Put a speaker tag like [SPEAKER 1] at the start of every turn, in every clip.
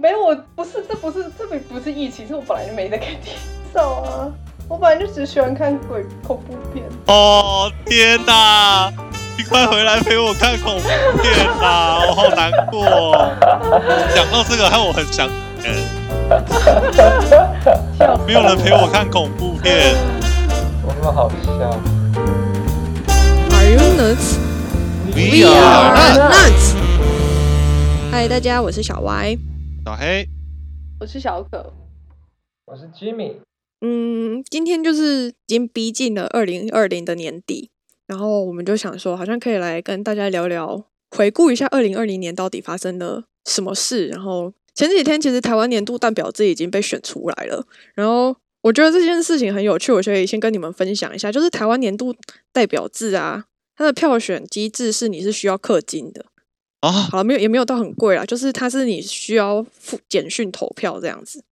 [SPEAKER 1] 没有，我不是，这不是，这不不是疫情，是我本来就没在看电影少啊。我本来就只喜欢看鬼恐怖片，
[SPEAKER 2] 哦天哪！你快回来陪我看恐怖片啦！我好难过哦、讲到这个，害我很想 嗯，
[SPEAKER 1] 笑死
[SPEAKER 2] 没有人陪我看恐怖片。
[SPEAKER 3] 我们好笑。
[SPEAKER 4] Are you nuts?
[SPEAKER 2] We are nuts
[SPEAKER 4] nuts. 嗨，大家，我是小 Y。
[SPEAKER 2] 小黑，
[SPEAKER 1] 我是小可，
[SPEAKER 3] 我是 Jimmy，
[SPEAKER 4] 嗯，今天就是已经逼近了二零二零的年底，然后我们就想说，好像可以来跟大家聊聊，回顾一下二零二零年到底发生了什么事。然后前几天其实台湾年度代表自己已经被选出来了，然后我觉得这件事情很有趣，我所以先跟你们分享一下，就是台湾年度代表制啊，它的票选机制是你是需要氪金的。
[SPEAKER 2] 啊，
[SPEAKER 4] 好了，没有也没有到很贵啦，就是它是你需要付简讯投票这样子，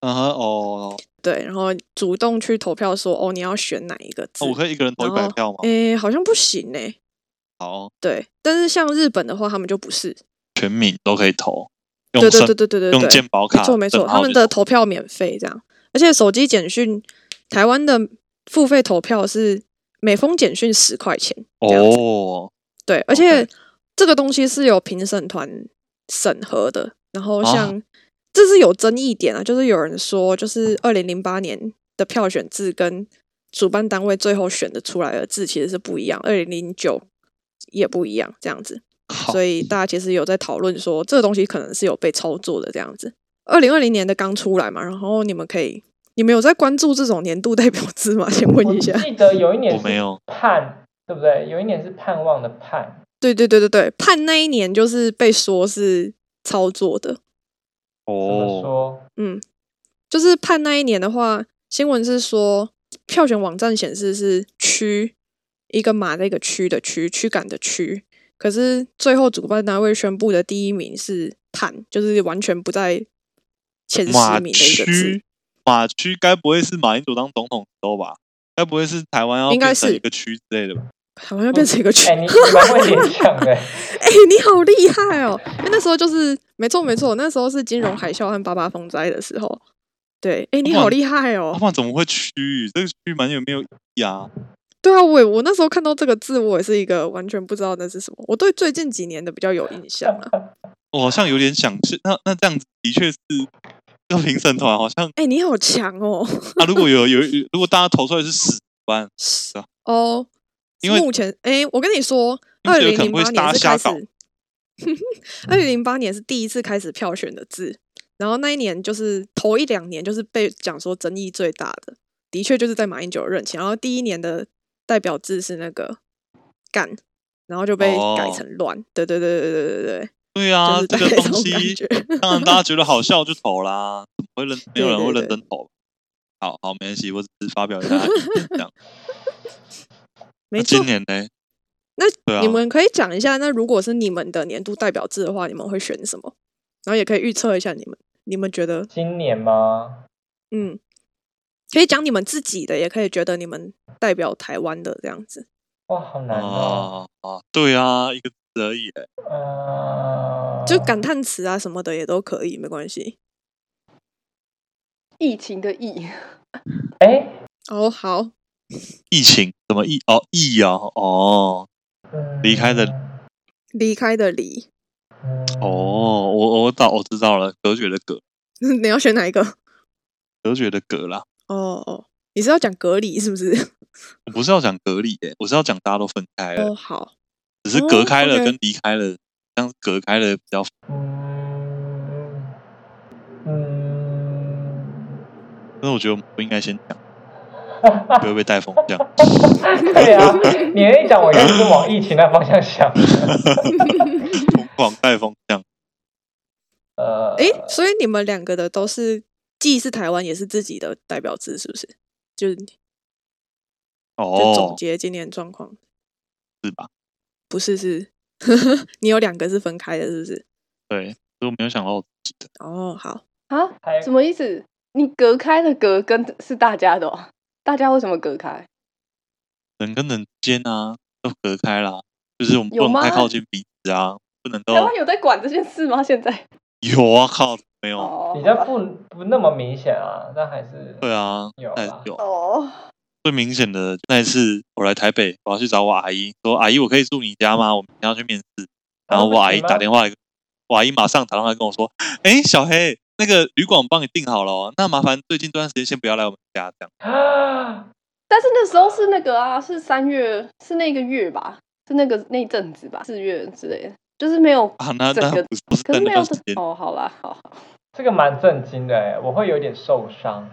[SPEAKER 2] 嗯哼，哦，
[SPEAKER 4] 对，然后主动去投票说哦你要选哪一个字
[SPEAKER 2] 哦，我可以一个人投一
[SPEAKER 4] 然
[SPEAKER 2] 百
[SPEAKER 4] 后
[SPEAKER 2] 票吗？
[SPEAKER 4] 诶、好像不行呢、
[SPEAKER 2] 好，
[SPEAKER 4] 对，但是像日本的话，他们就不是，
[SPEAKER 2] 全民都可以投，用
[SPEAKER 4] 对对
[SPEAKER 2] 身
[SPEAKER 4] 对对对对
[SPEAKER 2] 用
[SPEAKER 4] 对，
[SPEAKER 2] 健保卡
[SPEAKER 4] 没错没错，
[SPEAKER 2] 证号
[SPEAKER 4] 他们的
[SPEAKER 2] 就
[SPEAKER 4] 投票免费这样，而且手机简讯，台湾的付费投票是每封简讯十块钱，这样子
[SPEAKER 2] 哦，
[SPEAKER 4] 对，
[SPEAKER 2] OK
[SPEAKER 4] 而且这个东西是有评审团审核的，然后
[SPEAKER 2] 啊
[SPEAKER 4] 像、这是有争议点啊，就是有人说，就是二零零八年的票选制跟主办单位最后选的出来的制其实是不一样，二零零九也不一样，这样子，
[SPEAKER 2] 好
[SPEAKER 4] 所以大家其实有在讨论说，这个东西可能是有被操作的这样子。二零二零年的刚出来嘛，然后你们可以，你们有在关注这种年度代表制吗？ 先问一下
[SPEAKER 3] 我。记得有一年
[SPEAKER 2] 我没
[SPEAKER 3] 是
[SPEAKER 2] 有，
[SPEAKER 3] 盼，对不对？有一年是盼望的盼，
[SPEAKER 4] 对对对对对，判那一年就是被说是操作的，
[SPEAKER 3] 怎么
[SPEAKER 2] 哦，
[SPEAKER 3] 说？
[SPEAKER 4] 嗯，就是判那一年的话，新闻是说票选网站显示是区一个马的一个区的区驱赶的区，可是最后主办单位宣布的第一名是判，就是完全不在前
[SPEAKER 2] 马
[SPEAKER 4] 十名的一个字
[SPEAKER 2] 区，，马区该不会是马英九当总统之后吧？该不会是台湾要
[SPEAKER 4] 应该
[SPEAKER 2] 变成
[SPEAKER 4] 是
[SPEAKER 2] 一个区之类的吧？
[SPEAKER 4] 好像变成一个区。
[SPEAKER 3] 哎、你 你蛮会联想的，
[SPEAKER 4] 哎、你好厉害哦！因为那时候就是没错没错，那时候是金融海啸和八八风灾的时候。对，哎、你好厉害哦！
[SPEAKER 2] 阿爸啊怎么会区域？这个区域蛮有没有意义啊？
[SPEAKER 4] 对啊，我也我那时候看到这个字，我也是一个完全不知道那是什么。我对最近几年的比较有印象啊。
[SPEAKER 2] 我好像有点想是那那这样子的确是这个评审团好像
[SPEAKER 4] 哎、你好强哦！
[SPEAKER 2] 啊，如果有有有如果大家投出来是十万，啊
[SPEAKER 4] 哦，
[SPEAKER 2] 因为
[SPEAKER 4] 目前哎、我跟你说，
[SPEAKER 2] 因
[SPEAKER 4] 二
[SPEAKER 2] 为这个
[SPEAKER 4] 零
[SPEAKER 2] 可能
[SPEAKER 4] 零
[SPEAKER 2] 会
[SPEAKER 4] 八年是
[SPEAKER 2] 大家
[SPEAKER 4] 开
[SPEAKER 2] 瞎搞嗯
[SPEAKER 4] 始， 二零零八年是第一次开始票选的字，然后那一年就是头一两年就是被讲说争议最大的，的确就是在马英九的任期，然后第一年的代表字是那个干，然后就被改
[SPEAKER 2] 哦
[SPEAKER 4] 成乱，对对对对对对对，
[SPEAKER 2] 对啊，
[SPEAKER 4] 就是
[SPEAKER 2] 这
[SPEAKER 4] 大
[SPEAKER 2] 个
[SPEAKER 4] 概
[SPEAKER 2] 东
[SPEAKER 4] 这种感
[SPEAKER 2] 西
[SPEAKER 4] 觉
[SPEAKER 2] 当然大家觉得好笑就投啦，怎么会认没有
[SPEAKER 4] 对
[SPEAKER 2] 人会
[SPEAKER 4] 对
[SPEAKER 2] 认
[SPEAKER 4] 对
[SPEAKER 2] 真投吧？好好，没关系，我只是发表一下意见这样。
[SPEAKER 4] 没
[SPEAKER 2] 那
[SPEAKER 4] 错
[SPEAKER 2] 今。年呢？
[SPEAKER 4] 那
[SPEAKER 2] 对啊
[SPEAKER 4] 你们可以讲一下，那如果是你们的年度代表制的话，你们会选什么？然后也可以预测一下你们，你们觉得，
[SPEAKER 3] 今年吗？
[SPEAKER 4] 嗯，可以讲你们自己的，也可以觉得你们代表台湾的这样子。
[SPEAKER 3] 哇，好难哦。
[SPEAKER 2] 啊啊，对啊，一个字而已欸。
[SPEAKER 3] 呃，
[SPEAKER 4] 就感叹词啊什么的也都可以，没关系。
[SPEAKER 1] 疫情的疫，
[SPEAKER 3] 哎、
[SPEAKER 4] 哦，好，
[SPEAKER 2] 疫情怎么疫？哦，疫啊，哦
[SPEAKER 3] 嗯
[SPEAKER 2] 离开的
[SPEAKER 4] 离开的离，
[SPEAKER 3] 嗯
[SPEAKER 2] 哦，我我早我知道了，隔绝的隔，
[SPEAKER 4] 你要选哪一个？
[SPEAKER 2] 隔绝的隔啦。
[SPEAKER 4] 哦哦，你是要讲隔离是不是？
[SPEAKER 2] 我不是要讲隔离耶，我是要讲大家都分开了，
[SPEAKER 4] 哦，好，
[SPEAKER 2] 只是
[SPEAKER 4] 哦
[SPEAKER 2] 隔开了
[SPEAKER 4] ，OK
[SPEAKER 2] 跟离开了，这样隔开了比较
[SPEAKER 3] 嗯 嗯，
[SPEAKER 2] 那我觉得我们不应该先讲，不会被带风向。
[SPEAKER 3] 对啊，你那一讲，我就是往疫情那方向想。
[SPEAKER 2] 疯狂带风向。
[SPEAKER 3] 呃，
[SPEAKER 4] 诶，所以你们两个的都是既是台湾也是自己的代表制，是不是？就是就总
[SPEAKER 2] 哦，
[SPEAKER 4] 结今年状况。
[SPEAKER 2] 是吧？
[SPEAKER 4] 不是是， 你有两个是分开的，是不是？
[SPEAKER 2] 对，所以我没有想到我自己的。
[SPEAKER 4] 哦，好，
[SPEAKER 1] 啊，
[SPEAKER 3] 还
[SPEAKER 1] 什么意思？你隔开的隔跟是大家的、哦， 大家为什么隔开？
[SPEAKER 2] 人跟人之间啊，都隔开啦，就是我们不
[SPEAKER 1] 有
[SPEAKER 2] 能太
[SPEAKER 1] 吗
[SPEAKER 2] 靠近彼此啊，不能够
[SPEAKER 1] 台湾有在管这件事吗？现在
[SPEAKER 2] 有啊靠，没有，
[SPEAKER 1] 哦，
[SPEAKER 3] 比较
[SPEAKER 1] 好吧
[SPEAKER 3] 不不那么明显啊，但还是
[SPEAKER 2] 对啊，
[SPEAKER 3] 有
[SPEAKER 2] 但
[SPEAKER 3] 啦
[SPEAKER 2] 有
[SPEAKER 1] 哦，
[SPEAKER 2] 最明显的那一次，我来台北，我要去找我阿姨，说阿姨，我可以住你家吗？我明天要去面试。然后我
[SPEAKER 1] 哦
[SPEAKER 2] 阿姨打电话来，我阿姨马上打电话跟我说，哎，小黑，那个旅馆我帮你订好了哦，那麻烦最近这段时间先不要来我们家，这样。
[SPEAKER 3] 啊，
[SPEAKER 1] 但是那时候是那个啊，是三月，是那个月吧，是那个那一阵子吧，四月之类的，就是没有
[SPEAKER 2] 啊，那
[SPEAKER 1] 整
[SPEAKER 2] 那
[SPEAKER 1] 个，
[SPEAKER 2] 不是不是
[SPEAKER 1] 可是
[SPEAKER 2] 真的
[SPEAKER 1] 没
[SPEAKER 2] 段
[SPEAKER 1] 有
[SPEAKER 2] 时间，
[SPEAKER 1] 哦，好啦，好好，
[SPEAKER 3] 这个蛮震惊的哎，我会有点受伤。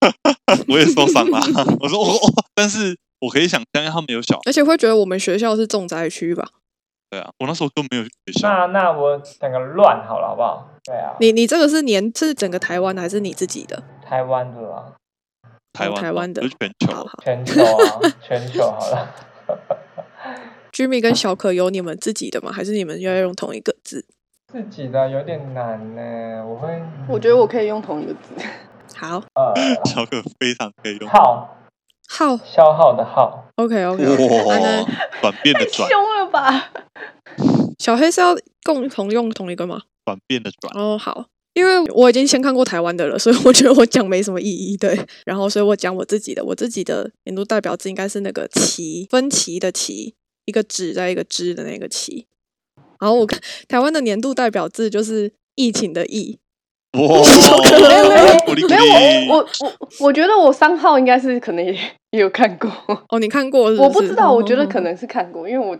[SPEAKER 2] 我也受伤了。我说哦哦，但是我可以想象他们有小孩，
[SPEAKER 4] 而且会觉得我们学校是重灾区吧？
[SPEAKER 2] 对啊，我那时候根本没有去学校，
[SPEAKER 3] 那那我整个乱好了，好不好？对啊，
[SPEAKER 4] 你你这个是年是整个台湾的还是你自己的？
[SPEAKER 3] 台湾的啦，
[SPEAKER 2] 台湾
[SPEAKER 4] 台湾的
[SPEAKER 2] 不是全
[SPEAKER 4] 好
[SPEAKER 2] 球，
[SPEAKER 4] 好
[SPEAKER 3] 全球 啊，全球好了。
[SPEAKER 4] ，Jimmy 跟小可有你们自己的吗？还是你们要用同一个字？
[SPEAKER 3] 自己的有点难呢，我会，嗯
[SPEAKER 1] 我觉得我可以用同一个字，
[SPEAKER 4] 好，
[SPEAKER 3] 呃，
[SPEAKER 2] 小可非常可以用。
[SPEAKER 3] 耗
[SPEAKER 4] 好
[SPEAKER 3] 消耗的耗，
[SPEAKER 4] ，OK OK，,
[SPEAKER 2] 哇、
[SPEAKER 4] 那
[SPEAKER 2] 转变的
[SPEAKER 1] 凶
[SPEAKER 2] 转，
[SPEAKER 1] 了吧？
[SPEAKER 4] 小黑是要共同用同一个吗？
[SPEAKER 2] 转变的转，
[SPEAKER 4] 哦，好，因为我已经先看过台湾的了，所以我觉得我讲没什么意义。对，然后所以我讲我自己的，我自己的年度代表字应该是那个“旗”，分歧的“旗”，一个“指”在一个“支”的那个“旗”。然后我看台湾的年度代表字就是疫情的“疫
[SPEAKER 2] 哇、鼓励鼓
[SPEAKER 1] 没有
[SPEAKER 2] 励，
[SPEAKER 1] 我我我我觉得我三号应该是可能也也有看过，”。
[SPEAKER 4] 哦，你看过是是
[SPEAKER 1] 我不知道，我觉得
[SPEAKER 4] 嗯
[SPEAKER 1] 可能是看过，因为我。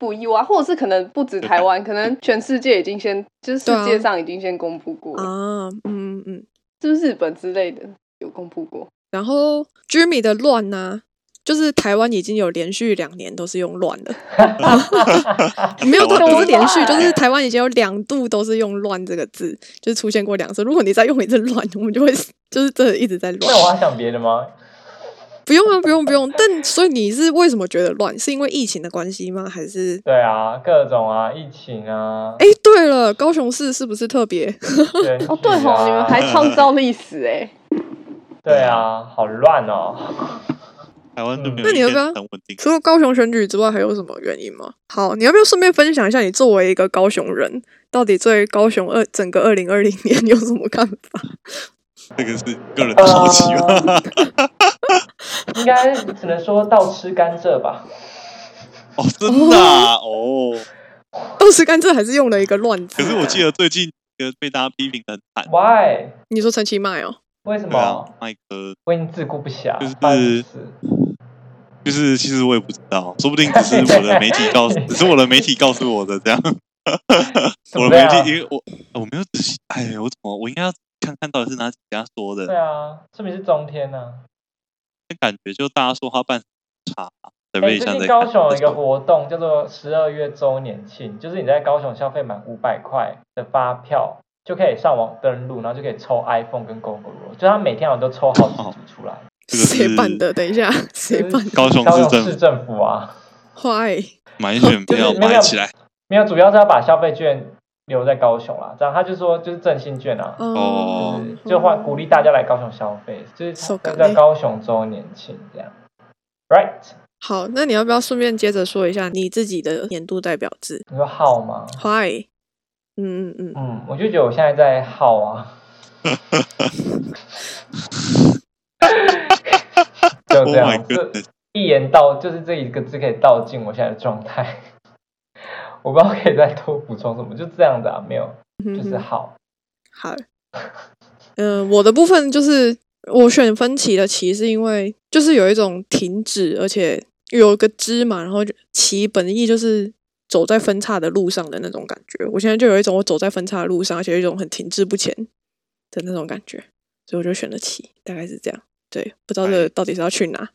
[SPEAKER 1] 不意外，或者是可能不止台湾，可能全世界已经先，就是
[SPEAKER 4] 对啊
[SPEAKER 1] 世界上已经先公布过了，
[SPEAKER 4] 啊，嗯嗯。
[SPEAKER 1] 是不是日本之类的有公布过？
[SPEAKER 4] 然后 Jimmy 的“乱”呢，就是台湾已经有连续两年都是用“乱”的。没有，
[SPEAKER 2] 台
[SPEAKER 4] 它
[SPEAKER 2] 湾
[SPEAKER 4] 不
[SPEAKER 2] 的
[SPEAKER 4] 是连续，
[SPEAKER 1] 哇
[SPEAKER 4] 就是台湾已经有两度都是用“乱”这个字，就是出现过两次。如果你再用一次“乱”，我们就会 就是真的一直在乱
[SPEAKER 3] 那。我还想别的吗？
[SPEAKER 4] 不用啊，不用不用。但所以你是为什么觉得乱？是因为疫情的关系吗？还是？
[SPEAKER 3] 对啊，各种啊，疫情啊，
[SPEAKER 4] 哎，对了，高雄市是不是特别？
[SPEAKER 3] 选举啊
[SPEAKER 1] 哦，对吼，你们还创造历史哎、
[SPEAKER 3] 对啊，好乱哦。
[SPEAKER 2] 台湾就没有
[SPEAKER 4] 那
[SPEAKER 2] 一
[SPEAKER 4] 你要
[SPEAKER 2] 天
[SPEAKER 4] 不要
[SPEAKER 2] 很稳定。
[SPEAKER 4] 除了高雄选举之外，还有什么原因吗？好，你要不要顺便分享一下，你作为一个高雄人，到底对高雄二整个二零二零年有什么看法？
[SPEAKER 2] 这个是个人的 好奇
[SPEAKER 3] 呃
[SPEAKER 2] 吧。
[SPEAKER 3] 应该只能说倒吃甘蔗吧。
[SPEAKER 2] 哦，真的啊、哦。
[SPEAKER 4] 二十甘蔗还是用了一个乱字
[SPEAKER 2] 可。是我记得最近呃被大家批评的很惨，
[SPEAKER 3] Why？
[SPEAKER 4] 你说陈其迈哦，
[SPEAKER 3] 为什
[SPEAKER 2] 对啊
[SPEAKER 3] 么？，
[SPEAKER 2] 麦克
[SPEAKER 3] 我已经自顾不暇
[SPEAKER 2] 就是，
[SPEAKER 3] 烦死
[SPEAKER 2] 就是其实我也不知道，说不定只是我的媒体告诉，只是我的媒体告诉我的这样。
[SPEAKER 3] 怎
[SPEAKER 2] 我的
[SPEAKER 3] 么
[SPEAKER 2] 媒
[SPEAKER 3] 样啊
[SPEAKER 2] 体，因为我我没有仔细，哎，我怎么我应该要看看到底是哪几家说的
[SPEAKER 3] 对？啊，是不是中天啊呢、
[SPEAKER 2] 感觉就大家说话办差，准
[SPEAKER 3] 啊？
[SPEAKER 2] 备一下再
[SPEAKER 3] 最近高
[SPEAKER 2] 看。
[SPEAKER 3] 雄有一个活动叫做十二月周年庆，就是你在高雄消费满五百块的发票，就可以上网登录，然后就可以抽 iPhone 跟 GoGo 就他每天好像都抽好几组出来。
[SPEAKER 2] 这个是
[SPEAKER 4] 谁办的？等一下，谁
[SPEAKER 3] 就是
[SPEAKER 4] 办的？
[SPEAKER 2] 高雄
[SPEAKER 3] 高
[SPEAKER 2] 市
[SPEAKER 3] 雄
[SPEAKER 2] 政
[SPEAKER 3] 市
[SPEAKER 2] 府
[SPEAKER 3] 政府啊，
[SPEAKER 4] 坏，
[SPEAKER 2] 买 选票
[SPEAKER 3] 就是没
[SPEAKER 2] 买
[SPEAKER 3] 有
[SPEAKER 2] 起来，
[SPEAKER 3] 没有，主要是要把消费券留在高雄啦。这样他就说就是振兴券啊，
[SPEAKER 2] 哦
[SPEAKER 3] 就是就换鼓励大家来高雄消费，就是
[SPEAKER 4] 受感
[SPEAKER 3] 在
[SPEAKER 4] 嘞
[SPEAKER 3] 高雄周年庆这样。Right？
[SPEAKER 4] 好，那你要不要顺便接着说一下你自己的年度代表字
[SPEAKER 3] 你说号吗？
[SPEAKER 4] ？Why？嗯嗯嗯，
[SPEAKER 3] 嗯，我就觉得我现在在耗啊。 就
[SPEAKER 2] Oh
[SPEAKER 3] 这
[SPEAKER 2] my
[SPEAKER 3] 样，这
[SPEAKER 2] goodness
[SPEAKER 3] 一言道就是这一个字可以道尽我现在的状态。 我不知道可以再多补充什么，就这样子啊，没有，
[SPEAKER 4] 嗯
[SPEAKER 3] 就是好。
[SPEAKER 4] 好。嗯、我的部分就是我选分歧的歧，是因为就是有一种停止，而且有一个之嘛，然后就歧本意就是走在分岔的路上的那种感觉。我现在就有一种我走在分岔的路上，而且有一种很停滞不前的那种感觉，所以我就选了歧，大概是这样。对，不知道
[SPEAKER 2] 哎
[SPEAKER 4] 这到底是要去哪。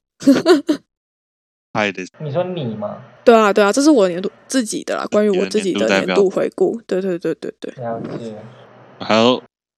[SPEAKER 2] 嗨的，
[SPEAKER 3] 你说你吗？
[SPEAKER 4] 对啊，对啊，这是我年度自己的啦，关于
[SPEAKER 2] 你的
[SPEAKER 4] 我自己
[SPEAKER 2] 年度
[SPEAKER 4] 的
[SPEAKER 2] 代
[SPEAKER 4] 年
[SPEAKER 2] 表
[SPEAKER 4] 度回顾。对对对对对，
[SPEAKER 3] 了解。
[SPEAKER 2] 我还要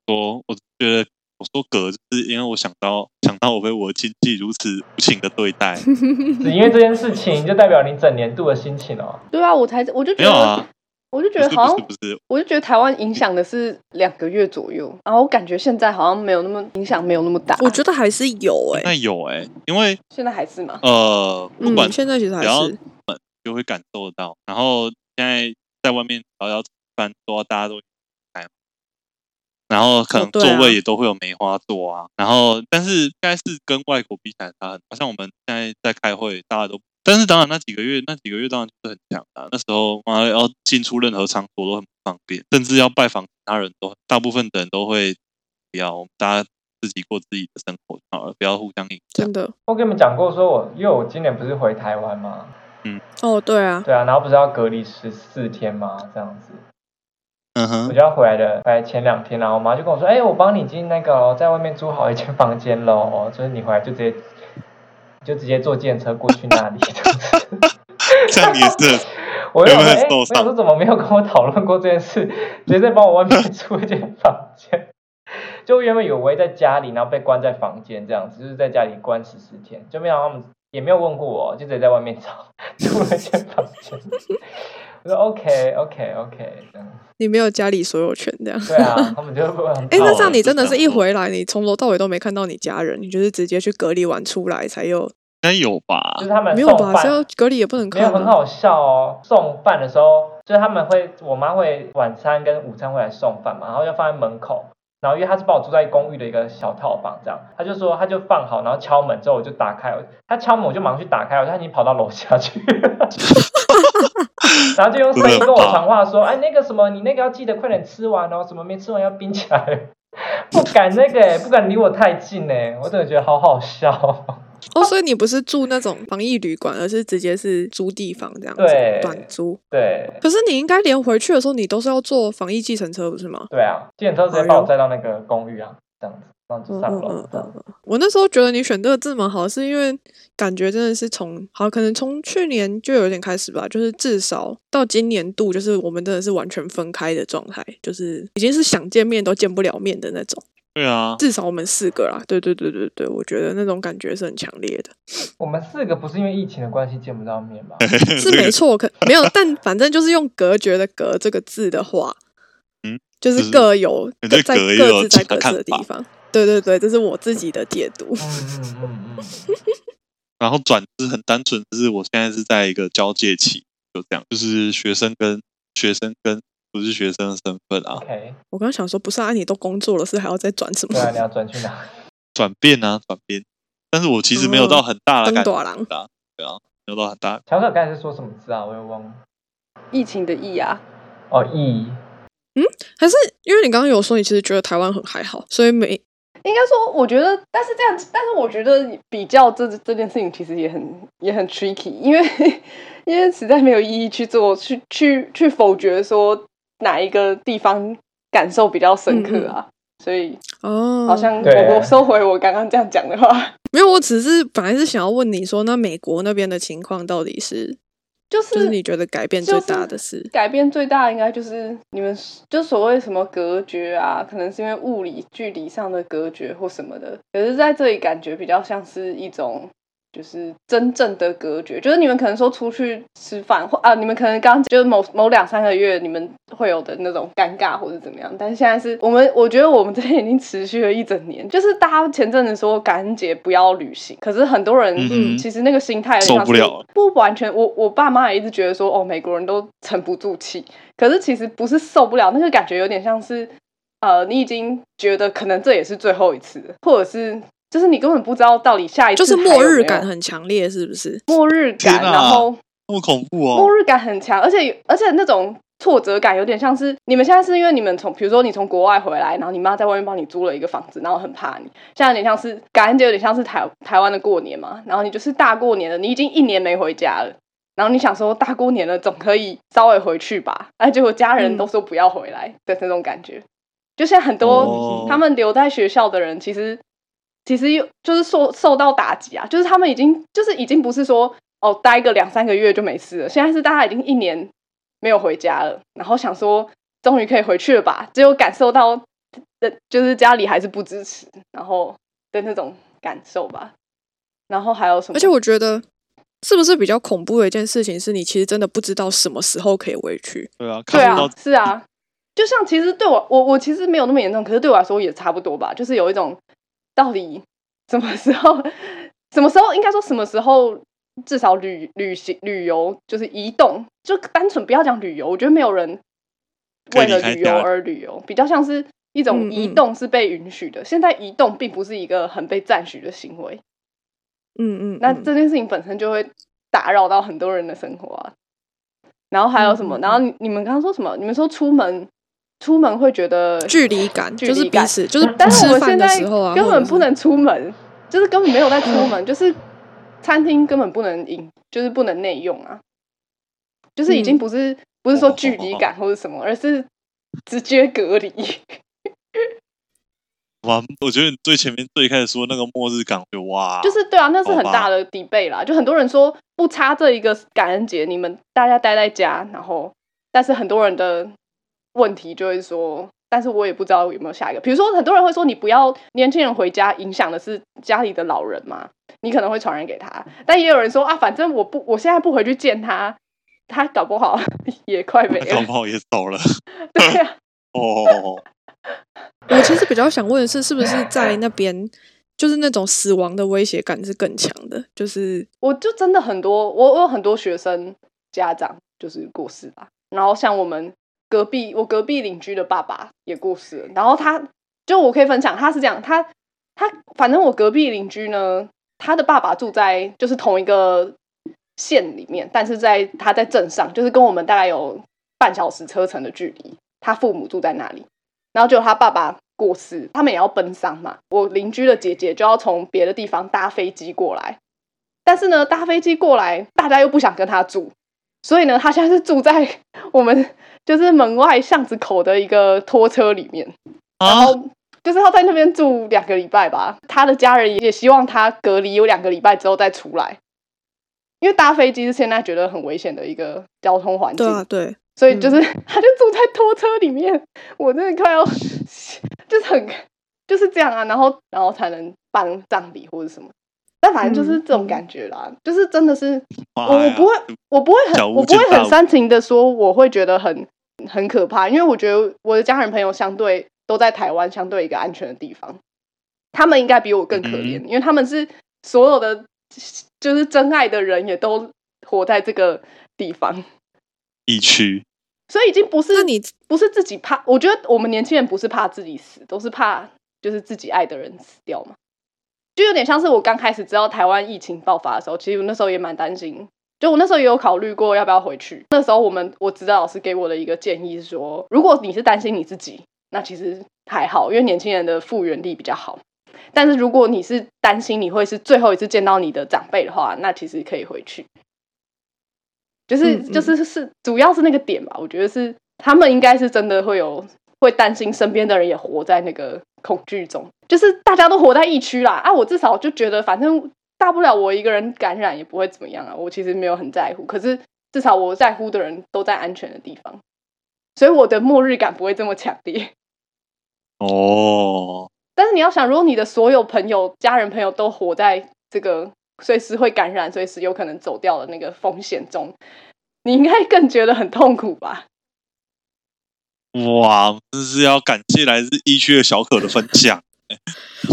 [SPEAKER 2] 说，我觉得我说“格”就是因为我想到想到我被我的亲戚如此无情的对 待，
[SPEAKER 3] 只因为这件事情，就代表你整年度的心情哦。
[SPEAKER 1] 对啊，我才我就觉
[SPEAKER 2] 没有
[SPEAKER 1] 得，
[SPEAKER 2] 啊
[SPEAKER 1] 我就觉
[SPEAKER 2] 不
[SPEAKER 1] 得
[SPEAKER 2] 是
[SPEAKER 1] 好
[SPEAKER 2] 不是
[SPEAKER 1] 像
[SPEAKER 2] 不，是，
[SPEAKER 1] 我就觉得台湾影响的是两个月左右，然后我感觉现在好像没有那么影响，没有那么大。
[SPEAKER 4] 我觉得还是有诶、
[SPEAKER 2] 那有哎、因为
[SPEAKER 1] 现在还是嘛，
[SPEAKER 2] 呃，不管
[SPEAKER 4] 嗯，现在其实还
[SPEAKER 2] 只要
[SPEAKER 4] 是
[SPEAKER 2] 就会感受到。然后现在在外面聊聊吃饭，说大家都开嘛，然后可能
[SPEAKER 4] 哦对啊
[SPEAKER 2] 座位也都会有梅花座啊。然后，但是应该是跟外国比起来差很多。像我们现在在开会，大家都，但是当然那几个月，那几个月当然就是很强的啊、那时候妈的要进出任何场所都很不方便，甚至要拜访其他人都，大部分的人都会不要，我们大家自己过自己的生活就好了，不要互相影响
[SPEAKER 4] 真。的。
[SPEAKER 3] 我跟你们讲过，说我因为我今年不是回台湾吗？
[SPEAKER 4] 哦，对啊，
[SPEAKER 3] 对啊，然后不是要隔离十四天吗？这样子，
[SPEAKER 2] 嗯
[SPEAKER 3] 我
[SPEAKER 2] 哼，
[SPEAKER 3] 就要回来的，回来前两天，然后我妈就跟我说，哎、我帮你进那个哦在外面租好一间房间喽，就是你回来就直接就直接坐电车过去那里。这
[SPEAKER 2] 这样
[SPEAKER 3] 样子
[SPEAKER 2] 你也是很
[SPEAKER 3] 我就想说，
[SPEAKER 2] 有
[SPEAKER 3] 哎、
[SPEAKER 2] 没有受
[SPEAKER 3] 我
[SPEAKER 2] 伤
[SPEAKER 3] 想说怎么没有跟我讨论过这件事，直接在帮我外面租一间房间。就原本以为我会在家里，然后被关在房间这样子，就是在家里关十四天，就没想到他们也没有问过我，就直接在外面找租了一间房间。 我说 OK OK OK 这样，
[SPEAKER 4] 你没有家里所有权这样。
[SPEAKER 3] 对啊，他们就会很
[SPEAKER 4] 哎、那
[SPEAKER 3] 怕
[SPEAKER 4] 这
[SPEAKER 3] 我
[SPEAKER 4] 样你真的是一
[SPEAKER 2] 这
[SPEAKER 3] 嗯
[SPEAKER 2] 样
[SPEAKER 4] 回来，你从头到尾都没看到你家人，你就是直接去隔离完出来才有，
[SPEAKER 2] 应该有吧
[SPEAKER 3] 就？是他们
[SPEAKER 4] 没有
[SPEAKER 3] 送
[SPEAKER 4] 吧？
[SPEAKER 3] 饭
[SPEAKER 4] 是要隔离也不能
[SPEAKER 3] 没有
[SPEAKER 4] 看、
[SPEAKER 3] 很
[SPEAKER 4] 啊。
[SPEAKER 3] 好笑哦。送饭的时候，就是他们会，我妈会晚餐跟午餐会来送饭嘛，然后就放在门口。然后因为她是把我住在公寓的一个小套房这样，她就说她就放好，然后敲门之后我就打开，我她敲门我就马上去打开，我她已经跑到楼下去了，然后就用声音跟我传话说，哎那个什么你那个要记得快点吃完哦，什么没吃完要冰起来， 不敢那个、欸不敢离我太近呢、我真的觉得好好笑哦、
[SPEAKER 4] 哦，所以你不是住那种防疫旅馆，而是直接是租地方这样子
[SPEAKER 3] 对
[SPEAKER 4] 短租。
[SPEAKER 3] 对，
[SPEAKER 4] 可是你应该连回去的时候，你都是要坐防疫计程车，不是吗？
[SPEAKER 3] 对啊，计程车直接把我载到那个公寓啊，这样子，然后就上楼
[SPEAKER 4] 哎嗯嗯
[SPEAKER 3] 这
[SPEAKER 4] 嗯
[SPEAKER 3] 样。
[SPEAKER 4] 嗯嗯。我那时候觉得你选这个字蛮好，是因为感觉真的是从好，可能从去年就有点开始吧，就是至少到今年度，就是我们真的是完全分开的状态，就是已经是想见面都见不了面的那种。
[SPEAKER 2] 对啊，
[SPEAKER 4] 至少我们四个啦，对对对对对，我觉得那种感觉是很强烈的，
[SPEAKER 3] 我们四个不是因为疫情的关系见不到面 嗯吗？
[SPEAKER 2] 嗯
[SPEAKER 4] 是没错，可没有，但反正就是用“隔绝”的“隔”这个字的话，
[SPEAKER 2] 嗯，
[SPEAKER 4] 就是各有
[SPEAKER 2] 你对
[SPEAKER 4] 在
[SPEAKER 2] 隔也
[SPEAKER 4] 各
[SPEAKER 2] 有
[SPEAKER 4] 自在
[SPEAKER 2] 其他
[SPEAKER 4] 各
[SPEAKER 2] 看
[SPEAKER 4] 自的
[SPEAKER 2] 法
[SPEAKER 4] 地方。对对对，这是我自己的解读。
[SPEAKER 3] 嗯嗯嗯嗯，
[SPEAKER 2] 然后转是很单纯，就是我现在是在一个交界期，就这样，就是学生跟学生跟不是学生的身份啊，
[SPEAKER 3] 嗯，OK，
[SPEAKER 4] 我刚刚想说，不是啊，你都工作了，是还要再转什么
[SPEAKER 3] 对？啊，你要转去哪？
[SPEAKER 2] 转变啊，转变。但是我其实没
[SPEAKER 1] 哦
[SPEAKER 2] 有到很大的
[SPEAKER 4] 登
[SPEAKER 2] 感觉
[SPEAKER 4] 大郎，
[SPEAKER 2] 啊，对啊，没有到很大。
[SPEAKER 3] 乔可刚才是说什么字啊？我又忘了。
[SPEAKER 1] 疫情的疫啊，
[SPEAKER 3] 哦，疫，
[SPEAKER 4] 还是因为你刚刚有说你其实觉得台湾很还好，所以没
[SPEAKER 1] 应该说，我觉得，但是这样，但是我觉得比较这这件事情其实也很也很 tricky，因为因为实在没有意义去做去去去否决说哪一个地方感受比较深刻啊，所以
[SPEAKER 4] 哦，
[SPEAKER 1] 好像
[SPEAKER 3] 对
[SPEAKER 1] 我我收回我刚刚这样讲的话，
[SPEAKER 4] 没有。我只是本来是想要问你说，那美国那边的情况到底是，
[SPEAKER 1] 就是
[SPEAKER 4] 就是你觉得改变最
[SPEAKER 1] 就是
[SPEAKER 4] 大的是？
[SPEAKER 1] 改变最大应该就是你们就所谓什么隔绝啊，可能是因为物理距离上的隔绝或什么的，可是在这里感觉比较像是一种。就是真正的隔绝，就是你们可能说出去吃饭或啊，你们可能刚就是某某两三个月你们会有的那种尴尬或者怎么样，但是现在是我们，我觉得我们这边已经持续了一整年，就是大家前阵子说感恩节不要旅行，可是很多人
[SPEAKER 2] 嗯哼
[SPEAKER 1] 其实那个心态有点像是
[SPEAKER 2] 受不了了
[SPEAKER 1] 不完全，我我爸妈也一直觉得说哦，美国人都沉不住气，可是其实不是受不了，那个感觉有点像是呃，你已经觉得可能这也是最后一次了，或者是。就是你根本不知道到底下一次
[SPEAKER 4] 就是
[SPEAKER 1] 还有
[SPEAKER 4] 末日
[SPEAKER 1] 没有
[SPEAKER 4] 感很强烈，是不是？
[SPEAKER 1] 末日感，
[SPEAKER 2] 天哪
[SPEAKER 1] 然后
[SPEAKER 2] 那么恐怖哦
[SPEAKER 1] 末！日感很强，而且而且那种挫折感有点像是你们现在是因为你们从比如说你从国外回来，然后你妈在外面帮你租了一个房子，然后很怕你，现在有点像是感恩节有点像是台台湾的过年嘛，然后你就是大过年的，你已经一年没回家了。然后你想说大过年了，总可以稍微回去吧？哎，结果家人
[SPEAKER 4] 嗯
[SPEAKER 1] 都说不要回来的那种感觉，就现在很多
[SPEAKER 2] 哦
[SPEAKER 1] 他们留在学校的人，其实其实又就是受受到打击啊，就是他们已经就是已经不是说哦待个两三个月就没事了，现在是大家已经一年没有回家了，然后想说终于可以回去了吧，只有感受到的就是家里还是不支持，然后的那种感受吧。然后还有什么？
[SPEAKER 4] 而且我觉得，是不是比较恐怖的一件事情是你其实真的不知道什么时候可以回去？
[SPEAKER 2] 对啊，看
[SPEAKER 1] 对
[SPEAKER 2] 不
[SPEAKER 1] 啊
[SPEAKER 2] 到，
[SPEAKER 1] 是啊，就像其实对我，我我其实没有那么严重，可是对我来说也差不多吧，就是有一种到底什么时候，什么时候应该说什么时候，至少旅旅行旅游就是移动，就单纯不要讲旅游，我觉得没有人
[SPEAKER 2] 可
[SPEAKER 1] 为
[SPEAKER 2] 以
[SPEAKER 1] 了
[SPEAKER 2] 离开
[SPEAKER 1] 旅游
[SPEAKER 2] 家
[SPEAKER 1] 而旅游，比较像是一种移
[SPEAKER 4] 嗯嗯
[SPEAKER 1] 动是被允许的。现在移动并不是一个很被赞许的行为，
[SPEAKER 4] 嗯嗯，
[SPEAKER 1] 那
[SPEAKER 4] 嗯
[SPEAKER 1] 这件事情本身就会打扰到很多人的生活啊。然后还有什么？
[SPEAKER 4] 嗯嗯
[SPEAKER 1] 然后你你们刚刚说什么？你们说出门出门会觉得
[SPEAKER 4] 距离感
[SPEAKER 1] 距
[SPEAKER 4] 就是
[SPEAKER 1] 离
[SPEAKER 4] 彼
[SPEAKER 1] 感
[SPEAKER 4] 此，就是
[SPEAKER 1] 但是
[SPEAKER 4] 吃
[SPEAKER 1] 我
[SPEAKER 4] 饭
[SPEAKER 1] 现
[SPEAKER 4] 的
[SPEAKER 1] 在
[SPEAKER 4] 时候啊，
[SPEAKER 1] 根
[SPEAKER 4] 或
[SPEAKER 1] 本
[SPEAKER 4] 者
[SPEAKER 1] 不
[SPEAKER 4] 是嗯
[SPEAKER 1] 能出门，就是根本没有在出门，就是餐厅根本不能饮，就是不能内用啊，就是已经
[SPEAKER 4] 嗯
[SPEAKER 1] 不是、不是说距 离感或者什么，而是直接隔离。
[SPEAKER 2] 哇，我觉得你最前面最开始说那个末日感觉，哇，
[SPEAKER 1] 就是对啊，那是
[SPEAKER 2] 好
[SPEAKER 1] 很
[SPEAKER 2] 吧
[SPEAKER 1] 大的 debate 啦。就很多人说不差这一个感恩节，你们大家待在家，然后但是很多人的问题就会说，但是我也不知道有没有下一个。比如说很多人会说，你不要年轻人回家，影响的是家里的老人嘛，你可能会传染给他。但也有人说啊，反正我不，我现在不回去见他，他搞不好 也快没
[SPEAKER 2] 搞
[SPEAKER 1] 了。
[SPEAKER 2] 不好也走了。
[SPEAKER 1] 对啊，
[SPEAKER 2] 哦，
[SPEAKER 4] 我其实比较想问的是，是不是在那边就是那种死亡的威胁感是更强的？就是
[SPEAKER 1] 我就真的很多，我我有很多学生家长就是过世吧，然后像我们隔壁，我隔壁邻居的爸爸也过世了，然后他就我可以分享，他是这样，他他反正我隔壁邻居呢，他的爸爸住在就是同一个县里面，但是在他在镇上，就是跟我们大概有半小时车程的距离，他父母住在那里，然后就他爸爸过世，他们也要奔丧嘛，我邻居的姐姐就要从别的地方搭飞机过来。但是呢，搭飞机过来，大家又不想跟他住，所以呢，他现在是住在我们就是门外巷子口的一个拖车里面，然
[SPEAKER 2] 啊，
[SPEAKER 1] 后就是要在那边住两个礼拜吧。他的家人也希望他隔离有两个礼拜之后再出来，因为搭飞机是现在觉得很危险的一个交通环境。
[SPEAKER 4] 对啊，对，
[SPEAKER 1] 所
[SPEAKER 2] 嗯
[SPEAKER 1] 以就是、他就住在拖车里面，我真的快要 就是很就是这样啊，然后然后才能办葬礼或者什么，但反正就是这种感觉啦，就是真的是我
[SPEAKER 2] 嗯妈
[SPEAKER 1] 我
[SPEAKER 2] 呀
[SPEAKER 1] 不会我不会
[SPEAKER 2] 小
[SPEAKER 1] 很
[SPEAKER 2] 巫
[SPEAKER 1] 我不会
[SPEAKER 2] 见大
[SPEAKER 1] 很
[SPEAKER 2] 巫
[SPEAKER 1] 煽情的说我会觉得很很可怕，因为我觉得我的家人朋友相对都在台湾相对一个安全的地方，他们应该比我更可怜，
[SPEAKER 2] 嗯
[SPEAKER 1] 因为他们是所有的就是真爱的人也都活在这个地方。
[SPEAKER 2] 疫区
[SPEAKER 1] 所以已经不是
[SPEAKER 4] 那你
[SPEAKER 1] 不是自己怕，我觉得我们年轻人不是怕自己死，都是怕就是自己爱的人死掉嘛。就有点像是我刚开始知道台湾疫情爆发的时候，其实我那时候也蛮担心，就我那时候也有考虑过要不要回去。那时候我们我指导老师给我的一个建议是说，如果你是担心你自己，那其实还好，因为年轻人的复原力比较好。但是如果你是担心你会是最后一次见到你的长辈的话，那其实可以回去。就是
[SPEAKER 4] 嗯嗯
[SPEAKER 1] 就是是主要是那个点吧，我觉得是他们应该是真的会有会担心身边的人也活在那个恐惧中，就是大家都活在疫区啦啊，我至少就觉得反正大不了我一个人感染也不会怎么样啊，我其实没有很在乎，可是至少我在乎的人都在安全的地方，所以我的末日感不会这么强烈。
[SPEAKER 2] 哦，
[SPEAKER 1] 但是你要想，如果你的所有朋友、家人、朋友都活在这个随时会感染、随时有可能走掉的那个风险中，你应该更觉得很痛苦吧？
[SPEAKER 2] 哇，这是要感谢来自疫区的小可的分享。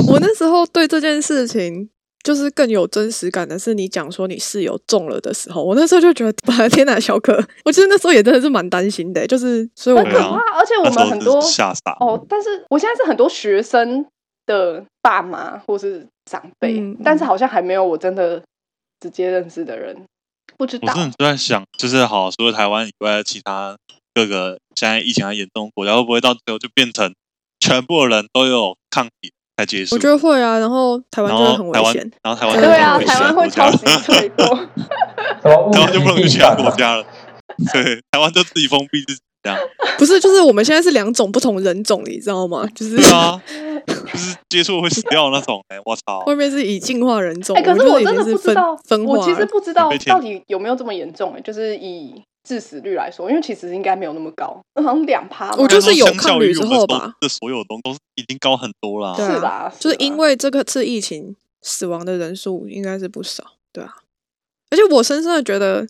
[SPEAKER 4] 我那时候对这件事情就是更有真实感的是，你讲说你室友中了的时候，我那时候就觉得，哇，天哪，小可，我其实那时候也真的是蛮担心的，欸就是所以我
[SPEAKER 1] 很
[SPEAKER 2] 对
[SPEAKER 4] 们
[SPEAKER 1] 可
[SPEAKER 2] 啊
[SPEAKER 1] 怕，而且我
[SPEAKER 2] 那时
[SPEAKER 1] 们
[SPEAKER 2] 候
[SPEAKER 1] 很
[SPEAKER 2] 真
[SPEAKER 1] 多
[SPEAKER 2] 是吓傻，
[SPEAKER 1] 哦，但是我现在是很多学生的爸妈或是长辈，
[SPEAKER 4] 嗯
[SPEAKER 1] 但是好像还没有我真的直接认识的人，不知
[SPEAKER 2] 我
[SPEAKER 1] 道
[SPEAKER 2] 真的就在想，就是好，除了台湾以外，其他各个现在疫情还严重的国家，会不会到最后就变成全部的人都有抗体才结束
[SPEAKER 4] 我？觉得会啊，然后台湾
[SPEAKER 2] 然
[SPEAKER 4] 就会
[SPEAKER 2] 后
[SPEAKER 4] 很
[SPEAKER 2] 台
[SPEAKER 4] 危
[SPEAKER 2] 湾
[SPEAKER 4] 险，，
[SPEAKER 2] 然后台湾
[SPEAKER 4] 真
[SPEAKER 2] 就
[SPEAKER 4] 的
[SPEAKER 1] 对
[SPEAKER 2] 变
[SPEAKER 1] 啊，
[SPEAKER 2] 成
[SPEAKER 4] 危
[SPEAKER 1] 台湾会
[SPEAKER 2] 危
[SPEAKER 1] 超
[SPEAKER 2] 险的
[SPEAKER 1] 级
[SPEAKER 2] 国家了
[SPEAKER 1] 脆弱。
[SPEAKER 3] 什么物
[SPEAKER 2] 台湾就不能去
[SPEAKER 3] 极
[SPEAKER 2] 其
[SPEAKER 3] 必
[SPEAKER 2] 他
[SPEAKER 3] 反
[SPEAKER 2] 国
[SPEAKER 3] 嘛？
[SPEAKER 2] 家了。对，台湾就自己封闭自己这 样。
[SPEAKER 4] 不是，就是我们现在是两种不同人种，你知道吗？就是
[SPEAKER 2] 对啊，就是接触会死掉的那种、欸。哎，我操！
[SPEAKER 4] 外面是以进化人种，
[SPEAKER 1] 哎、可
[SPEAKER 4] 我
[SPEAKER 1] 是
[SPEAKER 4] 们就
[SPEAKER 1] 我
[SPEAKER 4] 已
[SPEAKER 1] 真的
[SPEAKER 4] 经
[SPEAKER 1] 不
[SPEAKER 4] 是
[SPEAKER 1] 知
[SPEAKER 4] 分
[SPEAKER 1] 道，
[SPEAKER 4] 分
[SPEAKER 1] 我
[SPEAKER 4] 化
[SPEAKER 1] 其实
[SPEAKER 4] 了。
[SPEAKER 1] 不知道
[SPEAKER 2] 被填
[SPEAKER 1] 到底有没有这么严重、哎，就是以致死率来说，因为其实应该没有那么高，好像两趴吧，
[SPEAKER 4] 我就是有
[SPEAKER 2] 相
[SPEAKER 4] 抗
[SPEAKER 2] 较
[SPEAKER 4] 体
[SPEAKER 2] 于
[SPEAKER 4] 之
[SPEAKER 2] 我
[SPEAKER 4] 后
[SPEAKER 2] 们
[SPEAKER 4] 吧
[SPEAKER 2] 这所有东都是已经高很多了、
[SPEAKER 4] 对
[SPEAKER 1] 是
[SPEAKER 4] 啊
[SPEAKER 1] 吧？
[SPEAKER 4] 就是因
[SPEAKER 1] 吧
[SPEAKER 4] 为这个次疫情死亡的人数应该是不少，对啊。而且我深深的觉得，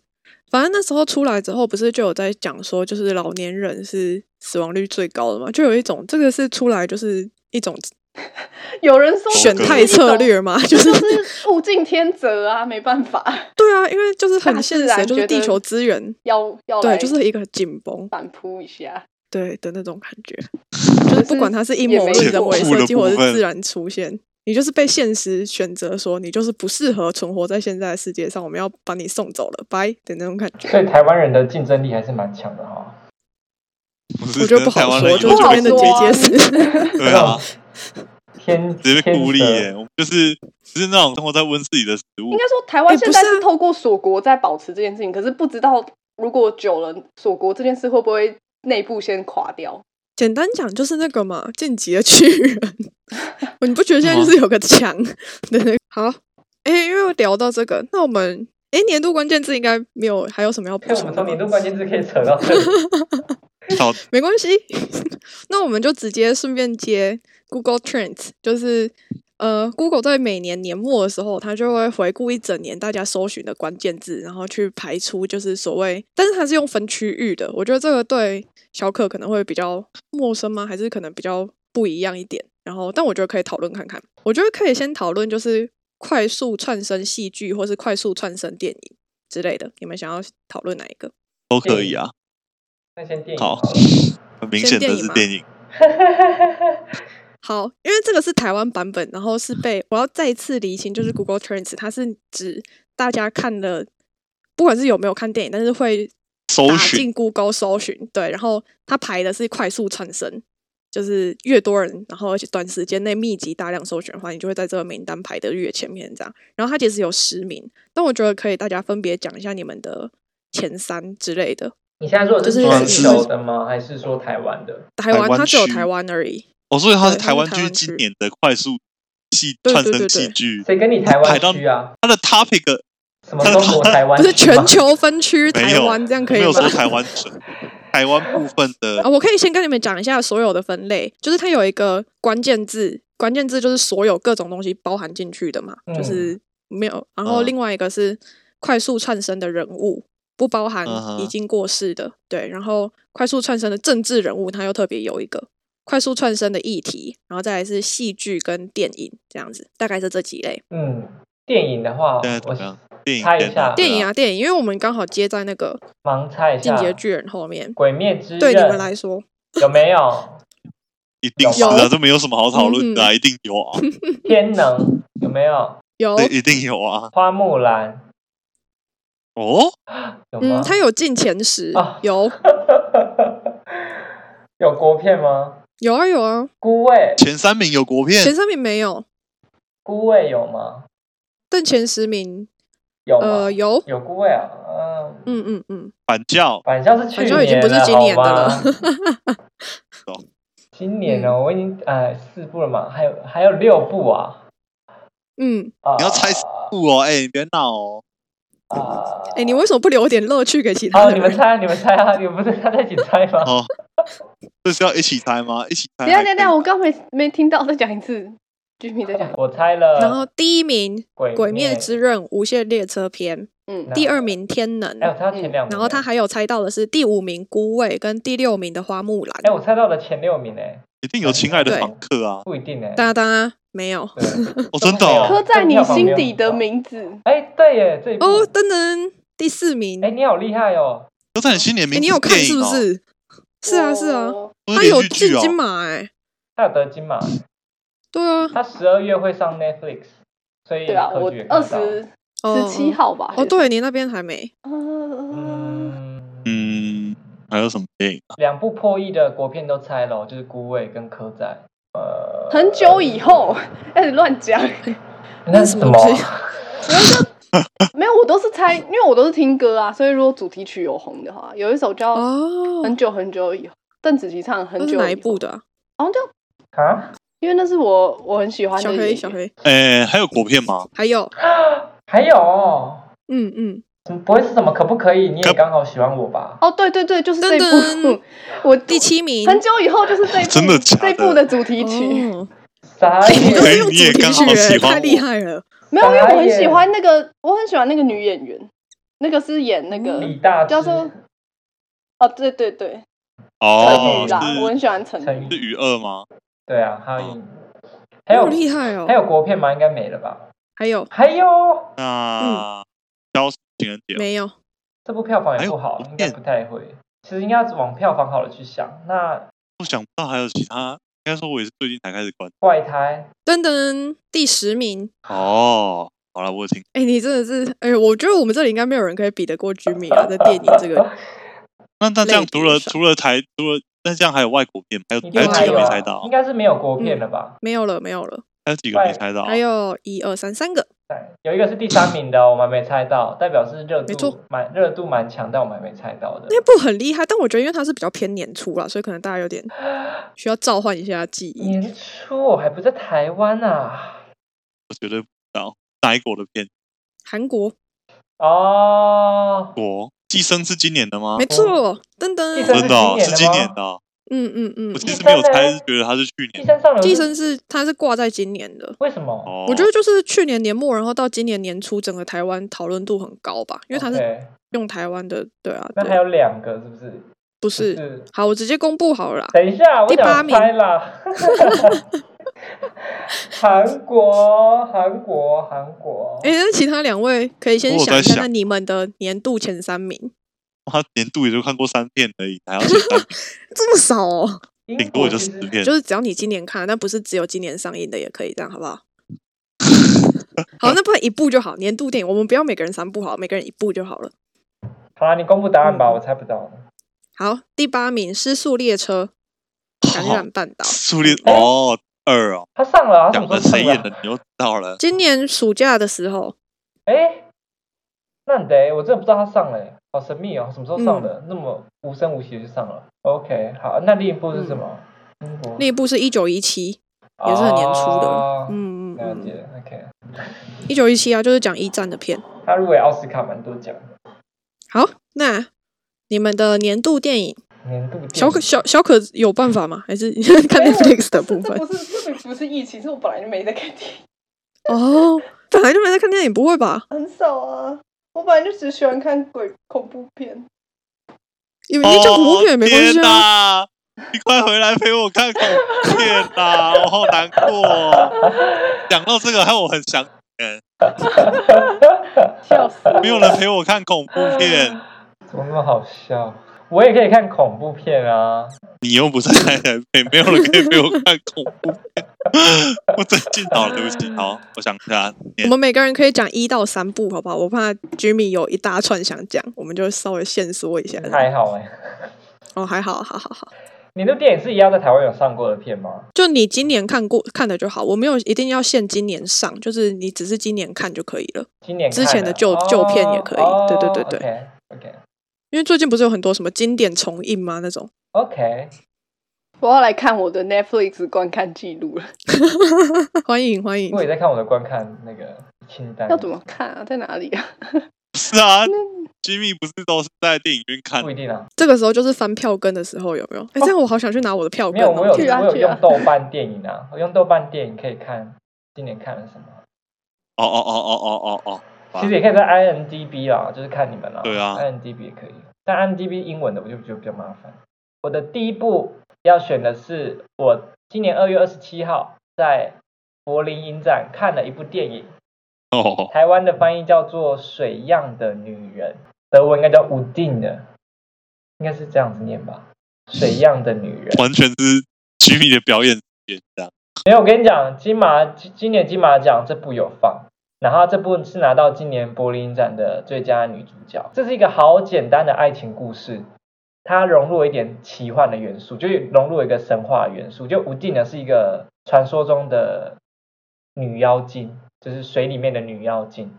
[SPEAKER 4] 反正那时候出来之后，不是就有在讲说，就是老年人是死亡率最高的嘛，就有一种这个是出来就是一种
[SPEAKER 1] 有人说
[SPEAKER 4] 选
[SPEAKER 1] 这是
[SPEAKER 4] 态
[SPEAKER 1] 一
[SPEAKER 4] 策
[SPEAKER 1] 种
[SPEAKER 4] 略嘛，就
[SPEAKER 1] 就是是物竞天择啊，没办法，
[SPEAKER 4] 对啊，因为就是
[SPEAKER 1] 大
[SPEAKER 4] 很
[SPEAKER 1] 自
[SPEAKER 4] 现
[SPEAKER 1] 然
[SPEAKER 4] 实，就
[SPEAKER 1] 觉
[SPEAKER 4] 是地
[SPEAKER 1] 得
[SPEAKER 4] 球资源
[SPEAKER 1] 要要
[SPEAKER 4] 对，
[SPEAKER 1] 来
[SPEAKER 4] 就是一个紧绷
[SPEAKER 1] 反扑一下。
[SPEAKER 4] 对的那种感觉。就是不管它是阴
[SPEAKER 1] 也
[SPEAKER 4] 谋
[SPEAKER 1] 没
[SPEAKER 4] 论、人
[SPEAKER 1] 错
[SPEAKER 4] 为设计，
[SPEAKER 2] 残酷
[SPEAKER 4] 或
[SPEAKER 2] 的
[SPEAKER 4] 者
[SPEAKER 2] 部
[SPEAKER 4] 是
[SPEAKER 2] 分
[SPEAKER 4] 自然出现，你就是被现实选择说你就是不适合存活在现在的世界上，我们要把你送走了，拜的那种感觉。
[SPEAKER 3] 所以台湾人的竞争力还是蛮强的哈。
[SPEAKER 2] 我
[SPEAKER 4] 我觉得不
[SPEAKER 2] 台
[SPEAKER 4] 好
[SPEAKER 2] 湾
[SPEAKER 4] 说，
[SPEAKER 2] 人
[SPEAKER 4] 就
[SPEAKER 2] 以后
[SPEAKER 4] 是这
[SPEAKER 1] 好
[SPEAKER 4] 边的
[SPEAKER 2] 被
[SPEAKER 1] 说
[SPEAKER 4] 结
[SPEAKER 1] 啊
[SPEAKER 4] 界是，
[SPEAKER 2] 对啊，
[SPEAKER 3] 天
[SPEAKER 2] 直接被
[SPEAKER 3] 天
[SPEAKER 2] 孤立
[SPEAKER 3] 蛇
[SPEAKER 2] 耶。我们就是只是那种生活在温室里的食物
[SPEAKER 1] 应该，说台湾
[SPEAKER 4] 哎
[SPEAKER 1] 现
[SPEAKER 4] 不
[SPEAKER 1] 在
[SPEAKER 4] 是啊
[SPEAKER 1] 是透过锁国在保持这件事情，可是不知道如果久了锁国这件事会不会内部先垮掉？
[SPEAKER 4] 简单讲就是那个嘛，晋级的巨人， 你不觉得现在就是有个墙的那个？好，哎、因为聊到这个，那我们哎、年度关键字应该没有，还有什么要补
[SPEAKER 3] 所以我
[SPEAKER 4] 充
[SPEAKER 3] 们从
[SPEAKER 4] 的吗？
[SPEAKER 3] 年度关键字可以扯到这里。
[SPEAKER 2] 好，
[SPEAKER 4] 没关系， 那我们就直接顺便接 Google Trends，就是呃，Google 在每年年末的时候，它就会回顾一整年大家搜寻的关键字，然后去排出就是所谓，但是它是用分区域的。我觉得这个对小可可能会比较陌生吗？还是可能比较不一样一点？然后，但我觉得可以讨论看看。我觉得可以先讨论就是快速串升戏剧，或是快速串升电影之类的。你们想要讨论哪一个？
[SPEAKER 2] 都可以啊，
[SPEAKER 3] 那先电影
[SPEAKER 2] 好
[SPEAKER 3] 好了。
[SPEAKER 2] 很明显的是
[SPEAKER 4] 先
[SPEAKER 2] 电影，
[SPEAKER 4] 好，因为这个是台湾版本，然后是被我要再一次厘清，就是 Google Trends，它是指大家看了，不管是有没有看电影，但是会
[SPEAKER 2] 搜
[SPEAKER 4] 打
[SPEAKER 2] 寻
[SPEAKER 4] 进 Google 搜寻，对，然后它排的是快速串升，就是越多人，然后而且短时间内密集大量搜寻的话，你就会在这个名单排的越前面这样。然后它其实有十名，但我觉得可以大家分别讲一下你们的前三之类的。
[SPEAKER 3] 你现在说的
[SPEAKER 4] 就是是
[SPEAKER 3] 全
[SPEAKER 2] 是
[SPEAKER 3] 球的吗？还是说台湾的？
[SPEAKER 4] 台
[SPEAKER 2] 台
[SPEAKER 4] 湾
[SPEAKER 2] 湾
[SPEAKER 4] 它只有
[SPEAKER 2] 区
[SPEAKER 4] 台湾而已，
[SPEAKER 2] 哦，所以它是
[SPEAKER 4] 对它是
[SPEAKER 2] 台湾
[SPEAKER 4] 台
[SPEAKER 2] 区
[SPEAKER 4] 湾区
[SPEAKER 2] 今年的快速戏
[SPEAKER 4] 对
[SPEAKER 2] 串
[SPEAKER 4] 对
[SPEAKER 2] 升
[SPEAKER 4] 对对
[SPEAKER 2] 戏剧，
[SPEAKER 3] 谁跟你台
[SPEAKER 2] 排
[SPEAKER 3] 湾
[SPEAKER 2] 到
[SPEAKER 3] 区啊？
[SPEAKER 2] 它的 topic
[SPEAKER 3] 什么中国台湾
[SPEAKER 4] 不
[SPEAKER 3] 区吗？
[SPEAKER 4] 是全球分区
[SPEAKER 2] 没
[SPEAKER 4] 台
[SPEAKER 2] 有
[SPEAKER 4] 湾这样可以
[SPEAKER 2] 没有
[SPEAKER 4] 吗
[SPEAKER 2] 说？台湾省，台湾部分的
[SPEAKER 4] 啊，我可以先跟你们讲一下所有的分类，就是它有一个关键字，关键字就是所有各种东西包含进去的嘛，
[SPEAKER 3] 嗯
[SPEAKER 4] 就是没有。然后
[SPEAKER 2] 嗯
[SPEAKER 4] 另外一个是快速窜升的人物，不包含
[SPEAKER 2] 嗯哼
[SPEAKER 4] 已经过世的。对，然后快速窜升的政治人物，它又特别有一个快速窜升的议题，然后再来是戏剧跟电影这样子，大概是这几类。
[SPEAKER 3] 嗯，电影的话，
[SPEAKER 2] 现在怎么
[SPEAKER 3] 我
[SPEAKER 2] 样？电影
[SPEAKER 3] 猜一
[SPEAKER 2] 先拿
[SPEAKER 3] 下
[SPEAKER 4] 电影
[SPEAKER 2] 对
[SPEAKER 4] 啊，电影，因为我们刚好接在那个
[SPEAKER 3] 盲猜一
[SPEAKER 4] 《进
[SPEAKER 3] 下，
[SPEAKER 4] 击的
[SPEAKER 3] 《
[SPEAKER 4] 巨人》后面，
[SPEAKER 3] 鬼灭之刃》
[SPEAKER 4] 对你们来说，
[SPEAKER 3] 有没有？
[SPEAKER 2] 一定是
[SPEAKER 4] 有
[SPEAKER 2] 啊，这没有什么好讨论的啊，
[SPEAKER 4] 嗯
[SPEAKER 2] 一定有啊，
[SPEAKER 3] 天能有没有？
[SPEAKER 4] 有
[SPEAKER 2] 对，一定有啊。
[SPEAKER 3] 花木兰
[SPEAKER 2] 哦，
[SPEAKER 3] 有吗？
[SPEAKER 4] 嗯，它有进前十，
[SPEAKER 3] 啊
[SPEAKER 4] 有
[SPEAKER 3] 有国片吗？
[SPEAKER 4] 有啊有啊，
[SPEAKER 3] 孤味，
[SPEAKER 2] 前三名有国片
[SPEAKER 4] 前，三名没有，
[SPEAKER 3] 孤味有吗？
[SPEAKER 4] 但前十名
[SPEAKER 3] 有吗？
[SPEAKER 1] 哦
[SPEAKER 4] 呃有，
[SPEAKER 3] 有孤味啊，嗯，
[SPEAKER 4] 嗯嗯嗯，
[SPEAKER 2] 反教
[SPEAKER 3] 反正是去
[SPEAKER 4] 反
[SPEAKER 3] 年
[SPEAKER 4] 正已经不是
[SPEAKER 3] 了
[SPEAKER 4] 今年的
[SPEAKER 3] 好吗
[SPEAKER 4] 了。 嗯
[SPEAKER 3] 今年哦，我已经呃四部了嘛，还有还有六部啊。
[SPEAKER 4] 嗯，
[SPEAKER 3] 啊
[SPEAKER 2] 你要猜四部哦，哎，你别闹哦，
[SPEAKER 3] 啊！
[SPEAKER 4] 哎、你为什么不留点乐趣给其
[SPEAKER 1] 哦
[SPEAKER 4] 他
[SPEAKER 3] 好，
[SPEAKER 4] 的
[SPEAKER 3] 哦你 们
[SPEAKER 1] 呃
[SPEAKER 4] 人？
[SPEAKER 3] 猜，你们猜啊！你们不是大家一起猜吗？
[SPEAKER 2] 哦，这是要一起猜吗？一起猜
[SPEAKER 1] 等一
[SPEAKER 2] 还
[SPEAKER 1] 下
[SPEAKER 2] 可以。
[SPEAKER 1] 等一下，我刚没没听到，再讲一次。居民再讲一次，
[SPEAKER 3] 我猜了。
[SPEAKER 4] 然后第一名
[SPEAKER 3] 鬼
[SPEAKER 4] 《鬼灭之刃》《无限列车篇》，
[SPEAKER 1] 嗯
[SPEAKER 3] 那，
[SPEAKER 4] 第二名《天能
[SPEAKER 3] 哎，》，我猜到前两名。
[SPEAKER 4] 然后他
[SPEAKER 3] 还
[SPEAKER 4] 还有猜到的是第五名《孤味》跟第六名的《花木兰
[SPEAKER 3] 哎，》。我猜到了前六名哎，
[SPEAKER 2] 一定有亲爱的
[SPEAKER 4] 对嗯
[SPEAKER 2] 访客啊，
[SPEAKER 3] 不一定哎。
[SPEAKER 4] 哒哒没有
[SPEAKER 3] 对
[SPEAKER 2] 哦，真的哦，
[SPEAKER 1] 刻在你心底的名字。
[SPEAKER 3] 哎，对耶，这一部。
[SPEAKER 4] 哦，噔噔，第四名，
[SPEAKER 3] 哎，
[SPEAKER 4] 哎、
[SPEAKER 3] 你好厉害哦！
[SPEAKER 2] 都在你心里面。
[SPEAKER 4] 你有看是不？是？是啊是啊，
[SPEAKER 1] 哦
[SPEAKER 2] 不
[SPEAKER 4] 他
[SPEAKER 2] 哦是连
[SPEAKER 4] 有
[SPEAKER 2] 续
[SPEAKER 4] 进
[SPEAKER 2] 剧哦
[SPEAKER 4] 金，马哎、
[SPEAKER 3] 他有得金马，
[SPEAKER 4] 对啊，
[SPEAKER 3] 他十二月会上 Netflix，所以
[SPEAKER 1] 对啊，
[SPEAKER 3] 可
[SPEAKER 1] 我
[SPEAKER 3] 剧也看
[SPEAKER 1] 二
[SPEAKER 3] 到。
[SPEAKER 1] 十
[SPEAKER 4] 哦
[SPEAKER 1] 十七号吧。啊
[SPEAKER 4] 哦，对你那边还没，
[SPEAKER 1] 嗯，
[SPEAKER 3] 嗯
[SPEAKER 2] 嗯，还有什么电影？啊
[SPEAKER 3] 两部破亿的国片都猜了，哦就是《孤味》跟《客栈》。呃，
[SPEAKER 1] 很久以后 开始乱 讲，
[SPEAKER 3] 那是什么？
[SPEAKER 1] 没有，我都是猜，因为我都是听歌啊，所以如果主题曲有红的话，有一首叫《
[SPEAKER 4] 哦，
[SPEAKER 1] 很久很久以后》，邓紫棋唱的很
[SPEAKER 4] 那
[SPEAKER 1] 久
[SPEAKER 4] 是
[SPEAKER 1] 以后
[SPEAKER 4] 哪一部？的、啊？
[SPEAKER 1] 好像叫，
[SPEAKER 3] 啊？
[SPEAKER 1] 因为那是我我很喜欢
[SPEAKER 4] 小
[SPEAKER 1] 的演
[SPEAKER 4] 黑，
[SPEAKER 1] 员。
[SPEAKER 4] 小黑，
[SPEAKER 2] 哎，还有国片吗？
[SPEAKER 4] 还有，
[SPEAKER 3] 还有哦，
[SPEAKER 4] 嗯嗯，
[SPEAKER 3] 不会是什么？可不可以？你也
[SPEAKER 2] 可
[SPEAKER 3] 刚好喜欢我吧？
[SPEAKER 1] 哦，对对对，就是这一
[SPEAKER 4] 噔
[SPEAKER 1] 部。 我
[SPEAKER 4] 第七名，
[SPEAKER 1] 很久以后就是这一部，
[SPEAKER 2] 真的假的
[SPEAKER 1] 这一部的主题曲。
[SPEAKER 4] 哦，
[SPEAKER 3] 傻
[SPEAKER 4] 你 都
[SPEAKER 2] 可
[SPEAKER 4] 是
[SPEAKER 2] 以
[SPEAKER 3] 眼，
[SPEAKER 4] 用主
[SPEAKER 2] 你也
[SPEAKER 4] 题
[SPEAKER 2] 刚好
[SPEAKER 4] 曲耶，
[SPEAKER 2] 喜欢
[SPEAKER 4] 太厉
[SPEAKER 2] 我
[SPEAKER 4] 害了。
[SPEAKER 1] 没有，因为我
[SPEAKER 3] 傻
[SPEAKER 1] 很
[SPEAKER 3] 眼
[SPEAKER 1] 喜欢那个，我很喜欢那个女演员，那个是演那个
[SPEAKER 3] 李大
[SPEAKER 1] 叫
[SPEAKER 3] 芝
[SPEAKER 1] 做哦，对对对，
[SPEAKER 2] 哦
[SPEAKER 1] 陈宇，啦，我
[SPEAKER 2] 是
[SPEAKER 1] 很喜欢陈
[SPEAKER 3] 陈
[SPEAKER 1] 宇。
[SPEAKER 2] 是
[SPEAKER 3] 宇，
[SPEAKER 2] 余二吗？
[SPEAKER 3] 对啊，还有一
[SPEAKER 2] 哦
[SPEAKER 3] 还
[SPEAKER 4] 好
[SPEAKER 3] 有
[SPEAKER 4] 厉害
[SPEAKER 3] 还
[SPEAKER 4] 哦！
[SPEAKER 3] 有国片吗？应该没了吧？
[SPEAKER 4] 还有
[SPEAKER 3] 还有
[SPEAKER 2] 那消失情人节哦
[SPEAKER 4] 没有？
[SPEAKER 3] 这部票房
[SPEAKER 2] 还
[SPEAKER 3] 也
[SPEAKER 2] 有
[SPEAKER 3] 不好
[SPEAKER 2] 国，片
[SPEAKER 3] 应该不太会。其实应该要往票房好了去想。那
[SPEAKER 2] 我想不到还有其他，应该说我也是最近才开始关注。
[SPEAKER 3] 怪胎，
[SPEAKER 4] 噔噔，第十名，
[SPEAKER 2] 哦，好了，我有听
[SPEAKER 4] 哎、你真的是，哎、我觉得我们这里应该没有人可以比得过居民啊，在电影 这个
[SPEAKER 2] 那那这样
[SPEAKER 4] 类
[SPEAKER 2] 除了
[SPEAKER 4] 别上
[SPEAKER 2] 除了台除了那这样还有外国片，还有
[SPEAKER 3] 一
[SPEAKER 2] 还
[SPEAKER 3] 定
[SPEAKER 2] 有几
[SPEAKER 3] 还
[SPEAKER 2] 哎个
[SPEAKER 3] 有
[SPEAKER 2] 没
[SPEAKER 3] 啊
[SPEAKER 2] 猜到
[SPEAKER 3] 应，该是没有国片了吧？
[SPEAKER 4] 没有了，没有了，
[SPEAKER 2] 还有几个没
[SPEAKER 3] 外
[SPEAKER 2] 猜到，
[SPEAKER 4] 还有一二三三个，
[SPEAKER 3] 对，有一个是第三名的哦，我们还没猜到，代表是热
[SPEAKER 4] 没错
[SPEAKER 3] 度蛮热度蛮强，但我们还没猜到的。
[SPEAKER 4] 那部哎很厉害，但我觉得因为它是比较偏年初啦，所以可能大家有点需要召唤一下记忆。
[SPEAKER 3] 年初我还不在台湾啊。
[SPEAKER 2] 我绝对不知道哪一国的片
[SPEAKER 4] 韩国，
[SPEAKER 3] 哦，
[SPEAKER 2] 国。寄生是今年的吗
[SPEAKER 4] 没？错，噔
[SPEAKER 3] 寄生
[SPEAKER 4] 噔，
[SPEAKER 2] 真的哦、
[SPEAKER 3] 是
[SPEAKER 2] 是
[SPEAKER 3] 今
[SPEAKER 2] 今年
[SPEAKER 3] 年的吗
[SPEAKER 2] 的哦、
[SPEAKER 4] 嗯嗯嗯
[SPEAKER 2] 我，其
[SPEAKER 3] 寄
[SPEAKER 2] 实没有
[SPEAKER 3] 生
[SPEAKER 2] 猜，
[SPEAKER 3] 嘞
[SPEAKER 2] 是觉得他是去
[SPEAKER 3] 寄
[SPEAKER 2] 年。
[SPEAKER 3] 生上流
[SPEAKER 4] 寄
[SPEAKER 3] 是
[SPEAKER 4] 生是它是挂在今年的，
[SPEAKER 3] 为什么？
[SPEAKER 2] 哦，
[SPEAKER 4] 我觉得就是去年年末，然后到今年年初，整个台湾讨论度很高吧，因为它是
[SPEAKER 3] OK，
[SPEAKER 4] 用台湾的，对啊，
[SPEAKER 3] 那还
[SPEAKER 4] 对，
[SPEAKER 3] 有两个是不是？哦
[SPEAKER 4] 不
[SPEAKER 3] 不
[SPEAKER 4] 是。好，我直接公布好了啦。
[SPEAKER 3] 嗯等一下，我
[SPEAKER 4] 第八
[SPEAKER 3] 想
[SPEAKER 4] 名
[SPEAKER 3] 猜啦。 韩国，韩国，韩国。
[SPEAKER 4] 哎，那其他两位可以先
[SPEAKER 2] 我有
[SPEAKER 4] 想一
[SPEAKER 2] 在
[SPEAKER 4] 下，
[SPEAKER 2] 想
[SPEAKER 4] 那你们的年度前三名
[SPEAKER 2] 他年度也就看过三片而已，还要前三 名
[SPEAKER 4] 这么少哦，
[SPEAKER 3] 英
[SPEAKER 2] 顶多
[SPEAKER 3] 国
[SPEAKER 2] 也就
[SPEAKER 3] 其
[SPEAKER 2] 十
[SPEAKER 3] 实
[SPEAKER 2] 片。
[SPEAKER 4] 就是只要你今年看，但不是只有今年上映的也可以，这样好 不好？好，那不然一部就好，年度电影我们不要每个人三部好，每个人一部就好了。
[SPEAKER 3] 好啦，你公布答案吧，
[SPEAKER 4] 嗯
[SPEAKER 3] 我猜不到。
[SPEAKER 4] 好，第八名《失速列车》，感
[SPEAKER 2] 好
[SPEAKER 4] 染半岛。
[SPEAKER 2] 苏联
[SPEAKER 3] 哎
[SPEAKER 2] 哦，二哦，
[SPEAKER 3] 他上了，他什
[SPEAKER 2] 讲
[SPEAKER 3] 么
[SPEAKER 2] 了
[SPEAKER 3] 时候
[SPEAKER 2] 谁
[SPEAKER 3] 上
[SPEAKER 2] 演
[SPEAKER 3] 的
[SPEAKER 2] 的？你就知道了。
[SPEAKER 4] 今年暑假的时候，
[SPEAKER 3] 哎，那你得，我真的不知道他上了欸，好神秘哦，什么时候上
[SPEAKER 4] 嗯
[SPEAKER 3] 的？那么无声无息地就上了。OK，好，那另一部是什么？英国
[SPEAKER 4] 嗯那一部是一九一七，也是很年初的
[SPEAKER 3] 哦
[SPEAKER 4] 嗯嗯
[SPEAKER 3] 了
[SPEAKER 4] 嗯，
[SPEAKER 3] 解，OK。
[SPEAKER 4] 一九一七啊，就是讲一战的片。
[SPEAKER 3] 他入围奥斯卡蛮多奖的，
[SPEAKER 4] 好，那你们的年度电影，
[SPEAKER 3] 年度电
[SPEAKER 4] 小可
[SPEAKER 3] 影
[SPEAKER 4] 小小可有办法吗？还是看
[SPEAKER 1] 没有
[SPEAKER 4] Netflix
[SPEAKER 1] 这
[SPEAKER 4] 的部
[SPEAKER 1] 这
[SPEAKER 4] 分？
[SPEAKER 1] 不是这不是疫情，是我本来就没在看电影，
[SPEAKER 4] 哦，本来就没在看电影，不会吧？
[SPEAKER 1] 很少啊。我本来就只喜欢看鬼恐怖片，
[SPEAKER 4] 你 你讲恐怖片也没关系
[SPEAKER 2] 哦天
[SPEAKER 4] 啊。
[SPEAKER 2] 哪你快回来陪我看恐怖片啦！我好难过、哦。讲到这个，害我很想，
[SPEAKER 1] 笑死！
[SPEAKER 2] 没有人陪我看恐怖片，
[SPEAKER 3] 怎么那么好笑？我也可以看恐怖片啊，
[SPEAKER 2] 你又不在台北，没有人可以陪我看恐怖片。 我真进好了，对不起。好，我想一下，
[SPEAKER 4] 我们每个人可以讲一到三部，好不好？我怕 Jimmy 有一大串想讲，我们就稍微限缩一下。
[SPEAKER 3] 还好哎、
[SPEAKER 4] 哦，还好，好好好，
[SPEAKER 3] 年度电影是一样在台湾有上过的片吗？
[SPEAKER 4] 就你今年看过看的就好，我没有一定要限今年上，就是你只是今年看就可以了。
[SPEAKER 3] 今年
[SPEAKER 4] 之
[SPEAKER 3] 看哦
[SPEAKER 4] 前的旧旧片也可以对对对对
[SPEAKER 3] OK
[SPEAKER 4] 因为最近不是有很多什么经典重映吗？那种
[SPEAKER 3] OK，
[SPEAKER 1] 我要来看我的 Netflix 观看记录了，
[SPEAKER 4] 欢迎欢迎
[SPEAKER 3] 我，也在看我的观看那个清单，
[SPEAKER 1] 要怎么看啊？在哪里啊？
[SPEAKER 2] 是啊，Jimmy 不是都是在电影院看
[SPEAKER 3] 不一定啊。
[SPEAKER 4] 这个时候就是翻票根的时候有没有？哎，这样我好想去拿我的票
[SPEAKER 3] 哦没
[SPEAKER 4] 根
[SPEAKER 3] 有，
[SPEAKER 4] 哦。
[SPEAKER 3] 我有
[SPEAKER 1] 去啊
[SPEAKER 3] 我有
[SPEAKER 1] 去啊
[SPEAKER 3] 用豆瓣电影啊，我用豆瓣电影可以看今年看了什么。
[SPEAKER 2] 哦哦哦哦哦哦哦，哇
[SPEAKER 3] 其实也可以在 INDB 啦，就是看你们啦。
[SPEAKER 2] 对啊
[SPEAKER 3] ，INDB 也可以，但 INDB 英文的我就觉得比较麻烦。我的第一部要选的是我今年二月二十七号在柏林影展看了一部电影，
[SPEAKER 2] 哦，
[SPEAKER 3] 台湾的翻译叫做《水样的女人》，德文应该叫 u d i n 的，应该是这样子念吧，《水样的女人》。
[SPEAKER 2] 完全是 Jimmy 的表演时间这样。
[SPEAKER 3] 没有，我跟你讲，金马今今年金马奖这部有放，然后这部是拿到今年柏林影展的最佳女主角。这是一个好简单的爱情故事，它融入了一点奇幻的元素，就融入了一个神话元素。就吴静呢是一个传说中的女妖精，就是水里面的女妖精，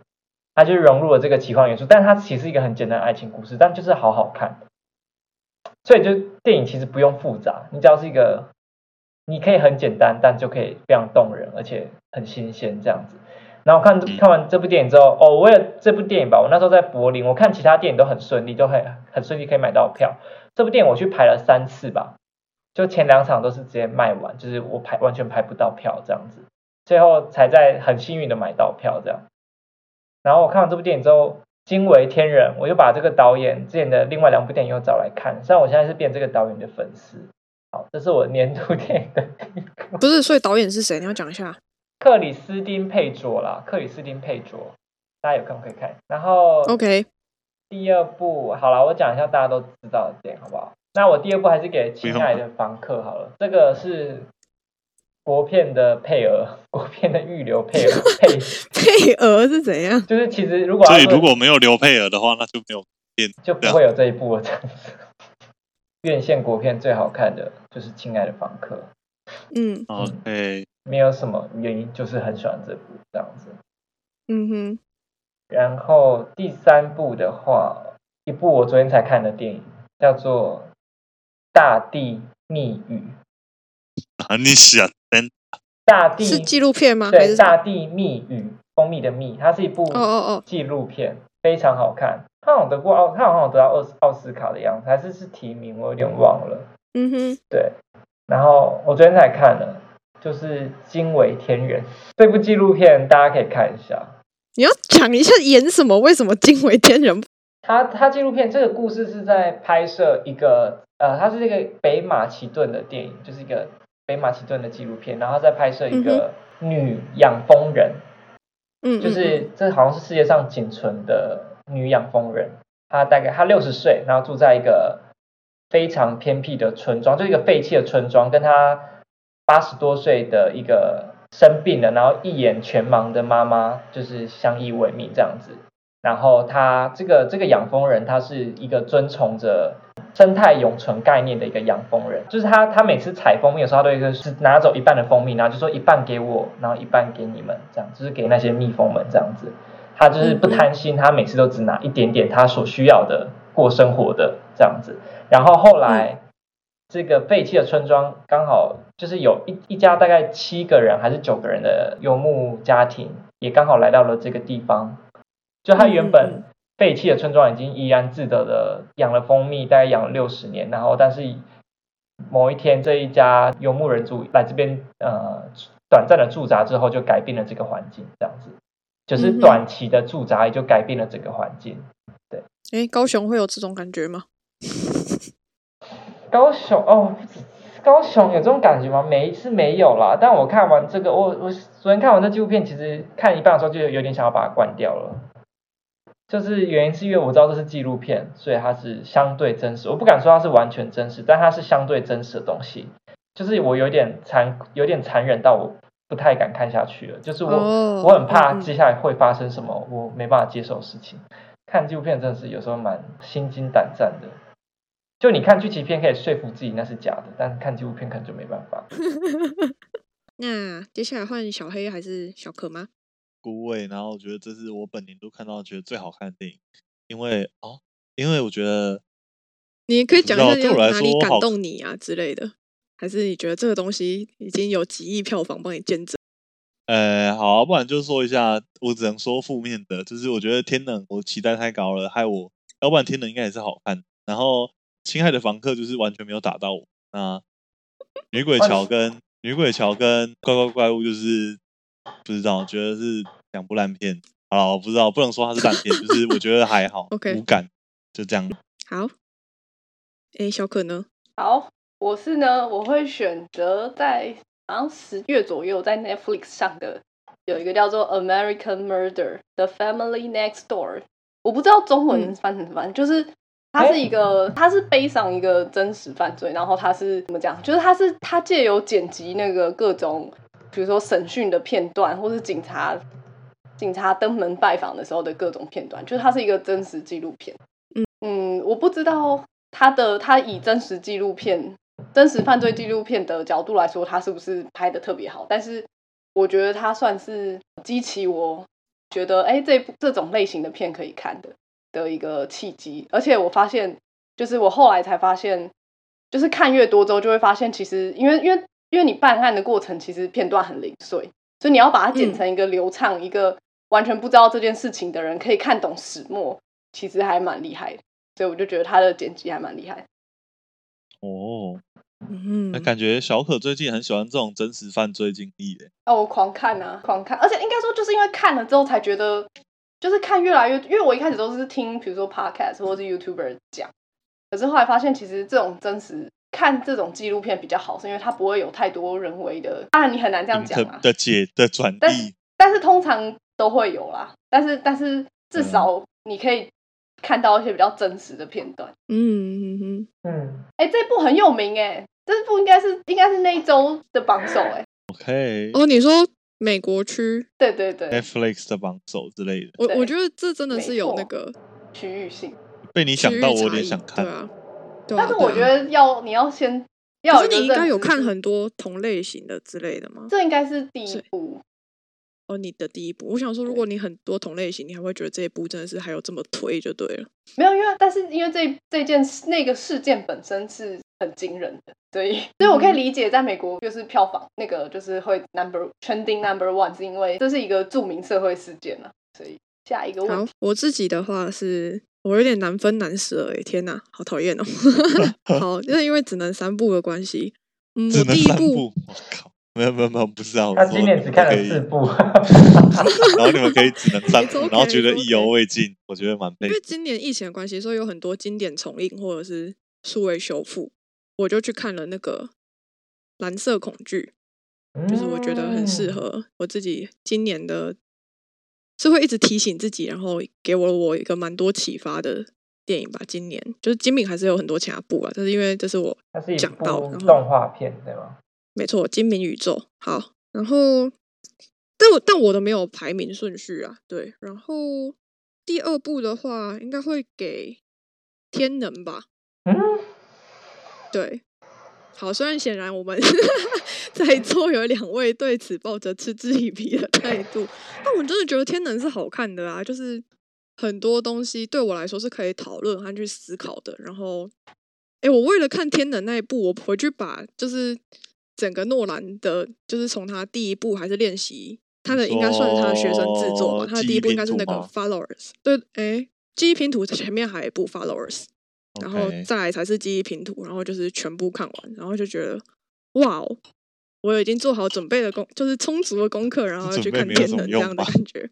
[SPEAKER 3] 它就融入了这个奇幻元素，但它其实是一个很简单的爱情故事，但就是好好看。所以就电影其实不用复杂，你只要是一个，你可以很简单，但就可以非常动人，而且很新鲜这样子。然后看
[SPEAKER 2] 嗯
[SPEAKER 3] 看完这部电影之后，哦，为了这部电影吧，我那时候在柏林，我看其他电影都很顺利，都很很顺利可以买到票。这部电影我去排了三次吧，就前两场都是直接卖完，就是我排完全排不到票这样子，最后才在很幸运的买到票这样。然后我看完这部电影之后，惊为天人，我又把这个导演之前的另外两部电影又找来看，虽然我现在是变这个导演的粉丝。好，这是我年度 电影的第一个
[SPEAKER 4] 不是，所以导演是谁？你要讲一下。
[SPEAKER 3] 克里斯汀佩卓啦，克里斯汀佩卓，大家有空可以看。然后
[SPEAKER 4] OK，
[SPEAKER 3] 第二部，好了，我讲一下大家都知道的电影好不好？那我第二部还是给亲爱的房客好了，这个是国片的配额，国片的预留配额配，
[SPEAKER 4] 配额是怎样？
[SPEAKER 3] 就是其实如果要
[SPEAKER 2] 所以
[SPEAKER 3] 论
[SPEAKER 2] 如果没有刘佩尔的话，那就没有变。
[SPEAKER 3] 就不会有这一部了，这样子。 院线国片最好看的就是《亲爱的房客》，
[SPEAKER 4] 嗯
[SPEAKER 2] 哦，对，
[SPEAKER 3] 没有什么原因，就是很喜欢这部这样子。
[SPEAKER 4] 嗯哼，
[SPEAKER 3] 然后第三部的话，一部我昨天才看的电影叫做《大地密语》，《
[SPEAKER 2] 啊，你想，嗯，
[SPEAKER 3] 大地
[SPEAKER 4] 是纪录片吗？还
[SPEAKER 3] 对
[SPEAKER 4] 是
[SPEAKER 3] 《
[SPEAKER 4] 什么
[SPEAKER 3] 大地密语》蜂蜜的蜜，它是一部
[SPEAKER 4] 哦哦
[SPEAKER 3] 纪录片，非常好看。它好像得过奥，它好像有得到奥斯奥斯卡的样子，还是是提名，我有点忘了。
[SPEAKER 4] 嗯哼，
[SPEAKER 3] 对，然后我昨天才看了，就是惊为天人这部纪录片，大家可以看一下。
[SPEAKER 4] 你要讲一下演什么？为什么惊为天人？
[SPEAKER 3] 他他纪录片这个故事是在拍摄一个呃，它是这个北马其顿的电影，就是一个北马其顿的纪录片，然后在拍摄一个女养蜂人，
[SPEAKER 4] 嗯，嗯
[SPEAKER 3] 就是这好像是世界上仅存的女养蜂人，她大概她六十岁，然后住在一个非常偏僻的村庄，就一个废弃的村庄，跟她八十多岁的一个生病了，然后一眼全盲的妈妈就是相依为命这样子。然后她这个这个养蜂人，他是一个遵从着生态永存概念的一个养蜂人，就是他他每次采蜂蜜的时候，他都会是拿走一半的蜂蜜，然后就说一半给我，然后一半给你们，这样就是给那些蜜蜂们这样子。他就是不贪心，他每次都只拿一点点他所需要的过生活的这样子。然后后来、这个废弃的村庄刚好就是有一一家大概七个人还是九个人的游牧家庭，也刚好来到了这个地方。就他原
[SPEAKER 4] 嗯嗯
[SPEAKER 3] 本废弃的村庄已经怡然自得的养了蜂蜜，大概养了六十年，然后但是某一天这一家游牧人族来这边呃短暂的驻扎之后，就改变了这个环境，这样子就是
[SPEAKER 4] 嗯哼
[SPEAKER 3] 短期的驻扎也就改变了这个环境。
[SPEAKER 4] 诶，高雄会有这种感觉吗？
[SPEAKER 3] 高雄哦，高雄有这种感觉吗？没是没有啦，但我看完这个，我我昨天看完这纪录片，其实看一半的时候就有点想要把它关掉了。就是原因是因为我知道这是纪录片，所以它是相对真实。我不敢说它是完全真实，但它是相对真实的东西。就是我有点残，有点残忍到我不太敢看下去了。就是我、
[SPEAKER 4] 哦
[SPEAKER 3] 我很怕
[SPEAKER 4] 嗯嗯
[SPEAKER 3] 接下来会发生什么，我没办法接受的事情。看纪录片真的是有时候蛮心惊胆战的。就你看剧情片可以说服自己那是假的，但看纪录片可能就没办法。
[SPEAKER 4] 那接下来换小黑还是小可吗？
[SPEAKER 2] 孤味，然后我觉得这是我本年度看到觉得最好看的电影，因为哦，因为我觉得
[SPEAKER 4] 你也可以讲一
[SPEAKER 2] 不
[SPEAKER 4] 下
[SPEAKER 2] 知道对我
[SPEAKER 4] 要
[SPEAKER 2] 来
[SPEAKER 4] 哪里
[SPEAKER 2] 说
[SPEAKER 4] 感
[SPEAKER 2] 好
[SPEAKER 4] 动你啊之类的，还是你觉得这个东西已经有几亿票房帮你见证？
[SPEAKER 2] 呃，好、啊，不然就说一下，我只能说负面的，就是我觉得《天能》我期待太高了，害我，要不然《天能》应该也是好看。然后《亲爱的房客》就是完全没有打到我。那女
[SPEAKER 1] 哦
[SPEAKER 2] 鬼桥跟女鬼桥跟怪怪怪物就是不知道，觉得是两部烂片。好了，我不知道，不能说它是烂片，就是我觉得还 好
[SPEAKER 4] OK
[SPEAKER 2] 无感，就这样。
[SPEAKER 4] 好，诶，小可呢？
[SPEAKER 1] 好，我是呢，我会选择在好像十月左右在 Netflix 上的有一个叫做《American Murder: The Family Next Door》，我不知道中文
[SPEAKER 4] 嗯
[SPEAKER 1] 翻成什么，就是它是一个，它是背上一个真实犯罪，然后它是怎么讲？就是它是它借由剪辑那个各种，比如说审讯的片段，或是警察警察登门拜访的时候的各种片段，就是它是一个真实纪录片。嗯，我不知道他的他以真实纪录片、真实犯罪纪录片的角度来说，他是不是拍的特别好？但是我觉得他算是激起我觉得，哎、这部这种类型的片可以看的的一个契机。而且我发现，就是我后来才发现，就是看越多之后，就会发现，其实因为因为因为你办案的过程，其实片段很零碎，所以你要把它剪成一个流畅、一个完全不知道这件事情的人可以看懂始末，其实还蛮厉害的。所以我就觉得他的剪辑还蛮厉害。
[SPEAKER 2] 哦，
[SPEAKER 4] 嗯
[SPEAKER 2] 那，感觉小可最近很喜欢这种真实犯罪经历耶。
[SPEAKER 1] 啊，我狂看啊，狂看，而且应该说就是因为看了之后才觉得，就是看越来越，因为我一开始都是听比如说 podcast 或是 YouTuber 讲，可是后来发现其实这种真实看这种纪录片比较好，是因为它不会有太多人为的，当然你很难这样讲啊，
[SPEAKER 2] 的解的转
[SPEAKER 1] 但
[SPEAKER 2] 译，
[SPEAKER 1] 嗯但是通常都会有啦，但是但是至少你可以看到一些比较真实的片段。
[SPEAKER 4] 嗯嗯嗯，
[SPEAKER 3] 嗯，
[SPEAKER 1] 哎、这部很有名哎、这部应该是应该是那一周的榜首哎、
[SPEAKER 2] OK
[SPEAKER 4] 哦，你说美国区，
[SPEAKER 1] 对对对，
[SPEAKER 2] Netflix 的榜首之类的，
[SPEAKER 4] 我
[SPEAKER 1] 对
[SPEAKER 4] 我觉得这真的是有
[SPEAKER 1] 没
[SPEAKER 4] 那
[SPEAKER 1] 错
[SPEAKER 4] 个
[SPEAKER 1] 区域性。
[SPEAKER 2] 被你想
[SPEAKER 4] 区域
[SPEAKER 2] 到我有
[SPEAKER 4] 差
[SPEAKER 2] 点
[SPEAKER 4] 异
[SPEAKER 2] 想看
[SPEAKER 4] 对。啊，对啊
[SPEAKER 1] 但是我
[SPEAKER 4] 对啊
[SPEAKER 1] 觉得要你要先要
[SPEAKER 4] 可
[SPEAKER 1] 有一个
[SPEAKER 4] 是你应该
[SPEAKER 1] 认
[SPEAKER 4] 有
[SPEAKER 1] 知
[SPEAKER 4] 看
[SPEAKER 1] 是，
[SPEAKER 4] 很多同类型的之类的吗？
[SPEAKER 1] 这应该是第一
[SPEAKER 4] 是
[SPEAKER 1] 部。
[SPEAKER 4] 哦，你的第一部，我想说，如果你很多同类型，你还会觉得这一部真的是还有这么推就对了。
[SPEAKER 1] 没有，因为但是因为这这件事那个事件本身是很惊人的，所以所以我可
[SPEAKER 4] 嗯
[SPEAKER 1] 以理解，在美国就是票房那个就是会 number trending number one，是因为这是一个著名社会事件啊。所以下一个问
[SPEAKER 4] 好
[SPEAKER 1] 题，，
[SPEAKER 4] 我自己的话是，我有点难分难舍哎、天哪，好讨厌哦。 好，就是因为只能三部的关系，嗯，
[SPEAKER 2] 只
[SPEAKER 4] 我
[SPEAKER 2] 能
[SPEAKER 4] 第一
[SPEAKER 2] 三
[SPEAKER 4] 部，
[SPEAKER 2] 部，我靠，没有没有没有，不是啊，我
[SPEAKER 3] 他
[SPEAKER 2] 说
[SPEAKER 3] 今年
[SPEAKER 2] 你
[SPEAKER 3] 只
[SPEAKER 2] 们
[SPEAKER 3] 看
[SPEAKER 2] 可
[SPEAKER 3] 了
[SPEAKER 2] 以
[SPEAKER 3] 四部，
[SPEAKER 2] 然后你们可以只能三
[SPEAKER 4] It's
[SPEAKER 2] 部，然后
[SPEAKER 4] okay,
[SPEAKER 2] 觉得
[SPEAKER 4] it's
[SPEAKER 2] 意犹未尽，我觉得蛮佩
[SPEAKER 4] 因
[SPEAKER 2] 服
[SPEAKER 4] 为。今年疫情的关系，所以有很多经典重映或者是数位修复，我就去看了那个《蓝色恐惧》。就是我觉得很适
[SPEAKER 3] 嗯。
[SPEAKER 4] 合我自己今年的，是会一直提醒自己，然后给我我一个蛮多启发的电影吧。今年就是金敏还是有很多其他部啊，但是因为这是我
[SPEAKER 3] 它是一
[SPEAKER 4] 讲
[SPEAKER 3] 部
[SPEAKER 4] 到然后
[SPEAKER 3] 动画片，对吗？
[SPEAKER 4] 没错，金敏宇宙好，然后但我但我的没有排名顺序啊，对，然后第二部的话应该会给天能吧，
[SPEAKER 3] 嗯，
[SPEAKER 4] 对，好，虽然显然我们 在座有两位对此抱着嗤之以鼻的态度，但我真的觉得《天能》是好看的啊，就是很多东西对我来说是可以讨论和去思考的。然后，哎、我为了看《天能》那一部，我回去把就是整个诺兰的，就是从他第一部还是练习他的，应该算是他的学生制作嘛，
[SPEAKER 2] 说
[SPEAKER 4] 他的第一部应该是那个
[SPEAKER 2] 哦记忆拼
[SPEAKER 4] 《Followers》。对，哎、记忆拼图前面还有一部《Followers》。然后
[SPEAKER 2] OK
[SPEAKER 4] 再来才是记忆拼图，然后就是全部看完，然后就觉得哇哦，我已经做好准备的功，就是充足的功课，然后要
[SPEAKER 2] 准
[SPEAKER 4] 去
[SPEAKER 2] 备
[SPEAKER 4] 看
[SPEAKER 2] 没有
[SPEAKER 4] 天
[SPEAKER 2] 什么
[SPEAKER 4] 能这
[SPEAKER 2] 用
[SPEAKER 4] 样的
[SPEAKER 2] 吧
[SPEAKER 4] 感 觉。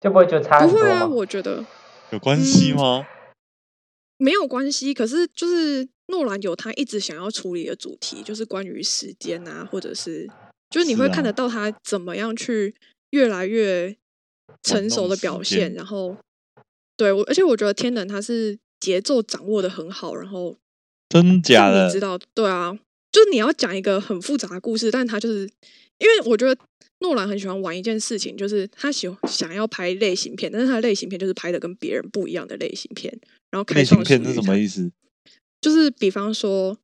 [SPEAKER 3] 就不会觉得差
[SPEAKER 4] 不
[SPEAKER 3] 很多
[SPEAKER 4] 会啊，
[SPEAKER 3] 吗？
[SPEAKER 4] 我觉得
[SPEAKER 2] 有关系
[SPEAKER 4] 嗯
[SPEAKER 2] 吗？
[SPEAKER 4] 没有关系。可是就是诺兰有他一直想要处理的主题，就是关于时间啊，或者是就是你
[SPEAKER 2] 是
[SPEAKER 4] 会看
[SPEAKER 2] 啊
[SPEAKER 4] 得到他怎么样去越来越成
[SPEAKER 2] 弄
[SPEAKER 4] 熟的
[SPEAKER 2] 时
[SPEAKER 4] 表
[SPEAKER 2] 间
[SPEAKER 4] 现，然后对我，而且我觉得天能他是节奏掌握的很好，然后
[SPEAKER 2] 真假
[SPEAKER 4] 让
[SPEAKER 2] 的
[SPEAKER 4] 你？知道，对啊，就是你要讲一个很复杂的故事，但他就是因为我觉得诺兰很喜欢玩一件事情，就是他喜欢想要拍类型片，但是他的类型片就是拍的跟别人不一样的类型片，然后开
[SPEAKER 2] 类
[SPEAKER 4] 创
[SPEAKER 2] 型
[SPEAKER 4] 属
[SPEAKER 2] 片是
[SPEAKER 4] 于
[SPEAKER 2] 什么
[SPEAKER 4] 他
[SPEAKER 2] 意思？
[SPEAKER 4] 就是比方说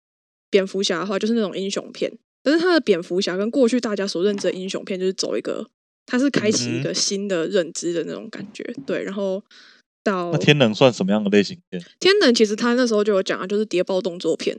[SPEAKER 4] 蝙蝠侠的话，就是那种英雄片，但是他的蝙蝠侠跟过去大家所认知的英雄片就是走一个，他是开启
[SPEAKER 2] 嗯
[SPEAKER 4] 一
[SPEAKER 2] 哼
[SPEAKER 4] 个新的认知的那种感觉，对，然后到
[SPEAKER 2] 那天能算什么样的类型片？
[SPEAKER 4] 天能其实他那时候就有讲啊，就是谍报动作片。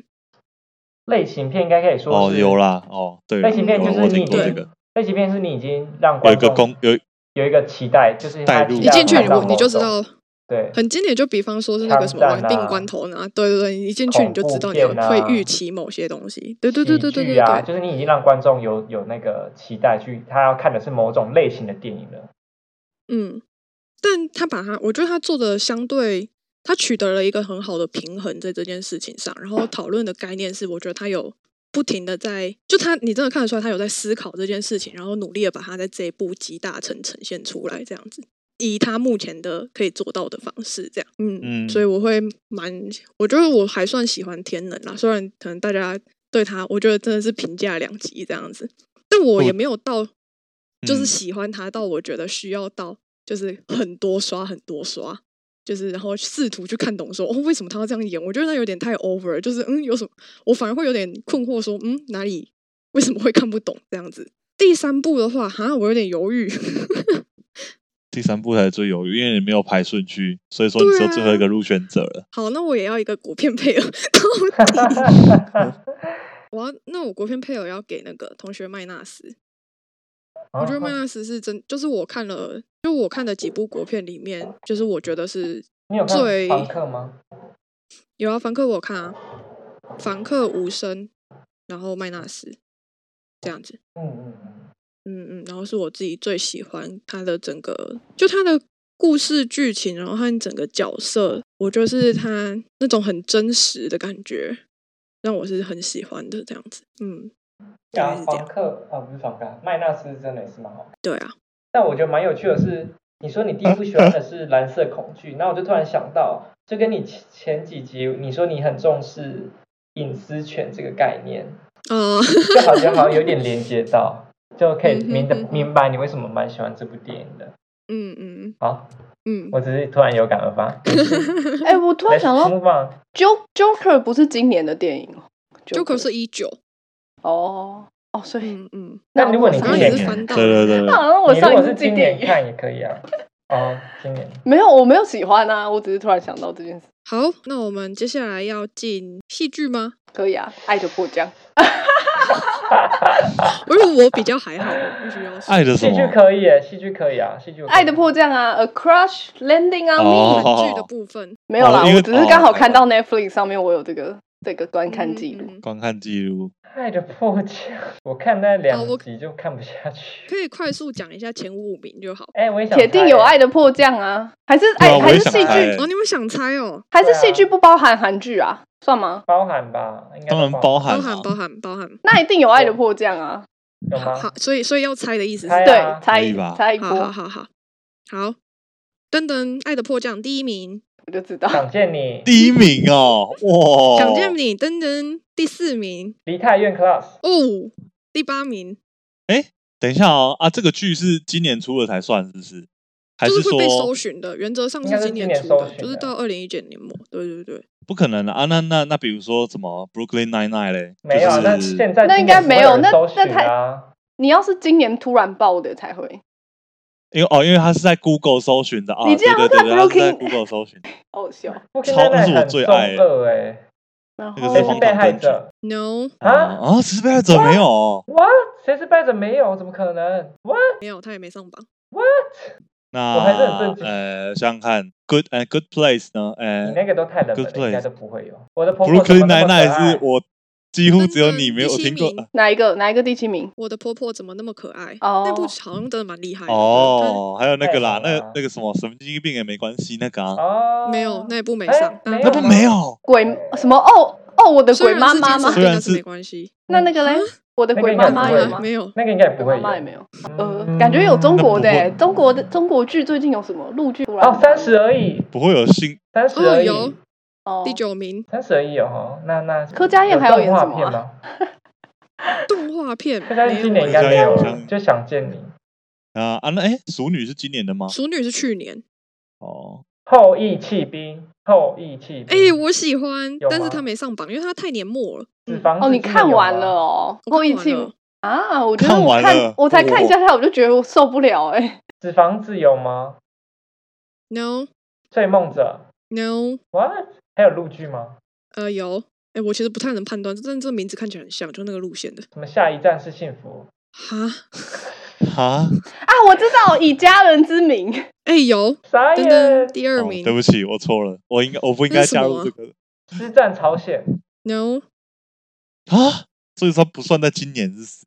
[SPEAKER 3] 类型片应该可以说
[SPEAKER 2] 哦，
[SPEAKER 3] 是
[SPEAKER 2] 有，啦，哦，对啦，
[SPEAKER 3] 类型片
[SPEAKER 2] 有
[SPEAKER 3] 就
[SPEAKER 2] 啦
[SPEAKER 3] 是
[SPEAKER 2] 我
[SPEAKER 3] 你
[SPEAKER 2] 听
[SPEAKER 3] 已
[SPEAKER 2] 过这
[SPEAKER 3] 经
[SPEAKER 2] 个，
[SPEAKER 3] 类型片是你已经让
[SPEAKER 2] 有
[SPEAKER 3] 观
[SPEAKER 2] 一个
[SPEAKER 3] 众
[SPEAKER 2] 公有
[SPEAKER 3] 有一个期待，就是
[SPEAKER 2] 带
[SPEAKER 3] 他
[SPEAKER 2] 入
[SPEAKER 3] 期
[SPEAKER 4] 一
[SPEAKER 3] 待
[SPEAKER 4] 进去
[SPEAKER 3] 看
[SPEAKER 4] 你
[SPEAKER 3] 到
[SPEAKER 4] 我你就知
[SPEAKER 3] 某种
[SPEAKER 4] 道
[SPEAKER 3] 对
[SPEAKER 4] 很经典，就比方说是那个什么
[SPEAKER 3] 枪战
[SPEAKER 4] 玩
[SPEAKER 3] 啊
[SPEAKER 4] 命关头呢，对对对，你一进去你就知道你要
[SPEAKER 3] 恐怖片啊
[SPEAKER 4] 会预期某些东西，对对对对
[SPEAKER 3] 喜
[SPEAKER 4] 对
[SPEAKER 3] 剧
[SPEAKER 4] 对
[SPEAKER 3] 啊，
[SPEAKER 4] 对，
[SPEAKER 3] 就是你已经让观众有有那个期待去他要看的是某种类型的电影了。
[SPEAKER 4] 嗯，但他把它，我觉得他做的相对，他取得了一个很好的平衡在这件事情上，然后讨论的概念是，我觉得他有不停的在，就他你真的看得出来他有在思考这件事情，然后努力的把它在这一部集大成呈现出来，这样子。以他目前的可以做到的方式，这样，嗯，
[SPEAKER 2] 嗯
[SPEAKER 4] 所以我会蛮，我觉得我还算喜欢天能啦，虽然可能大家对他，我觉得真的是评价两极这样子，但我
[SPEAKER 2] 我
[SPEAKER 4] 也没有到，就是
[SPEAKER 2] 嗯
[SPEAKER 4] 喜欢他到我觉得需要到，就是很多刷很多刷，就是然后试图去看懂说，哦，为什么他要这样演？我觉得那有点太 over，了就是嗯，有什么，我反而会有点困惑说，嗯，哪里为什么会看不懂这样子？第三部的话，哈，我有点犹豫。
[SPEAKER 2] 第三部才是最有余，因为你没有排顺序，所以说你只有最
[SPEAKER 4] 啊
[SPEAKER 2] 后一个入选者了。
[SPEAKER 4] 好，那我也要一个国片配偶。到底 我要那我国片配偶要给那个同学麦纳斯，我
[SPEAKER 3] 哦
[SPEAKER 4] 觉得麦纳斯是真，就是我看了，就我看的几部国片里面，就是我觉得是
[SPEAKER 3] 你有看
[SPEAKER 4] 最
[SPEAKER 3] 房客吗？
[SPEAKER 4] 有啊，凡客我有看啊，凡客无声，然后麦纳斯这样子，
[SPEAKER 3] 嗯嗯嗯，
[SPEAKER 4] 嗯嗯，然后是我自己最喜欢他的整个，就他的故事剧情，然后和整个角色，我觉得是他那种很真实的感觉，让我是很喜欢的这样子，嗯，
[SPEAKER 3] 对
[SPEAKER 4] 大概
[SPEAKER 3] 啊
[SPEAKER 4] 是，这
[SPEAKER 3] 房
[SPEAKER 4] 样，
[SPEAKER 3] 客啊不是房客，麦纳斯真的也是蛮好看。
[SPEAKER 4] 对啊，
[SPEAKER 3] 但我觉得蛮有趣的是，你说你第一不喜欢的是蓝色恐 惧，那我就突然想到，就跟你前前几集你说你很重视隐私权这个概 念，
[SPEAKER 4] 嗯，
[SPEAKER 3] 就好像好像有点连接到，就可以明的
[SPEAKER 4] 嗯哼嗯哼
[SPEAKER 3] 明白你为什么蛮喜欢这部电影的。
[SPEAKER 4] 嗯嗯
[SPEAKER 3] 好，
[SPEAKER 4] 嗯，
[SPEAKER 3] 我只是突然有感 而发。
[SPEAKER 1] 哎、我突然想到
[SPEAKER 3] Let's move on
[SPEAKER 1] Jo-，Joker 不是今年的电影哦
[SPEAKER 4] 就可是一九，
[SPEAKER 1] 哦哦，所以
[SPEAKER 4] 嗯嗯，
[SPEAKER 1] 那
[SPEAKER 3] 但如果你
[SPEAKER 1] 我
[SPEAKER 4] 然后
[SPEAKER 3] 今
[SPEAKER 4] 也
[SPEAKER 3] 年
[SPEAKER 4] 是
[SPEAKER 3] 看
[SPEAKER 4] 翻到
[SPEAKER 2] 对对对
[SPEAKER 1] 那好像我
[SPEAKER 3] 你如
[SPEAKER 1] 上
[SPEAKER 3] 果
[SPEAKER 1] 一
[SPEAKER 3] 是
[SPEAKER 1] 次
[SPEAKER 3] 今
[SPEAKER 1] 进
[SPEAKER 3] 年
[SPEAKER 1] 电影
[SPEAKER 3] 看也可以啊。哦，今年
[SPEAKER 1] 没有，我没有喜欢啊，我只是突然想到这件事，
[SPEAKER 4] 好，那我们接下来要进戏剧吗？
[SPEAKER 1] 可以啊，《爱的迫降》
[SPEAKER 4] 因为我比较还好，我必须要说
[SPEAKER 2] 爱的什
[SPEAKER 3] 戏
[SPEAKER 2] 么
[SPEAKER 3] 剧？可以耶，戏剧可以啊，戏剧我
[SPEAKER 1] 《
[SPEAKER 3] 可以
[SPEAKER 1] 爱的迫降》啊，《A Crush Landing on Me》
[SPEAKER 2] 哦好好
[SPEAKER 4] 韩剧
[SPEAKER 2] 好
[SPEAKER 4] 的部分
[SPEAKER 1] 没有啦，
[SPEAKER 2] 哦因为
[SPEAKER 1] 我只是刚好看到 Netflix 上面我有这个这个观看记录。
[SPEAKER 4] 嗯嗯嗯
[SPEAKER 2] 观看记录，
[SPEAKER 3] 爱的迫降， 我看那两
[SPEAKER 4] 哦我
[SPEAKER 3] 集就看不下去。
[SPEAKER 4] 可以快速讲一下前五名就好。
[SPEAKER 3] 哎、我也想
[SPEAKER 1] 铁定有
[SPEAKER 3] 猜耶
[SPEAKER 1] 爱的迫降啊，还是
[SPEAKER 2] 对
[SPEAKER 1] 爱、
[SPEAKER 2] 啊我
[SPEAKER 1] 还
[SPEAKER 2] 也
[SPEAKER 1] 是
[SPEAKER 2] 想
[SPEAKER 1] 戏
[SPEAKER 2] 猜
[SPEAKER 1] 剧
[SPEAKER 2] 欸
[SPEAKER 4] 哦，你们想猜哦？
[SPEAKER 1] 还是
[SPEAKER 3] 对啊
[SPEAKER 1] 戏剧不包含韩剧啊，算吗？
[SPEAKER 3] 包含吧，应该
[SPEAKER 2] 当然
[SPEAKER 3] 都
[SPEAKER 2] 包
[SPEAKER 3] 包
[SPEAKER 2] 含
[SPEAKER 4] 包
[SPEAKER 2] 啊
[SPEAKER 4] 含包含包含，
[SPEAKER 1] 那一定有爱的迫降啊，
[SPEAKER 3] 有吗？
[SPEAKER 4] 好，所以所以要猜的意思是
[SPEAKER 3] 猜，
[SPEAKER 1] 对
[SPEAKER 3] 啊，
[SPEAKER 1] 猜
[SPEAKER 2] 可以
[SPEAKER 1] 一
[SPEAKER 2] 吧
[SPEAKER 1] 猜一
[SPEAKER 4] 好好
[SPEAKER 1] 波，
[SPEAKER 4] 好好好，噔噔，《爱的迫降》第一名，
[SPEAKER 1] 我就知道。
[SPEAKER 3] 想见你，
[SPEAKER 2] 第一名哦，哇！
[SPEAKER 4] 想见你，噔噔，第四名，
[SPEAKER 3] 梨泰院 class
[SPEAKER 4] 哦，第八名，
[SPEAKER 2] 等一下哦啊，这个剧是今年出了才算，是不是？还
[SPEAKER 4] 就是
[SPEAKER 2] 说
[SPEAKER 4] 会被搜寻的，原则上
[SPEAKER 3] 应该是
[SPEAKER 4] 今
[SPEAKER 3] 今
[SPEAKER 4] 年
[SPEAKER 3] 年
[SPEAKER 4] 出
[SPEAKER 3] 搜
[SPEAKER 4] 的，
[SPEAKER 3] 寻
[SPEAKER 4] 就是
[SPEAKER 3] 的
[SPEAKER 4] 到二零一九年末。对对对，
[SPEAKER 2] 不可能啊？那那那，比如说什么 Brooklyn Nine Nine 嘞？
[SPEAKER 3] 没有啊，那
[SPEAKER 2] 就是
[SPEAKER 3] 现在
[SPEAKER 1] 那应该没有
[SPEAKER 3] 今年是会人搜寻
[SPEAKER 1] 那
[SPEAKER 3] 啊，
[SPEAKER 1] 你要是今年突然爆的才会
[SPEAKER 2] 因为哦，因为它是在 Google 搜寻的啊，
[SPEAKER 1] 你
[SPEAKER 2] 对
[SPEAKER 1] 竟然
[SPEAKER 2] 对
[SPEAKER 1] 会
[SPEAKER 2] 对
[SPEAKER 1] 看
[SPEAKER 2] 对，它是在
[SPEAKER 1] Brooklyn-
[SPEAKER 2] Google 搜寻。
[SPEAKER 1] 好笑。
[SPEAKER 2] 超那是我最爱
[SPEAKER 3] 很中二哎，
[SPEAKER 1] 然
[SPEAKER 2] 那个
[SPEAKER 1] 后
[SPEAKER 2] 是
[SPEAKER 3] 谁是
[SPEAKER 2] 黄
[SPEAKER 3] 被
[SPEAKER 2] 冈
[SPEAKER 3] 害
[SPEAKER 2] 真
[SPEAKER 3] 者
[SPEAKER 4] ，no，
[SPEAKER 2] 啊
[SPEAKER 3] 啊？
[SPEAKER 2] 啊，是被害者没有哦？
[SPEAKER 3] 哇，谁是被害者？没有，怎么可能？What
[SPEAKER 4] 没有，他也没上榜。
[SPEAKER 2] 哎
[SPEAKER 3] what？
[SPEAKER 2] 那
[SPEAKER 3] 我还是很震惊
[SPEAKER 2] 呃，想想看，Good 呃 Good Place 呢？
[SPEAKER 3] 你
[SPEAKER 2] 呃
[SPEAKER 3] 那个都太冷门
[SPEAKER 2] Good
[SPEAKER 3] 了，应该
[SPEAKER 2] place
[SPEAKER 3] 都不会有。我的婆婆怎么
[SPEAKER 2] ，Brooklyn
[SPEAKER 3] 那
[SPEAKER 2] Nine
[SPEAKER 3] 么
[SPEAKER 2] Nine
[SPEAKER 3] 可爱
[SPEAKER 2] 是？我几乎
[SPEAKER 4] 噔
[SPEAKER 2] 只有
[SPEAKER 4] 噔
[SPEAKER 2] 你没有
[SPEAKER 4] 第
[SPEAKER 2] 我
[SPEAKER 4] 七
[SPEAKER 2] 听过
[SPEAKER 4] 名
[SPEAKER 1] 哪一个哪一个第七名？
[SPEAKER 4] 我的婆婆怎么那么可爱？
[SPEAKER 1] 哦
[SPEAKER 4] 那部好像真的蛮厉害的。
[SPEAKER 2] 哦，还有那个啦，
[SPEAKER 3] 太好
[SPEAKER 2] 那
[SPEAKER 3] 了
[SPEAKER 2] 个那个什么神经病也没关系，那个啊，
[SPEAKER 4] 对
[SPEAKER 3] 哦，
[SPEAKER 4] 没有，那一部没
[SPEAKER 3] 哎
[SPEAKER 4] 上。但
[SPEAKER 3] 没
[SPEAKER 2] 那
[SPEAKER 3] 有
[SPEAKER 2] 不
[SPEAKER 3] 吗
[SPEAKER 2] 没有，
[SPEAKER 1] 鬼什么？哦哦，我的
[SPEAKER 4] 虽
[SPEAKER 1] 鬼
[SPEAKER 4] 然
[SPEAKER 1] 妈
[SPEAKER 4] 是
[SPEAKER 1] 妈
[SPEAKER 4] 竞
[SPEAKER 1] 吗
[SPEAKER 4] 赛
[SPEAKER 2] 虽？然
[SPEAKER 4] 但是
[SPEAKER 2] 是
[SPEAKER 4] 没关系。
[SPEAKER 1] 那那个嘞
[SPEAKER 4] 啊？
[SPEAKER 1] 我的
[SPEAKER 3] 那个
[SPEAKER 1] 鬼
[SPEAKER 3] 应该
[SPEAKER 1] 妈
[SPEAKER 3] 不
[SPEAKER 1] 妈
[SPEAKER 3] 会
[SPEAKER 1] 有
[SPEAKER 3] 有
[SPEAKER 1] 吗？
[SPEAKER 4] 没有，
[SPEAKER 3] 那个应该也不
[SPEAKER 1] 妈
[SPEAKER 3] 会
[SPEAKER 1] 妈也
[SPEAKER 3] 有。嗯
[SPEAKER 1] 没有。呃，
[SPEAKER 4] 嗯
[SPEAKER 1] 感觉有中国的、欸，中国的中国剧最近有什么陆剧突然
[SPEAKER 3] 哦，三十而已，
[SPEAKER 2] 不会有新
[SPEAKER 3] 三十
[SPEAKER 4] 哦
[SPEAKER 3] 而已，
[SPEAKER 4] 有
[SPEAKER 1] 哦
[SPEAKER 4] 第九名
[SPEAKER 3] 三十而已哦。那那
[SPEAKER 1] 柯佳嬿
[SPEAKER 3] 有
[SPEAKER 1] 还有演
[SPEAKER 3] 动画
[SPEAKER 1] 什么啊
[SPEAKER 3] 片吗？
[SPEAKER 4] 动画片
[SPEAKER 3] 柯佳嬿今
[SPEAKER 4] 没
[SPEAKER 3] 年
[SPEAKER 4] 有
[SPEAKER 3] 应该
[SPEAKER 4] 欸。
[SPEAKER 3] 没有
[SPEAKER 2] 柯佳嬿好，像
[SPEAKER 3] 就想见你。
[SPEAKER 2] 啊啊那哎，熟女是今年的吗？
[SPEAKER 4] 熟女是去
[SPEAKER 3] 嗯
[SPEAKER 4] 年，
[SPEAKER 2] 哦，
[SPEAKER 3] 后羿弃兵，后羿弃
[SPEAKER 4] 哎、
[SPEAKER 3] 兵。
[SPEAKER 4] 我喜欢
[SPEAKER 3] 有，
[SPEAKER 4] 但是
[SPEAKER 3] 吗
[SPEAKER 4] 她没上榜，因为她太年末了。嗯
[SPEAKER 3] 脂肪
[SPEAKER 1] 哦，
[SPEAKER 3] 是
[SPEAKER 1] 你
[SPEAKER 3] 今年
[SPEAKER 1] 看
[SPEAKER 3] 有
[SPEAKER 1] 完
[SPEAKER 3] 吗
[SPEAKER 1] 了？哦，
[SPEAKER 4] 我看
[SPEAKER 1] 后一
[SPEAKER 4] 完
[SPEAKER 1] 季
[SPEAKER 4] 了
[SPEAKER 1] 啊，我觉得
[SPEAKER 2] 看
[SPEAKER 1] 我
[SPEAKER 2] 完
[SPEAKER 1] 看
[SPEAKER 2] 了
[SPEAKER 1] 我才看一
[SPEAKER 2] 我
[SPEAKER 1] 下下，我就觉得我受不了哎、
[SPEAKER 3] 脂肪自由吗？
[SPEAKER 4] No
[SPEAKER 3] 睡梦者
[SPEAKER 4] No，
[SPEAKER 3] ？What？还有陆剧吗？
[SPEAKER 4] 呃，有，哎、我其实不太能判断，但这名字看起来很像，就那个路线的。
[SPEAKER 3] 什么下一站是幸福？
[SPEAKER 4] 哈，
[SPEAKER 2] 哈，
[SPEAKER 1] 啊，我知道以家人之名，
[SPEAKER 4] 哎、有，
[SPEAKER 3] 傻
[SPEAKER 4] 噔
[SPEAKER 3] 眼
[SPEAKER 4] 噔，！第二
[SPEAKER 2] 哦
[SPEAKER 4] 名、
[SPEAKER 2] 对不起，我错了，我应该我不应该
[SPEAKER 4] 那是什
[SPEAKER 2] 加
[SPEAKER 4] 么
[SPEAKER 2] 入这个
[SPEAKER 3] 之战朝鲜
[SPEAKER 4] No，
[SPEAKER 2] 啊，所以说不算在今年是《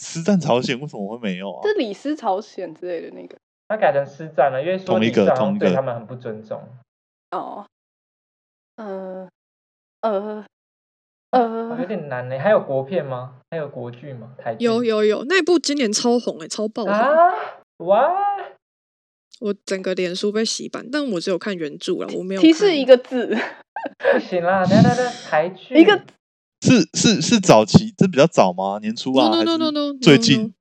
[SPEAKER 2] 师战朝鲜》，为什么会没有啊？
[SPEAKER 1] 是李斯朝鲜之类的那个
[SPEAKER 3] 他改成师战了，因为说
[SPEAKER 2] 同一
[SPEAKER 3] 你
[SPEAKER 2] 个
[SPEAKER 3] 好
[SPEAKER 2] 同
[SPEAKER 3] 像
[SPEAKER 2] 一个
[SPEAKER 3] 对他们很不尊重。
[SPEAKER 1] 哦，呃呃
[SPEAKER 3] 哦有
[SPEAKER 1] 呃，
[SPEAKER 3] 点难呢。还有国片吗？还有国剧吗？台剧
[SPEAKER 4] 有有有，那一部今年超红哎、超爆红，
[SPEAKER 3] 嗯啊？What？
[SPEAKER 4] 我整个脸书被洗版，但我只有看原著了，我没有
[SPEAKER 1] 提示一
[SPEAKER 4] 个
[SPEAKER 1] 个字，
[SPEAKER 3] 不行啦！等一下等一下，台剧
[SPEAKER 4] 嗯
[SPEAKER 1] 一个
[SPEAKER 2] 是是是早期，这比较早吗？年初啊
[SPEAKER 4] No
[SPEAKER 2] 还
[SPEAKER 4] No
[SPEAKER 2] 是
[SPEAKER 4] No No No，
[SPEAKER 2] 最近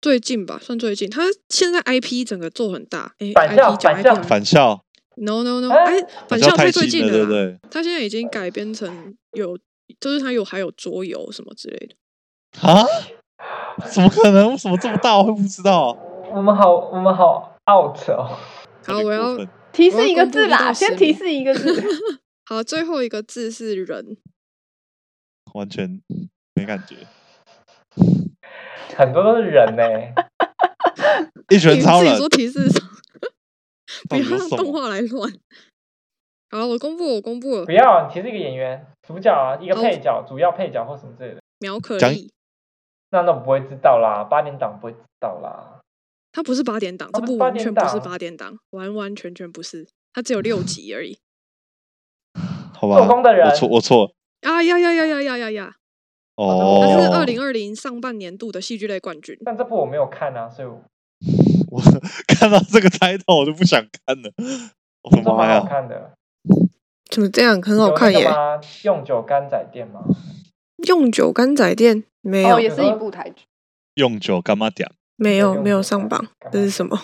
[SPEAKER 4] 最近吧，算最近。他现在 IP 整个做很大，哎、
[SPEAKER 3] 返
[SPEAKER 4] i
[SPEAKER 3] 校
[SPEAKER 4] p 讲
[SPEAKER 3] 返校
[SPEAKER 4] IP
[SPEAKER 2] 返校，
[SPEAKER 4] No No No，
[SPEAKER 3] 啊
[SPEAKER 4] 哎、反
[SPEAKER 2] 反
[SPEAKER 4] 校
[SPEAKER 2] 校
[SPEAKER 4] 太
[SPEAKER 2] 太
[SPEAKER 4] 最
[SPEAKER 2] 新
[SPEAKER 4] 近啊
[SPEAKER 2] 了，对不
[SPEAKER 4] 啦，
[SPEAKER 2] 对？
[SPEAKER 4] 他现在已经改编成有，就是他有还有桌游什么之类的。
[SPEAKER 2] 啊？怎么可能？为什么这么大我会不知道？
[SPEAKER 3] 我们好我们好 out 哦。
[SPEAKER 2] 有点
[SPEAKER 4] 好，我
[SPEAKER 2] 过
[SPEAKER 4] 要
[SPEAKER 2] 分
[SPEAKER 1] 提示一个字
[SPEAKER 4] 我要公布一
[SPEAKER 1] 啦，
[SPEAKER 4] 到十
[SPEAKER 1] 先
[SPEAKER 4] 名
[SPEAKER 1] 提示一个字，
[SPEAKER 4] 好，最后一个字是人，
[SPEAKER 2] 完全没感觉。
[SPEAKER 3] 很多都是人呢、
[SPEAKER 2] 一拳
[SPEAKER 4] 你
[SPEAKER 2] 超
[SPEAKER 4] 自
[SPEAKER 2] 人
[SPEAKER 4] 己说提示什么？不
[SPEAKER 2] 到底
[SPEAKER 4] 要
[SPEAKER 2] 有什
[SPEAKER 4] 让
[SPEAKER 2] 么
[SPEAKER 4] 动画来乱。好，我公布，我公布了
[SPEAKER 3] 不，要，其实一个演员、主角啊，一个
[SPEAKER 4] 哦
[SPEAKER 3] 配角、主要配角或什么之类的，
[SPEAKER 4] 苗可
[SPEAKER 2] 讲
[SPEAKER 4] 丽，
[SPEAKER 3] 那都不会知道啦，八点档不会知道啦。
[SPEAKER 4] 它不是八点档，
[SPEAKER 3] 它不
[SPEAKER 4] 这部
[SPEAKER 3] 哦是八
[SPEAKER 4] 完
[SPEAKER 3] 点
[SPEAKER 4] 全不是
[SPEAKER 3] 档
[SPEAKER 4] 八点档，完完全全不是，它只有六集而已。
[SPEAKER 2] 好
[SPEAKER 3] 做
[SPEAKER 2] 吧
[SPEAKER 3] 工，的人
[SPEAKER 2] 我错，我错。
[SPEAKER 4] 啊呀呀呀呀呀呀呀！
[SPEAKER 2] 哦，
[SPEAKER 4] 它是二零二零上半年度的戏剧类冠军。
[SPEAKER 3] 但这部我没有看啊，所以我
[SPEAKER 2] 我看到这个 title 我就不想看了。我的
[SPEAKER 3] 都
[SPEAKER 2] 妈
[SPEAKER 3] 蛮好
[SPEAKER 2] 呀！
[SPEAKER 3] 看的。
[SPEAKER 4] 怎么这样？很好
[SPEAKER 3] 有
[SPEAKER 4] 看
[SPEAKER 3] 那个
[SPEAKER 4] 耶！
[SPEAKER 3] 吗？用酒干仔店吗？
[SPEAKER 4] 用酒干仔店 没有、
[SPEAKER 1] 哦，也是一部台剧，
[SPEAKER 2] 用酒干嘛点？
[SPEAKER 4] 没
[SPEAKER 3] 用
[SPEAKER 4] 有
[SPEAKER 3] 酒
[SPEAKER 4] 没有哦上榜
[SPEAKER 3] 干嘛，
[SPEAKER 4] 这是什么？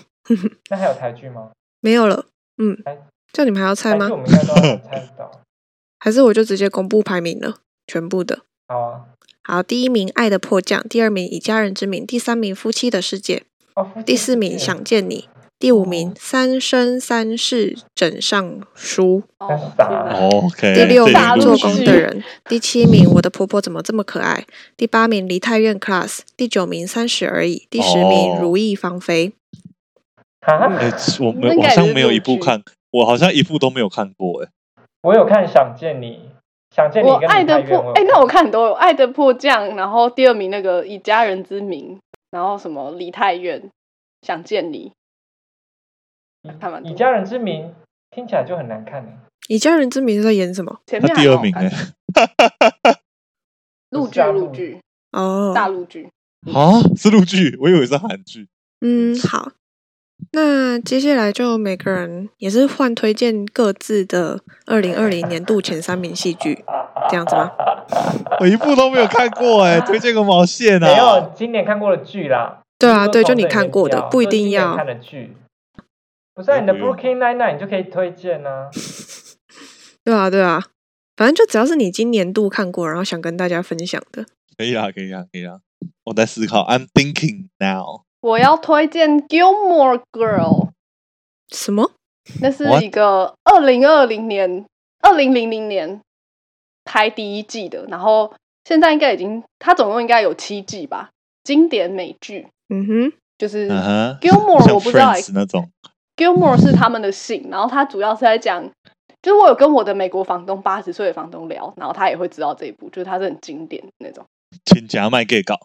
[SPEAKER 3] 那还有台剧吗？
[SPEAKER 4] 没有了。嗯
[SPEAKER 3] 哎，
[SPEAKER 4] 这样你们还要猜
[SPEAKER 3] 台剧
[SPEAKER 4] 吗
[SPEAKER 3] 我？们应该都能猜得到。
[SPEAKER 4] 还是我就直接公布排名了，全部的。
[SPEAKER 3] 好啊，
[SPEAKER 4] 好，第一名《爱的迫降》，第二名《以家人之名》，第三名《夫妻的世界》，
[SPEAKER 3] 哦，夫妻
[SPEAKER 4] 第四名《
[SPEAKER 3] 之间
[SPEAKER 4] 想见你》，第五名《三生三世枕上书
[SPEAKER 1] 哦
[SPEAKER 3] 干啥
[SPEAKER 1] 天哪
[SPEAKER 2] OK，
[SPEAKER 4] 第六
[SPEAKER 2] 这
[SPEAKER 4] 名
[SPEAKER 1] 大
[SPEAKER 2] 一
[SPEAKER 1] 陆
[SPEAKER 2] 部
[SPEAKER 4] 做
[SPEAKER 1] 剧
[SPEAKER 4] 工的人，第七名我的婆婆怎么这么可爱，第八名梨泰院 class，第九名三十而已，第十名
[SPEAKER 2] 哦
[SPEAKER 4] 如意芳菲。
[SPEAKER 2] 哎、
[SPEAKER 3] 啊，
[SPEAKER 2] 我没
[SPEAKER 1] 那
[SPEAKER 2] 有，
[SPEAKER 1] 应
[SPEAKER 2] 我
[SPEAKER 1] 该也
[SPEAKER 2] 好
[SPEAKER 1] 是
[SPEAKER 2] 像没有一部
[SPEAKER 1] 陆剧
[SPEAKER 2] 看，我好像一部都没有看过哎、
[SPEAKER 3] 我有看《想见你》，《想见你
[SPEAKER 1] 我》
[SPEAKER 3] 跟
[SPEAKER 1] 爱
[SPEAKER 3] 《梨
[SPEAKER 1] 的
[SPEAKER 3] 泰院》
[SPEAKER 1] 迫
[SPEAKER 3] 有，
[SPEAKER 1] 哎、那我看很多，有爱的迫降，然后第二名那个以家人之名，然后什么梨泰院，想见你，看完
[SPEAKER 3] 以以家人之名听起来就很难看呢。
[SPEAKER 4] 以家人之名是在演什么？
[SPEAKER 1] 前面
[SPEAKER 2] 他
[SPEAKER 1] 还
[SPEAKER 2] 第二
[SPEAKER 1] 蛮好
[SPEAKER 2] 名
[SPEAKER 1] 看
[SPEAKER 2] 哎、
[SPEAKER 1] 的 陆
[SPEAKER 3] 不
[SPEAKER 1] 剧
[SPEAKER 3] 是啊
[SPEAKER 1] 陆
[SPEAKER 3] 陆
[SPEAKER 1] 剧
[SPEAKER 4] 哦，
[SPEAKER 1] 大陆剧，
[SPEAKER 2] 啊，是陆剧，我以为是韩剧。
[SPEAKER 4] 嗯，好，那接下来就每个人也是换推荐各自的二零二零年度前三名戏剧，这样子吗？
[SPEAKER 2] 我一部都没有看过哎、推荐个毛 线
[SPEAKER 3] 没有
[SPEAKER 2] 啊！
[SPEAKER 3] 今年看过的剧啦。
[SPEAKER 4] 对啊，
[SPEAKER 3] 不是
[SPEAKER 4] 对，
[SPEAKER 3] 说
[SPEAKER 4] 就你
[SPEAKER 3] 从这里
[SPEAKER 4] 看
[SPEAKER 3] 面
[SPEAKER 4] 过的
[SPEAKER 3] 挑
[SPEAKER 4] 不一
[SPEAKER 3] 说今
[SPEAKER 4] 定
[SPEAKER 3] 年
[SPEAKER 4] 要
[SPEAKER 3] 看。的剧。不是、啊、你的
[SPEAKER 2] 不用
[SPEAKER 3] Brooklyn Nine Nine 你就可以推荐啊。
[SPEAKER 4] 对啊，对啊，反正就只要是你今年度看过，然后想跟大家分享的。
[SPEAKER 2] 可以啦，可以啦，可以啦。我在思考，I'm thinking now。
[SPEAKER 1] 我要推荐《Gilmore Girl》，
[SPEAKER 4] 什么？
[SPEAKER 1] 那是
[SPEAKER 2] What？
[SPEAKER 1] 一个二零二零年、二零零零年拍第一季的，然后现在应该已经，它总共应该有七季吧，经典美剧，
[SPEAKER 4] 嗯哼，
[SPEAKER 1] 就是
[SPEAKER 2] 嗯哼
[SPEAKER 1] Gilmore
[SPEAKER 2] 像
[SPEAKER 1] 我不知道哎
[SPEAKER 2] Friends 那种
[SPEAKER 1] Gilmore 是他们的姓，然后他主要是在讲，就是我有跟我的美国房东八十岁的房东聊，然后他也会知道这一部，就是它是很经典的那种。
[SPEAKER 2] 请假卖 gay 搞，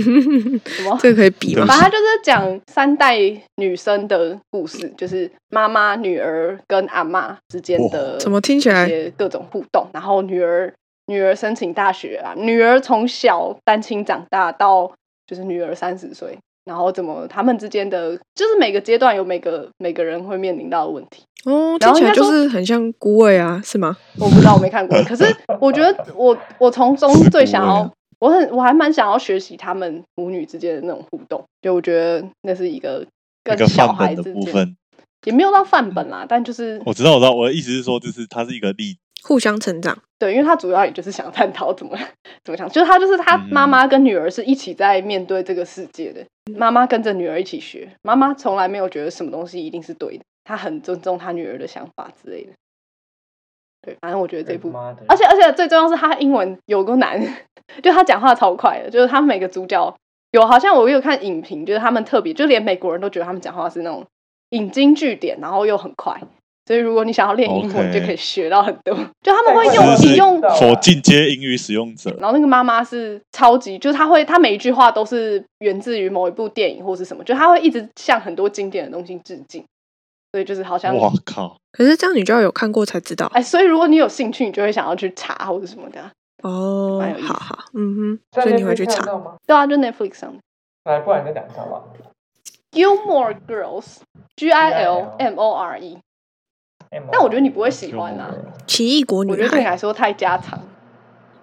[SPEAKER 1] 什么？
[SPEAKER 4] 这个可以比吗
[SPEAKER 2] 对不？
[SPEAKER 1] 反正他就是讲三代女生的故事，就是妈妈、女儿跟阿嬷之间的
[SPEAKER 4] 怎么听起
[SPEAKER 1] 一
[SPEAKER 4] 来
[SPEAKER 1] 些各种互动，然后女儿女儿申请大学啊，女儿从小单亲长大到就是女儿三十岁，然后怎么他们之间的，就是每个阶段有每个每个人会面临到的问题。
[SPEAKER 4] 哦，
[SPEAKER 1] 然
[SPEAKER 4] 听
[SPEAKER 1] 后
[SPEAKER 4] 起
[SPEAKER 1] 应
[SPEAKER 4] 来
[SPEAKER 1] 该
[SPEAKER 4] 就
[SPEAKER 1] 说
[SPEAKER 4] 是很像孤味啊，是吗？
[SPEAKER 1] 我不知道，我没看 过。可是我觉得我我从中最想
[SPEAKER 2] 死不会
[SPEAKER 1] 要我
[SPEAKER 2] 啊，
[SPEAKER 1] 很我还蛮想要学习他们母女之间的那种互动，就我觉得那是一个
[SPEAKER 2] 一
[SPEAKER 1] 跟
[SPEAKER 2] 个
[SPEAKER 1] 小
[SPEAKER 2] 范
[SPEAKER 1] 孩
[SPEAKER 2] 本
[SPEAKER 1] 之
[SPEAKER 2] 的
[SPEAKER 1] 间
[SPEAKER 2] 部分。嗯
[SPEAKER 1] 也没有到范本啦，但就是
[SPEAKER 2] 我知道，我知道，我的意思是说，就是它是一个例子。
[SPEAKER 4] 互相成长。
[SPEAKER 1] 对，因为他主要也就是想探讨怎么 怎么想，就是他就是他
[SPEAKER 2] 嗯
[SPEAKER 1] 妈妈跟女儿是一起在面对这个世界的，妈妈跟着女儿一起学，妈妈从来没有觉得什么东西一定是对的，她很尊重她女儿的想法之类的。对，反正我觉得这部
[SPEAKER 3] 妈的，
[SPEAKER 1] 而且而且最重要是他英文有够难， 就他讲话超快的，就是他每个主角有好像我有看影评，就是他们特别，就连美国人都觉得他们讲话是那种引经据典，然后又很快。所以如果你想要练英文，
[SPEAKER 2] OK
[SPEAKER 1] 就可以学到很多。就他们会
[SPEAKER 3] 哎
[SPEAKER 1] 用
[SPEAKER 3] 我
[SPEAKER 2] 是
[SPEAKER 1] 引用，
[SPEAKER 3] 知道
[SPEAKER 2] 否进阶英语使用者，
[SPEAKER 1] 然后那个妈妈是超级，就是他会，他每一句话都是源自于某一部电影或是什么，就他会一直向很多经典的东西致敬。所以就是好像，
[SPEAKER 2] 哇靠！
[SPEAKER 4] 可是这样你就要有看过才知道
[SPEAKER 1] 哎，所以如果你有兴趣，你就会想要去查或者什么的啊。
[SPEAKER 4] 哦
[SPEAKER 1] 蛮有意。思
[SPEAKER 4] 好好，嗯哼，
[SPEAKER 3] 在
[SPEAKER 4] 所以
[SPEAKER 3] 那
[SPEAKER 4] 你会
[SPEAKER 3] 边
[SPEAKER 4] 去
[SPEAKER 3] 看
[SPEAKER 4] 查
[SPEAKER 3] 得到吗？
[SPEAKER 1] 对啊，就 Netflix 上的。
[SPEAKER 3] 来，不然你再讲一啊下吧。
[SPEAKER 1] Gilmore Girls G I L M O R E，但我觉得你不会喜欢啊，
[SPEAKER 3] 哦
[SPEAKER 4] 《奇异国
[SPEAKER 1] 我
[SPEAKER 4] 女
[SPEAKER 1] 觉得对你啊
[SPEAKER 4] 孩
[SPEAKER 1] 来》。说太家常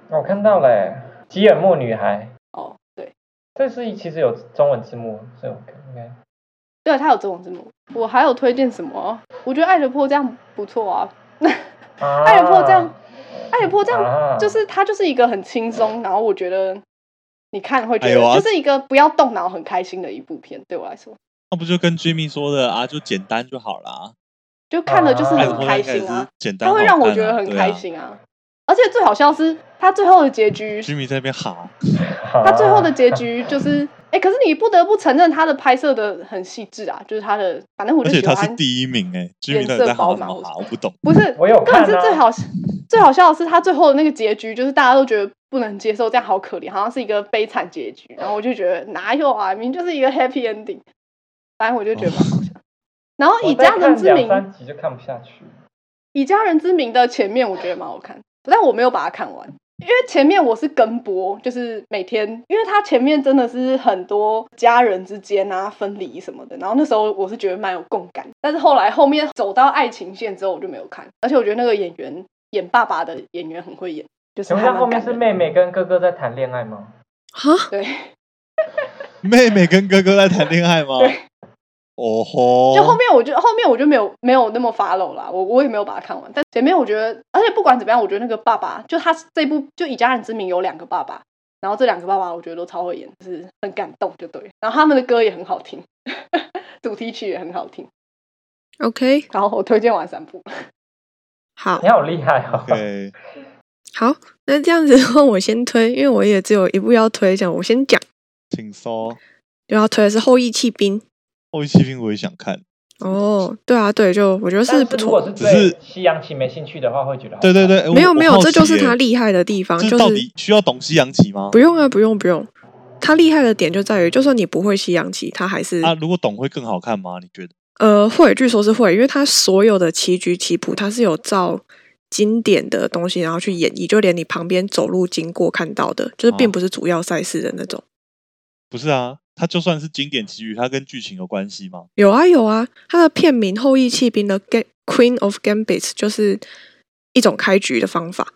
[SPEAKER 3] 哦我看到嘞，《吉尔莫女孩》
[SPEAKER 1] 哦。对，
[SPEAKER 3] 这是其实有中文字幕，所以我看应该
[SPEAKER 1] 对，它有中文字幕。我还有推荐什么啊？我觉得《爱的迫降》不错啊，
[SPEAKER 3] 啊
[SPEAKER 1] 爱的迫降爱的迫降
[SPEAKER 3] 啊
[SPEAKER 1] 就是它就是一个很轻松，然后我觉得你看会觉
[SPEAKER 2] 哎呦
[SPEAKER 1] 得
[SPEAKER 2] 啊
[SPEAKER 1] 就是一个不要动脑很开心的一部片，对我来说，
[SPEAKER 2] 那不就跟 Jimmy 说的啊，就简单就好啊啦。
[SPEAKER 1] 就看了就是
[SPEAKER 3] 啊
[SPEAKER 2] 爱
[SPEAKER 1] 很
[SPEAKER 2] 的
[SPEAKER 1] 开
[SPEAKER 2] 开始
[SPEAKER 1] 心啊
[SPEAKER 2] 是，简单
[SPEAKER 1] 它
[SPEAKER 2] 好看
[SPEAKER 1] 会
[SPEAKER 2] 啊，
[SPEAKER 1] 让我觉得很开心啊。而且最好笑是，它最后的结局
[SPEAKER 2] 对啊。Jimmy 在那边哈，
[SPEAKER 3] 啊
[SPEAKER 1] 他最后的结局 就是，哎、可是你不得不承认他的拍摄的很细致啊，就是他的，反正我
[SPEAKER 2] 而
[SPEAKER 1] 就
[SPEAKER 2] 且
[SPEAKER 1] 喜
[SPEAKER 2] 他是
[SPEAKER 1] 欢。
[SPEAKER 2] 第一名哎
[SPEAKER 1] 颜
[SPEAKER 2] ，Jimmy 到
[SPEAKER 1] 色
[SPEAKER 2] 底在
[SPEAKER 1] 饱
[SPEAKER 2] 哈什
[SPEAKER 1] 满
[SPEAKER 2] 么啊哈？我不懂。
[SPEAKER 1] 不是，
[SPEAKER 3] 我有
[SPEAKER 1] 但
[SPEAKER 3] 看
[SPEAKER 1] 是
[SPEAKER 3] 啊
[SPEAKER 1] 最好最好笑的是他最后的那个结局，就是大家都觉得不能接受，这样好可怜，好像是一个悲惨结局。然后我就觉得哪有啊，明明就是一个 happy ending。反正我就觉得蛮好笑。然后以
[SPEAKER 3] 我再
[SPEAKER 1] 家人
[SPEAKER 3] 看
[SPEAKER 1] 之名
[SPEAKER 3] 两，三集就看不下去。
[SPEAKER 1] 以家人之名的前面我觉得蛮好看，但我没有把它看完，因为前面我是跟播，就是每天，因为他前面真的是很多家人之间啊分离什么的，然后那时候我是觉得蛮有共感，但是后来后面走到爱情线之后我就没有看，而且我觉得那个演员演爸爸的演员很会演，就是
[SPEAKER 3] 请问
[SPEAKER 1] 他
[SPEAKER 3] 他后面是妹
[SPEAKER 1] 妹
[SPEAKER 3] 妹跟哥哥在谈恋爱吗？
[SPEAKER 4] 哈，
[SPEAKER 1] 对，
[SPEAKER 2] 妹妹跟哥哥在谈恋爱吗？
[SPEAKER 1] 对
[SPEAKER 2] 哦吼，
[SPEAKER 1] 就后面我就后面我就没有没有那么 follow 啦，我我也没有把它看完，但前面我觉得，而且不管怎么样，我觉得那个爸爸就他这部就以家人之名有两个爸爸，然后这两个爸爸我觉得都超会演，就是很感动就对，然后他们的歌也很好听， 主题曲也很好听，
[SPEAKER 4] ，OK，
[SPEAKER 1] 然后我推荐完三部，
[SPEAKER 4] 好
[SPEAKER 3] 你，好厉害哦！
[SPEAKER 2] OK，
[SPEAKER 4] 好，那这样子的话，我先推，因为我也只有一部要推，讲我先讲，
[SPEAKER 2] 请说。
[SPEAKER 4] 就要推的是《后羿弃兵》。
[SPEAKER 2] 后羿弃兵我也想看，
[SPEAKER 4] 哦，对啊，对，就我觉得
[SPEAKER 3] 但
[SPEAKER 4] 是
[SPEAKER 3] 是
[SPEAKER 4] 不
[SPEAKER 3] 如果
[SPEAKER 4] 错，
[SPEAKER 3] 是
[SPEAKER 2] 只
[SPEAKER 3] 对
[SPEAKER 2] 是
[SPEAKER 3] 西洋棋没兴趣的话，会觉得好
[SPEAKER 2] 对对
[SPEAKER 3] 看，
[SPEAKER 2] 对，哎我
[SPEAKER 4] 没有没有
[SPEAKER 2] 我好，奇
[SPEAKER 4] 这就是
[SPEAKER 2] 耶
[SPEAKER 4] 他厉害的地方，
[SPEAKER 2] 这
[SPEAKER 4] 就
[SPEAKER 2] 到
[SPEAKER 4] 是
[SPEAKER 2] 底需要懂西洋棋吗
[SPEAKER 4] 不？用啊，不用不用，他厉害的点就在于，就算你不会西洋棋，他还是、
[SPEAKER 2] 啊，如果懂会更好看吗？你觉得？
[SPEAKER 4] 呃会，据说是会，因为他所有的棋局棋谱，他是有照经典的东西，然后去演绎，就连你旁边走路经过看到的，就是并
[SPEAKER 2] 哦
[SPEAKER 4] 不是主要赛事的那种。
[SPEAKER 2] 不是啊，它就算是经典奇遇，它跟剧情有关系吗？
[SPEAKER 4] 有啊有啊，它的片名《后羿弃兵》的 Ga- Queen of Gambits 就是一种开局的方法，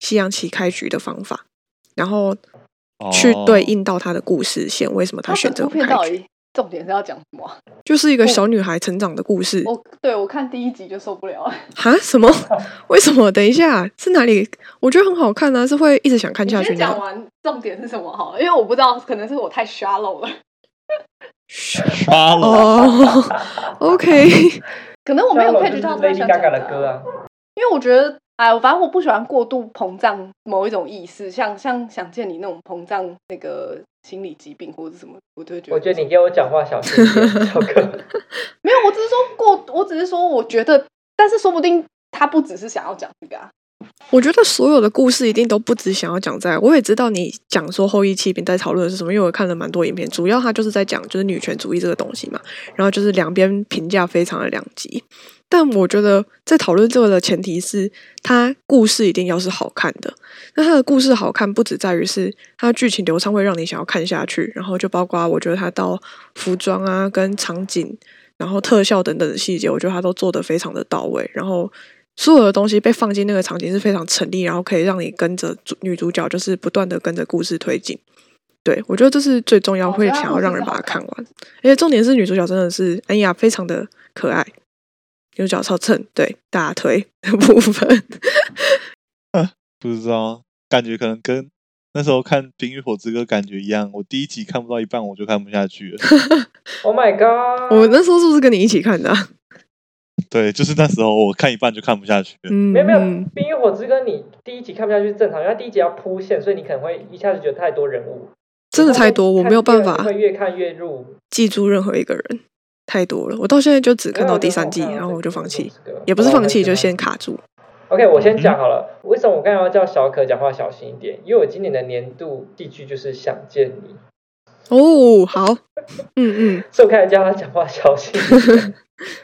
[SPEAKER 4] 西洋棋开局的方法，然后
[SPEAKER 2] 哦
[SPEAKER 4] 去对应到他的故事线，为什么他选
[SPEAKER 1] 整
[SPEAKER 4] 这
[SPEAKER 1] 部片
[SPEAKER 4] 种
[SPEAKER 1] 到
[SPEAKER 4] 开局？
[SPEAKER 1] 底重点是要讲什么啊？
[SPEAKER 4] 就是一个小女孩成长的故事。
[SPEAKER 1] 我对我看第一集就受不了了，
[SPEAKER 4] 哈？什么？ 为什么？等一下，是哪里？我觉得很好看啊，是会一直想看
[SPEAKER 1] 你
[SPEAKER 4] 下去
[SPEAKER 1] 先
[SPEAKER 4] 那
[SPEAKER 1] 讲
[SPEAKER 4] 种。
[SPEAKER 1] 完重点是什么好了，因为我不知道，可能是我太 shallow 了，
[SPEAKER 2] 刷了，
[SPEAKER 4] 哦 ，OK，
[SPEAKER 1] 可能我没有 catch
[SPEAKER 3] 就是
[SPEAKER 1] 到他
[SPEAKER 3] Lady
[SPEAKER 1] 想讲
[SPEAKER 3] Gaga
[SPEAKER 1] 的
[SPEAKER 3] 的
[SPEAKER 1] 啊
[SPEAKER 3] 歌啊，
[SPEAKER 1] 因为我觉得，哎，我反正我不喜欢过度膨胀某一种意识，像像想见你那种膨胀那个心理疾病或者什么，我就会觉得。
[SPEAKER 3] 我觉得你给我讲话小心一点，小哥。
[SPEAKER 1] 没有，我只是说过，我只是说我觉得，但是说不定他不只是想要讲这个啊。
[SPEAKER 4] 我觉得所有的故事一定都不只想要讲在，我也知道你讲说后羿弃兵在讨论的是什么，因为我看了蛮多影片，主要它就是在讲就是女权主义这个东西嘛，然后就是两边评价非常的两极。但我觉得在讨论这个的前提是，它故事一定要是好看的。那它的故事好看，不只在于是它剧情流畅会让你想要看下去，然后就包括我觉得它到服装啊、跟场景然后特效等等的细节，我觉得他都做得非常的到位。然后所有的东西被放进那个场景是非常成立，然后可以让你跟着主女主角就是不断的跟着故事推进。对，我觉得这是最重要，
[SPEAKER 1] 哦所
[SPEAKER 4] 会
[SPEAKER 1] 以它
[SPEAKER 4] 想要
[SPEAKER 1] 故事
[SPEAKER 4] 让
[SPEAKER 1] 是
[SPEAKER 4] 人把
[SPEAKER 1] 好
[SPEAKER 4] 它看
[SPEAKER 1] 看
[SPEAKER 4] 完。而且重点是女主角真的是，哎呀，非常的可爱，女主角超衬，对，大腿的部分。
[SPEAKER 2] 不知道，感觉可能跟那时候看《冰与火之歌》感觉一样，我第一集看不到一半我就看不下去了。
[SPEAKER 3] Oh my god！
[SPEAKER 4] 我那时候是不是跟你一起看的啊、
[SPEAKER 2] 对，就是那时候我看一半就看不下去了。
[SPEAKER 4] 嗯，
[SPEAKER 3] 没有没有，
[SPEAKER 4] 嗯
[SPEAKER 3] 《冰与火之歌》你第一集看不下去是正常，因为它第一集要铺线，所以你可能会一下子觉得太多人物，
[SPEAKER 4] 真的太多，我
[SPEAKER 3] 看
[SPEAKER 4] 没有
[SPEAKER 3] 第二
[SPEAKER 4] 办
[SPEAKER 3] 集
[SPEAKER 4] 法
[SPEAKER 3] 会越看越入。
[SPEAKER 4] 记住任何一个人，太多了。我到现在就只看到第三季，然后我就放弃，。
[SPEAKER 3] 哦
[SPEAKER 4] 也不是放弃，就先。卡住。
[SPEAKER 3] OK，我先讲好了。为什么我刚才要叫小可讲话小心一点？因为我今年的年度戏剧就是《想见你》，
[SPEAKER 4] 哦，好，嗯嗯，
[SPEAKER 3] 所以我开始叫他讲话小 心一点。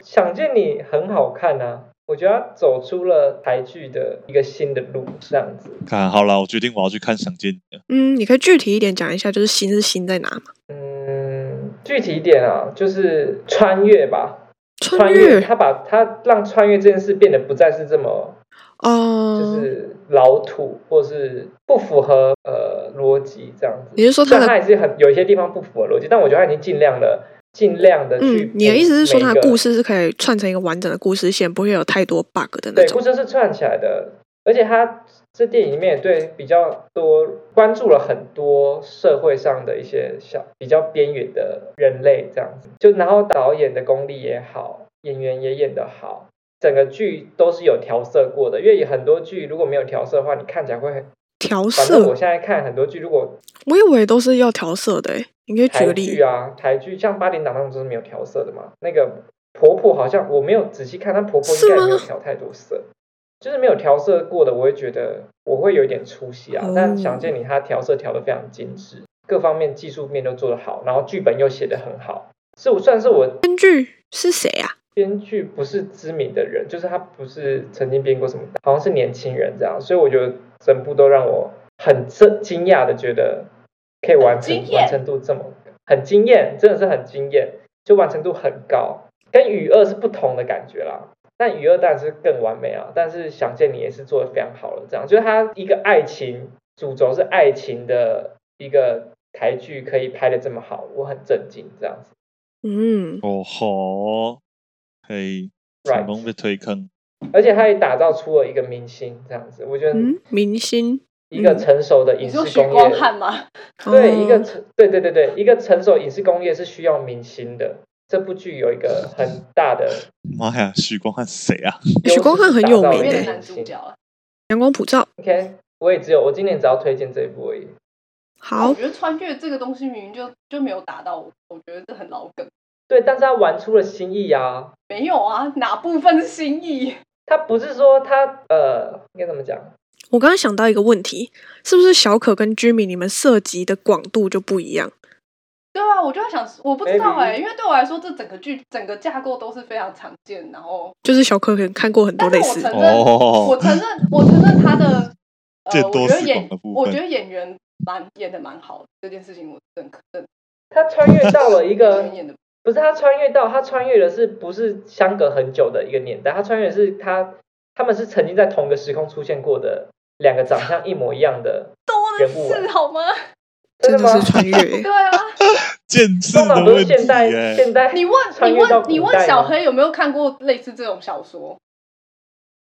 [SPEAKER 3] 想见你很好看啊，我觉得他走出了台剧的一个新的路，这样子。
[SPEAKER 2] 看好了，我决定我要去看《想见你》了。
[SPEAKER 4] 嗯，你可以具体一点讲一下，就是心是心在哪嘛？
[SPEAKER 3] 嗯，具体一点啊，就是穿越吧，
[SPEAKER 4] 穿
[SPEAKER 3] 越，
[SPEAKER 4] 越
[SPEAKER 3] 他把他让穿越这件事变得不再是这么就
[SPEAKER 4] 哦，
[SPEAKER 3] 是老土，或是不符合呃逻辑这样子。
[SPEAKER 4] 你是说
[SPEAKER 3] 虽
[SPEAKER 4] 他
[SPEAKER 3] 然
[SPEAKER 4] 的
[SPEAKER 3] 他也是很有一些地方不符合逻辑，但我觉得他已经尽量的尽量的去
[SPEAKER 4] 嗯
[SPEAKER 3] 补，每一个、
[SPEAKER 4] 你的意思是说他的故事是可以串成一个完整的故事线，不会有太多 bug 的那
[SPEAKER 3] 对，故
[SPEAKER 4] 种？
[SPEAKER 3] 事是串起来的，而且他这电影里面也对比较多关注了很多社会上的一些小比较边缘的人类这样子，就然后导演的功力也好，演员也演得好，整个剧都是有调色过的，因为很多剧如果没有调色的话，你看起来会很。
[SPEAKER 4] 调
[SPEAKER 3] 反正我
[SPEAKER 4] 色，
[SPEAKER 3] 现在看很多剧，如果
[SPEAKER 4] 我以为都是要调色的诶，你可以举
[SPEAKER 3] 台
[SPEAKER 4] 个
[SPEAKER 3] 剧
[SPEAKER 4] 例。
[SPEAKER 3] 啊，台剧像八点档那种就是没有调色的嘛。那个婆婆好像我没有仔细看，但婆婆应该也没有
[SPEAKER 4] 是吗
[SPEAKER 3] 调太多色，就是没有调色过的，我会觉得我会有一点出戏啊。
[SPEAKER 4] 哦
[SPEAKER 3] 但想见你，她调色调的非常精致，各方面技术面都做得好，然后剧本又写得很好，是我算是我
[SPEAKER 4] 编剧是谁啊？
[SPEAKER 3] 编剧不是知名的人，就是他不是曾经编过什么，好像是年轻人这样，所以我觉得整部都让我很震惊讶的觉得可以完成
[SPEAKER 5] 很惊艳
[SPEAKER 3] 完成度这么很惊艳，真的是很惊艳，就完成度很高，跟雨二是不同的感觉啦。但雨二当然是更完美啊，但是想见你也是做的非常好了，这样就是他一个爱情主轴是爱情的一个台剧可以拍的这么好，我很震惊这样子。
[SPEAKER 4] 嗯，
[SPEAKER 2] 哦吼，可以成
[SPEAKER 3] Right
[SPEAKER 2] 功被推坑。
[SPEAKER 3] 而且他也打造出了一个明星这样子，我觉得
[SPEAKER 4] 嗯，明星
[SPEAKER 3] 一个
[SPEAKER 4] 嗯
[SPEAKER 3] 成熟的
[SPEAKER 1] 你
[SPEAKER 3] 影视
[SPEAKER 1] 说
[SPEAKER 3] 工
[SPEAKER 1] 许
[SPEAKER 3] 业，
[SPEAKER 1] 光汉吗？
[SPEAKER 3] 对，一个
[SPEAKER 4] 哦
[SPEAKER 3] 成对对对对，一个成熟影视工业是需要明星的。这部剧有一个很大的
[SPEAKER 2] 妈呀，许光汉谁啊？
[SPEAKER 4] 嗯 许光汉很有
[SPEAKER 3] 打造
[SPEAKER 4] 名
[SPEAKER 5] 里
[SPEAKER 3] 一
[SPEAKER 5] 面的
[SPEAKER 3] 个
[SPEAKER 4] 的欸
[SPEAKER 3] 明
[SPEAKER 5] 男主
[SPEAKER 3] 星
[SPEAKER 5] 角啊，
[SPEAKER 4] 阳光普照，
[SPEAKER 3] OK，我也只有我今年只要推荐这一部而已。
[SPEAKER 4] 好
[SPEAKER 1] 我，觉得穿越这个东西明明就就没有打到我，我觉得这很老梗。
[SPEAKER 3] 对，但是他玩出了新意啊！
[SPEAKER 1] 没有啊，哪部分是新意？
[SPEAKER 3] 他不是说他呃，应该怎么讲？
[SPEAKER 4] 我刚刚想到一个问题，是不是小可跟居民你们涉及的广度就不一样？
[SPEAKER 1] 对啊，我就在想，我不知道
[SPEAKER 3] Maybe
[SPEAKER 1] 哎、因为对我来说，这整个剧整个架构都是非常常见，然后
[SPEAKER 4] 就是小可可能看过很多
[SPEAKER 1] 但是
[SPEAKER 4] 类
[SPEAKER 1] 啊我
[SPEAKER 4] 似
[SPEAKER 1] 承，认，
[SPEAKER 2] 哦
[SPEAKER 1] 我承认，我承认他的，呃，
[SPEAKER 2] 见
[SPEAKER 1] 我
[SPEAKER 2] 多
[SPEAKER 1] 觉得
[SPEAKER 2] 识
[SPEAKER 1] 演
[SPEAKER 2] 广的，部分
[SPEAKER 1] 我觉得演员蛮演的蛮好的，这件事情我认可，认
[SPEAKER 3] 他穿越 到了一
[SPEAKER 1] 可
[SPEAKER 3] 个
[SPEAKER 1] 演员演的
[SPEAKER 3] 不是他穿越到，他穿越的是不是相隔很久的一个年代？他穿越的是他他们是曾经在同一个时空出现过的两个长相一模一样的人物啊、
[SPEAKER 1] 是好吗？
[SPEAKER 4] 真
[SPEAKER 3] 的吗？
[SPEAKER 4] 是穿 越欸、
[SPEAKER 1] 对啊，
[SPEAKER 2] 见字
[SPEAKER 3] 通
[SPEAKER 2] 的
[SPEAKER 3] 常都
[SPEAKER 2] 问
[SPEAKER 3] 是
[SPEAKER 2] 题
[SPEAKER 3] 现 代
[SPEAKER 2] 耶。
[SPEAKER 3] 现代
[SPEAKER 1] 你问
[SPEAKER 3] 穿
[SPEAKER 1] 你
[SPEAKER 3] 越到
[SPEAKER 1] 问
[SPEAKER 3] 古
[SPEAKER 1] 你
[SPEAKER 3] 代
[SPEAKER 1] 问
[SPEAKER 3] 吗
[SPEAKER 1] 小，黑啊有没有看过类似这种小说？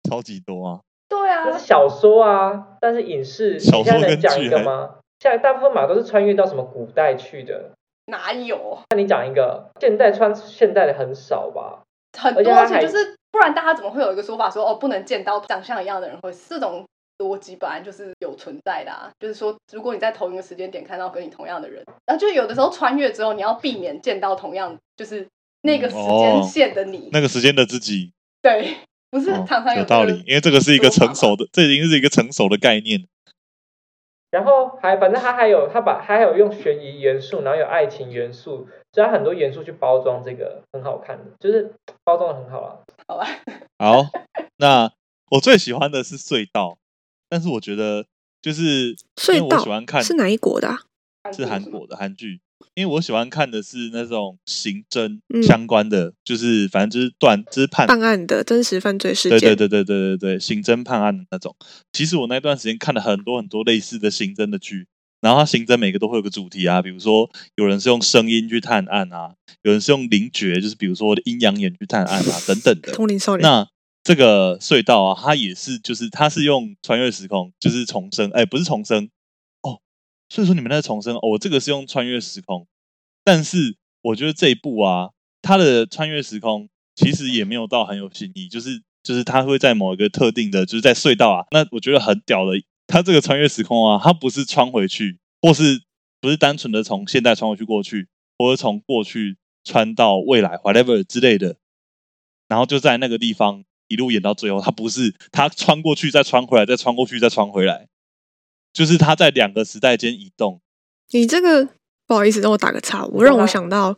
[SPEAKER 2] 超级多啊！
[SPEAKER 1] 对啊
[SPEAKER 3] 那，是小说啊，但是影视
[SPEAKER 2] 小
[SPEAKER 3] 你现
[SPEAKER 2] 说
[SPEAKER 3] 在能
[SPEAKER 2] 跟
[SPEAKER 3] 讲一
[SPEAKER 2] 剧
[SPEAKER 3] 个
[SPEAKER 2] 还
[SPEAKER 3] 吗？现在大部分嘛都是穿越到什么古代去的，
[SPEAKER 1] 哪有
[SPEAKER 3] 那你讲一个现代穿现代的很少吧？
[SPEAKER 1] 很
[SPEAKER 3] 而且
[SPEAKER 1] 多，
[SPEAKER 3] 他
[SPEAKER 1] 而且
[SPEAKER 3] 还
[SPEAKER 1] 就是不然大家怎么会有一个说法说哦，不能见到长相一样的人会这种。逻辑本来就是有存在的啊，就是说，如果你在同一个时间点看到跟你同样的人，然后就有的时候穿越之后，你要避免见到同样，就是那个时间线的你，
[SPEAKER 2] 嗯哦那个时间的自己，
[SPEAKER 1] 对，不是
[SPEAKER 2] 哦
[SPEAKER 1] 常常
[SPEAKER 2] 有
[SPEAKER 1] 这个
[SPEAKER 2] 道理，因为这个是一个
[SPEAKER 1] 说法
[SPEAKER 2] 成熟的，这已经是一个成熟的概念。
[SPEAKER 3] 然后还反正他还有他把他还有用悬疑元素，然后有爱情元素，所以他很多元素去包装这个，很好看的，就是包装的很好啊。
[SPEAKER 1] 好吧？
[SPEAKER 2] 好，那我最喜欢的是隧道，但是我觉得就是因为
[SPEAKER 4] 隧
[SPEAKER 2] 我喜欢
[SPEAKER 4] 道
[SPEAKER 2] 看
[SPEAKER 4] 是哪一国的、啊？
[SPEAKER 2] 是韩
[SPEAKER 1] 国
[SPEAKER 2] 国的韩剧，因为我喜欢看的是那种刑侦
[SPEAKER 4] 嗯
[SPEAKER 2] 相关的，就是反正就是断就是判
[SPEAKER 4] 办案的真实犯罪事
[SPEAKER 2] 对
[SPEAKER 4] 件，
[SPEAKER 2] 对对对对对对，刑侦判案的那种。其实我那段时间看了很多很多类似的刑侦的剧，然后它刑侦每个都会有个主题啊，比如说有人是用声音去探案啊，有人是用灵觉，就是比如说阴阳眼去探案啊等等的。
[SPEAKER 4] 通灵少年，
[SPEAKER 2] 那这个隧道啊，它也是就是它是用穿越时空，就是重生，哎，不是重生哦，所以说你们那个重生，哦，我这个是用穿越时空，但是我觉得这一部啊，它的穿越时空其实也没有到很有新意，就是就是它会在某一个特定的，就是在隧道啊，那我觉得很屌的，它这个穿越时空啊，它不是穿回去，或是不是单纯的从现代穿回去过去，或者从过去穿到未来，whatever 之类的，然后就在那个地方一路演到最后，他不是他穿过去再穿回来，再穿过去再穿回来，就是他在两个时代间移动。
[SPEAKER 4] 你这个不好意思，让我打个岔，我
[SPEAKER 3] 干
[SPEAKER 4] 让我
[SPEAKER 3] 嘛
[SPEAKER 4] 想到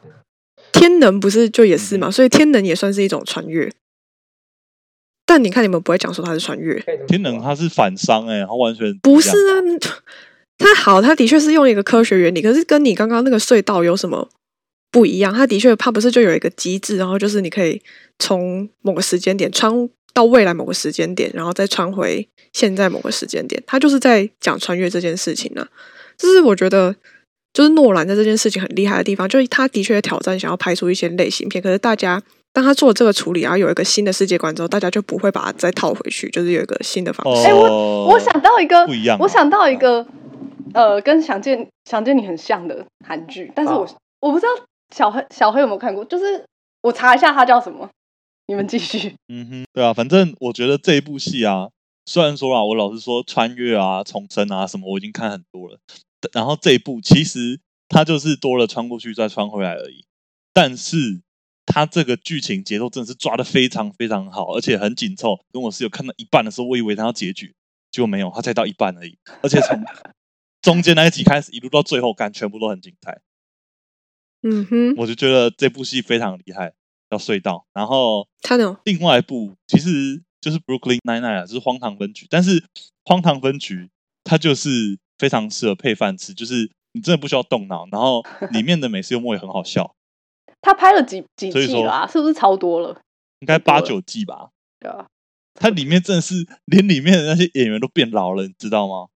[SPEAKER 4] 天能不是就也
[SPEAKER 2] 嗯
[SPEAKER 4] 是嘛，所以天能也算是一种穿越。但你看，你们不会讲说它是穿越，
[SPEAKER 3] 可以这么
[SPEAKER 2] 天能
[SPEAKER 3] 说啊
[SPEAKER 2] 他是反商哎、欸，他完全
[SPEAKER 4] 不
[SPEAKER 2] 一
[SPEAKER 4] 是
[SPEAKER 2] 样
[SPEAKER 4] 啊？ 它好，它的确是用一个科学原理，可是跟你刚刚那个隧道有什么不一样？它的确，它不是就有一个机制，然后就是你可以从某个时间点穿到未来某个时间点，然后再穿回现在某个时间点。它就是在讲穿越这件事情啊。就是我觉得，就是诺兰在这件事情很厉害的地方，就是他的确挑战想要拍出一些类型片，可是大家。当他做这个处理，然后有一个新的世界观之后，大家就不会把它再套回去，就是有一个新的方式。
[SPEAKER 1] 哎
[SPEAKER 2] 哦。
[SPEAKER 1] 我想到一个
[SPEAKER 2] 不一样啊
[SPEAKER 1] 我想到一个，呃，跟想见想见你很像的韩剧，但是我、
[SPEAKER 2] 啊
[SPEAKER 3] 好
[SPEAKER 1] 我不知道小黑小黑有没有看过，就是我查一下它叫什么，你们继续。
[SPEAKER 2] 嗯哼，对啊，反正我觉得这一部戏啊，虽然说啊，我老实说穿越啊、重生啊什么，我已经看很多了，但然后这一部其实它就是多了穿过去再穿回来而已，但是它这个剧情节奏真的是抓的非常非常好，而且很紧凑。跟我室友看到一半的时候，我以为它要结局，结果没有，它才到一半而已，而且从中间那一集开始一路到最后，感全部都很精彩。
[SPEAKER 4] 嗯哼，
[SPEAKER 2] 我就觉得这部戏非常厉害，叫《隧道》。然后
[SPEAKER 4] 它那种
[SPEAKER 2] 另外一部其实就是《Brooklyn Nine-Nine》啊，就是《荒唐分局》，但是《荒唐分局》它就是非常适合配饭吃，就是你真的不需要动脑，然后里面的美式幽默也很好笑，
[SPEAKER 1] 他拍了几几
[SPEAKER 2] 所以
[SPEAKER 1] 季
[SPEAKER 2] 说
[SPEAKER 1] 啦、是不是超多了？
[SPEAKER 2] 应该八
[SPEAKER 1] 太多了
[SPEAKER 2] 九季吧。
[SPEAKER 1] 对啊，
[SPEAKER 2] 它里面真的是连里面的那些演员都变老了，你知道吗？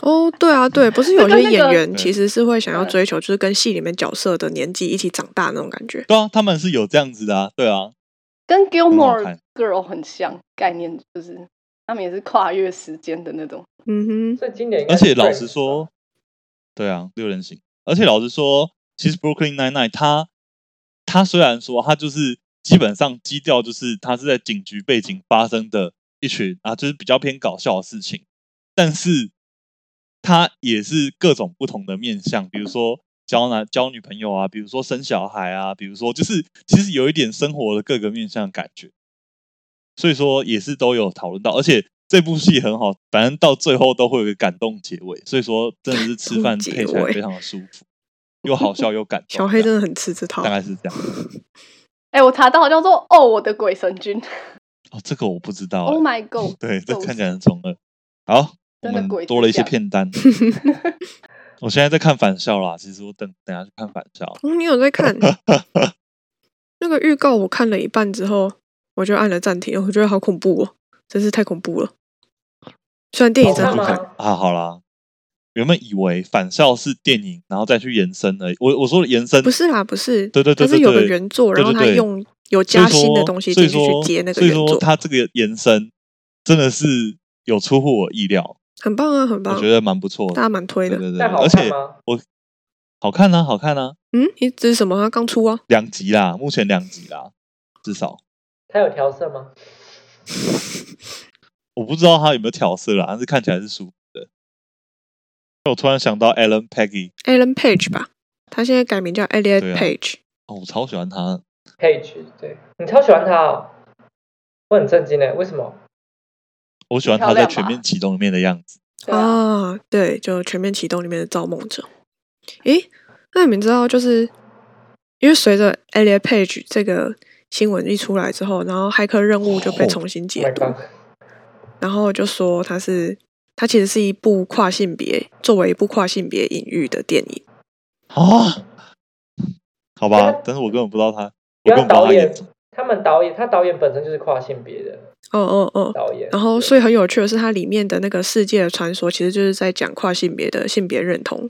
[SPEAKER 4] 哦，对啊，对，不是有
[SPEAKER 1] 那
[SPEAKER 4] 些
[SPEAKER 1] 跟那个
[SPEAKER 4] 演员
[SPEAKER 2] 对
[SPEAKER 4] 其实是会想要
[SPEAKER 1] 对
[SPEAKER 4] 追求，就是跟戏里面角色的年纪一起长大那种感觉。
[SPEAKER 2] 对啊，他们是有这样子的啊，对啊，
[SPEAKER 1] 跟
[SPEAKER 2] 很好
[SPEAKER 1] Gilmore
[SPEAKER 2] 看
[SPEAKER 1] Girl 很像，概念就是他们也是跨越时间的那种。
[SPEAKER 4] 嗯哼，
[SPEAKER 3] 所以今年应该
[SPEAKER 2] 而
[SPEAKER 3] 是
[SPEAKER 2] 且老
[SPEAKER 3] Friends
[SPEAKER 2] 实
[SPEAKER 3] 吧
[SPEAKER 2] 说，对啊，六人行。而且老实说，其实 Brooklyn Nine Nine 它它虽然说它就是基本上基调就是它是在警局背景发生的一群啊，就是比较偏搞笑的事情，但是它也是各种不同的面向，比如说交男交女朋友啊，比如说生小孩啊，比如说就是其实有一点生活的各个面向的感觉。所以说也是都有讨论到，而且这部戏很好，反正到最后都会有一个感动结尾，所以说真的是吃饭
[SPEAKER 4] 感动结
[SPEAKER 2] 配起来
[SPEAKER 4] 尾
[SPEAKER 2] 非常的舒服，又好笑又感动。
[SPEAKER 4] 小黑
[SPEAKER 2] 这
[SPEAKER 4] 真
[SPEAKER 2] 样
[SPEAKER 4] 的很吃这套
[SPEAKER 2] 大。概是这样。
[SPEAKER 1] 哎、我查到叫做“哦，我的鬼神君
[SPEAKER 2] 哦，这个我不知道欸、
[SPEAKER 1] ”，Oh my God！
[SPEAKER 2] 对，这
[SPEAKER 1] 斗
[SPEAKER 2] 看起
[SPEAKER 1] 士
[SPEAKER 2] 来很中二。好，我
[SPEAKER 1] 真的
[SPEAKER 2] 们
[SPEAKER 1] 鬼子
[SPEAKER 2] 多了一些
[SPEAKER 1] 酱
[SPEAKER 2] 片 单。我现在在看返校啦，其实我等等下去看返校。
[SPEAKER 4] 嗯，你有在看那个预告？我看了一半之后，我就按了暂停，我觉得好恐怖哦，真是太恐怖了。虽然电影真
[SPEAKER 3] 好
[SPEAKER 4] 的
[SPEAKER 3] 看
[SPEAKER 4] 好
[SPEAKER 3] 吗
[SPEAKER 4] 看，
[SPEAKER 2] 啊，好啦，原本以为返校是电影，然后再去延伸而已。我我说的延伸
[SPEAKER 4] 不是啦，不是，
[SPEAKER 2] 对对对
[SPEAKER 4] 它是
[SPEAKER 2] 对
[SPEAKER 4] 有个
[SPEAKER 2] 对
[SPEAKER 4] 原作，然后
[SPEAKER 2] 对
[SPEAKER 4] 它
[SPEAKER 2] 对对
[SPEAKER 4] 用
[SPEAKER 2] 所
[SPEAKER 4] 有
[SPEAKER 2] 以
[SPEAKER 4] 加新的
[SPEAKER 2] 说
[SPEAKER 4] 东西
[SPEAKER 2] 所
[SPEAKER 4] 进
[SPEAKER 2] 以
[SPEAKER 4] 去去
[SPEAKER 2] 说，
[SPEAKER 4] 接那个
[SPEAKER 2] 所以
[SPEAKER 4] 原
[SPEAKER 2] 说
[SPEAKER 4] 作，
[SPEAKER 2] 它这个延伸真的是有出乎我意料，
[SPEAKER 4] 很棒啊，很
[SPEAKER 2] 我
[SPEAKER 4] 棒
[SPEAKER 2] 觉，得蛮不错
[SPEAKER 4] 大家
[SPEAKER 2] 的。
[SPEAKER 4] 蛮推
[SPEAKER 2] 对
[SPEAKER 4] 的。
[SPEAKER 2] 对对，
[SPEAKER 3] 但好
[SPEAKER 2] 而
[SPEAKER 3] 看
[SPEAKER 2] 且
[SPEAKER 3] 吗？
[SPEAKER 2] 我好看啊，好看啊，
[SPEAKER 4] 嗯，你这是什么？它刚出啊？
[SPEAKER 2] 两集啦，目前两集啦，至少
[SPEAKER 3] 它有调色吗？
[SPEAKER 2] 我不知道它有没有调色啦，但是看起来是舒服的。我突然想到 Alan Peggy，
[SPEAKER 4] Alan Page 吧，他现在改名叫 Elliot
[SPEAKER 2] 对啊
[SPEAKER 4] Page，、
[SPEAKER 2] 哦，我超喜欢他，
[SPEAKER 3] Page，对你超喜欢他、哦，我很震惊呢，为什么？？Oh
[SPEAKER 2] 我喜欢
[SPEAKER 1] 漂
[SPEAKER 2] 他在
[SPEAKER 1] 亮
[SPEAKER 2] 《
[SPEAKER 1] 吧
[SPEAKER 2] 全面启动》里面的样子。
[SPEAKER 1] 对啊，
[SPEAKER 4] 啊，对，就《全面启动》里面的造梦者。诶，那你们知道，就是因为随着 Elliot Page 这个新闻一出来之后，然后骇客任务就被
[SPEAKER 2] 哦
[SPEAKER 4] 重新
[SPEAKER 3] Oh
[SPEAKER 4] 解
[SPEAKER 3] my
[SPEAKER 4] 读
[SPEAKER 3] god！
[SPEAKER 4] 然后就说它是它其实是一部跨性别作为一部跨性别隐喻的电影。
[SPEAKER 2] 啊，好吧
[SPEAKER 3] 原来，
[SPEAKER 2] 但是我根本不知道他，我
[SPEAKER 3] 原
[SPEAKER 2] 根本不知
[SPEAKER 3] 来
[SPEAKER 2] 道
[SPEAKER 3] 导
[SPEAKER 2] 他演
[SPEAKER 3] 演
[SPEAKER 2] 什么。
[SPEAKER 3] 他们导演，他导演本身就是跨性别的
[SPEAKER 4] 哦哦哦。
[SPEAKER 3] 导演，
[SPEAKER 4] 然后，
[SPEAKER 3] 对
[SPEAKER 4] 所以很有趣的是，它里面的那个世界的传说，其实就是在讲跨性别的性别认同，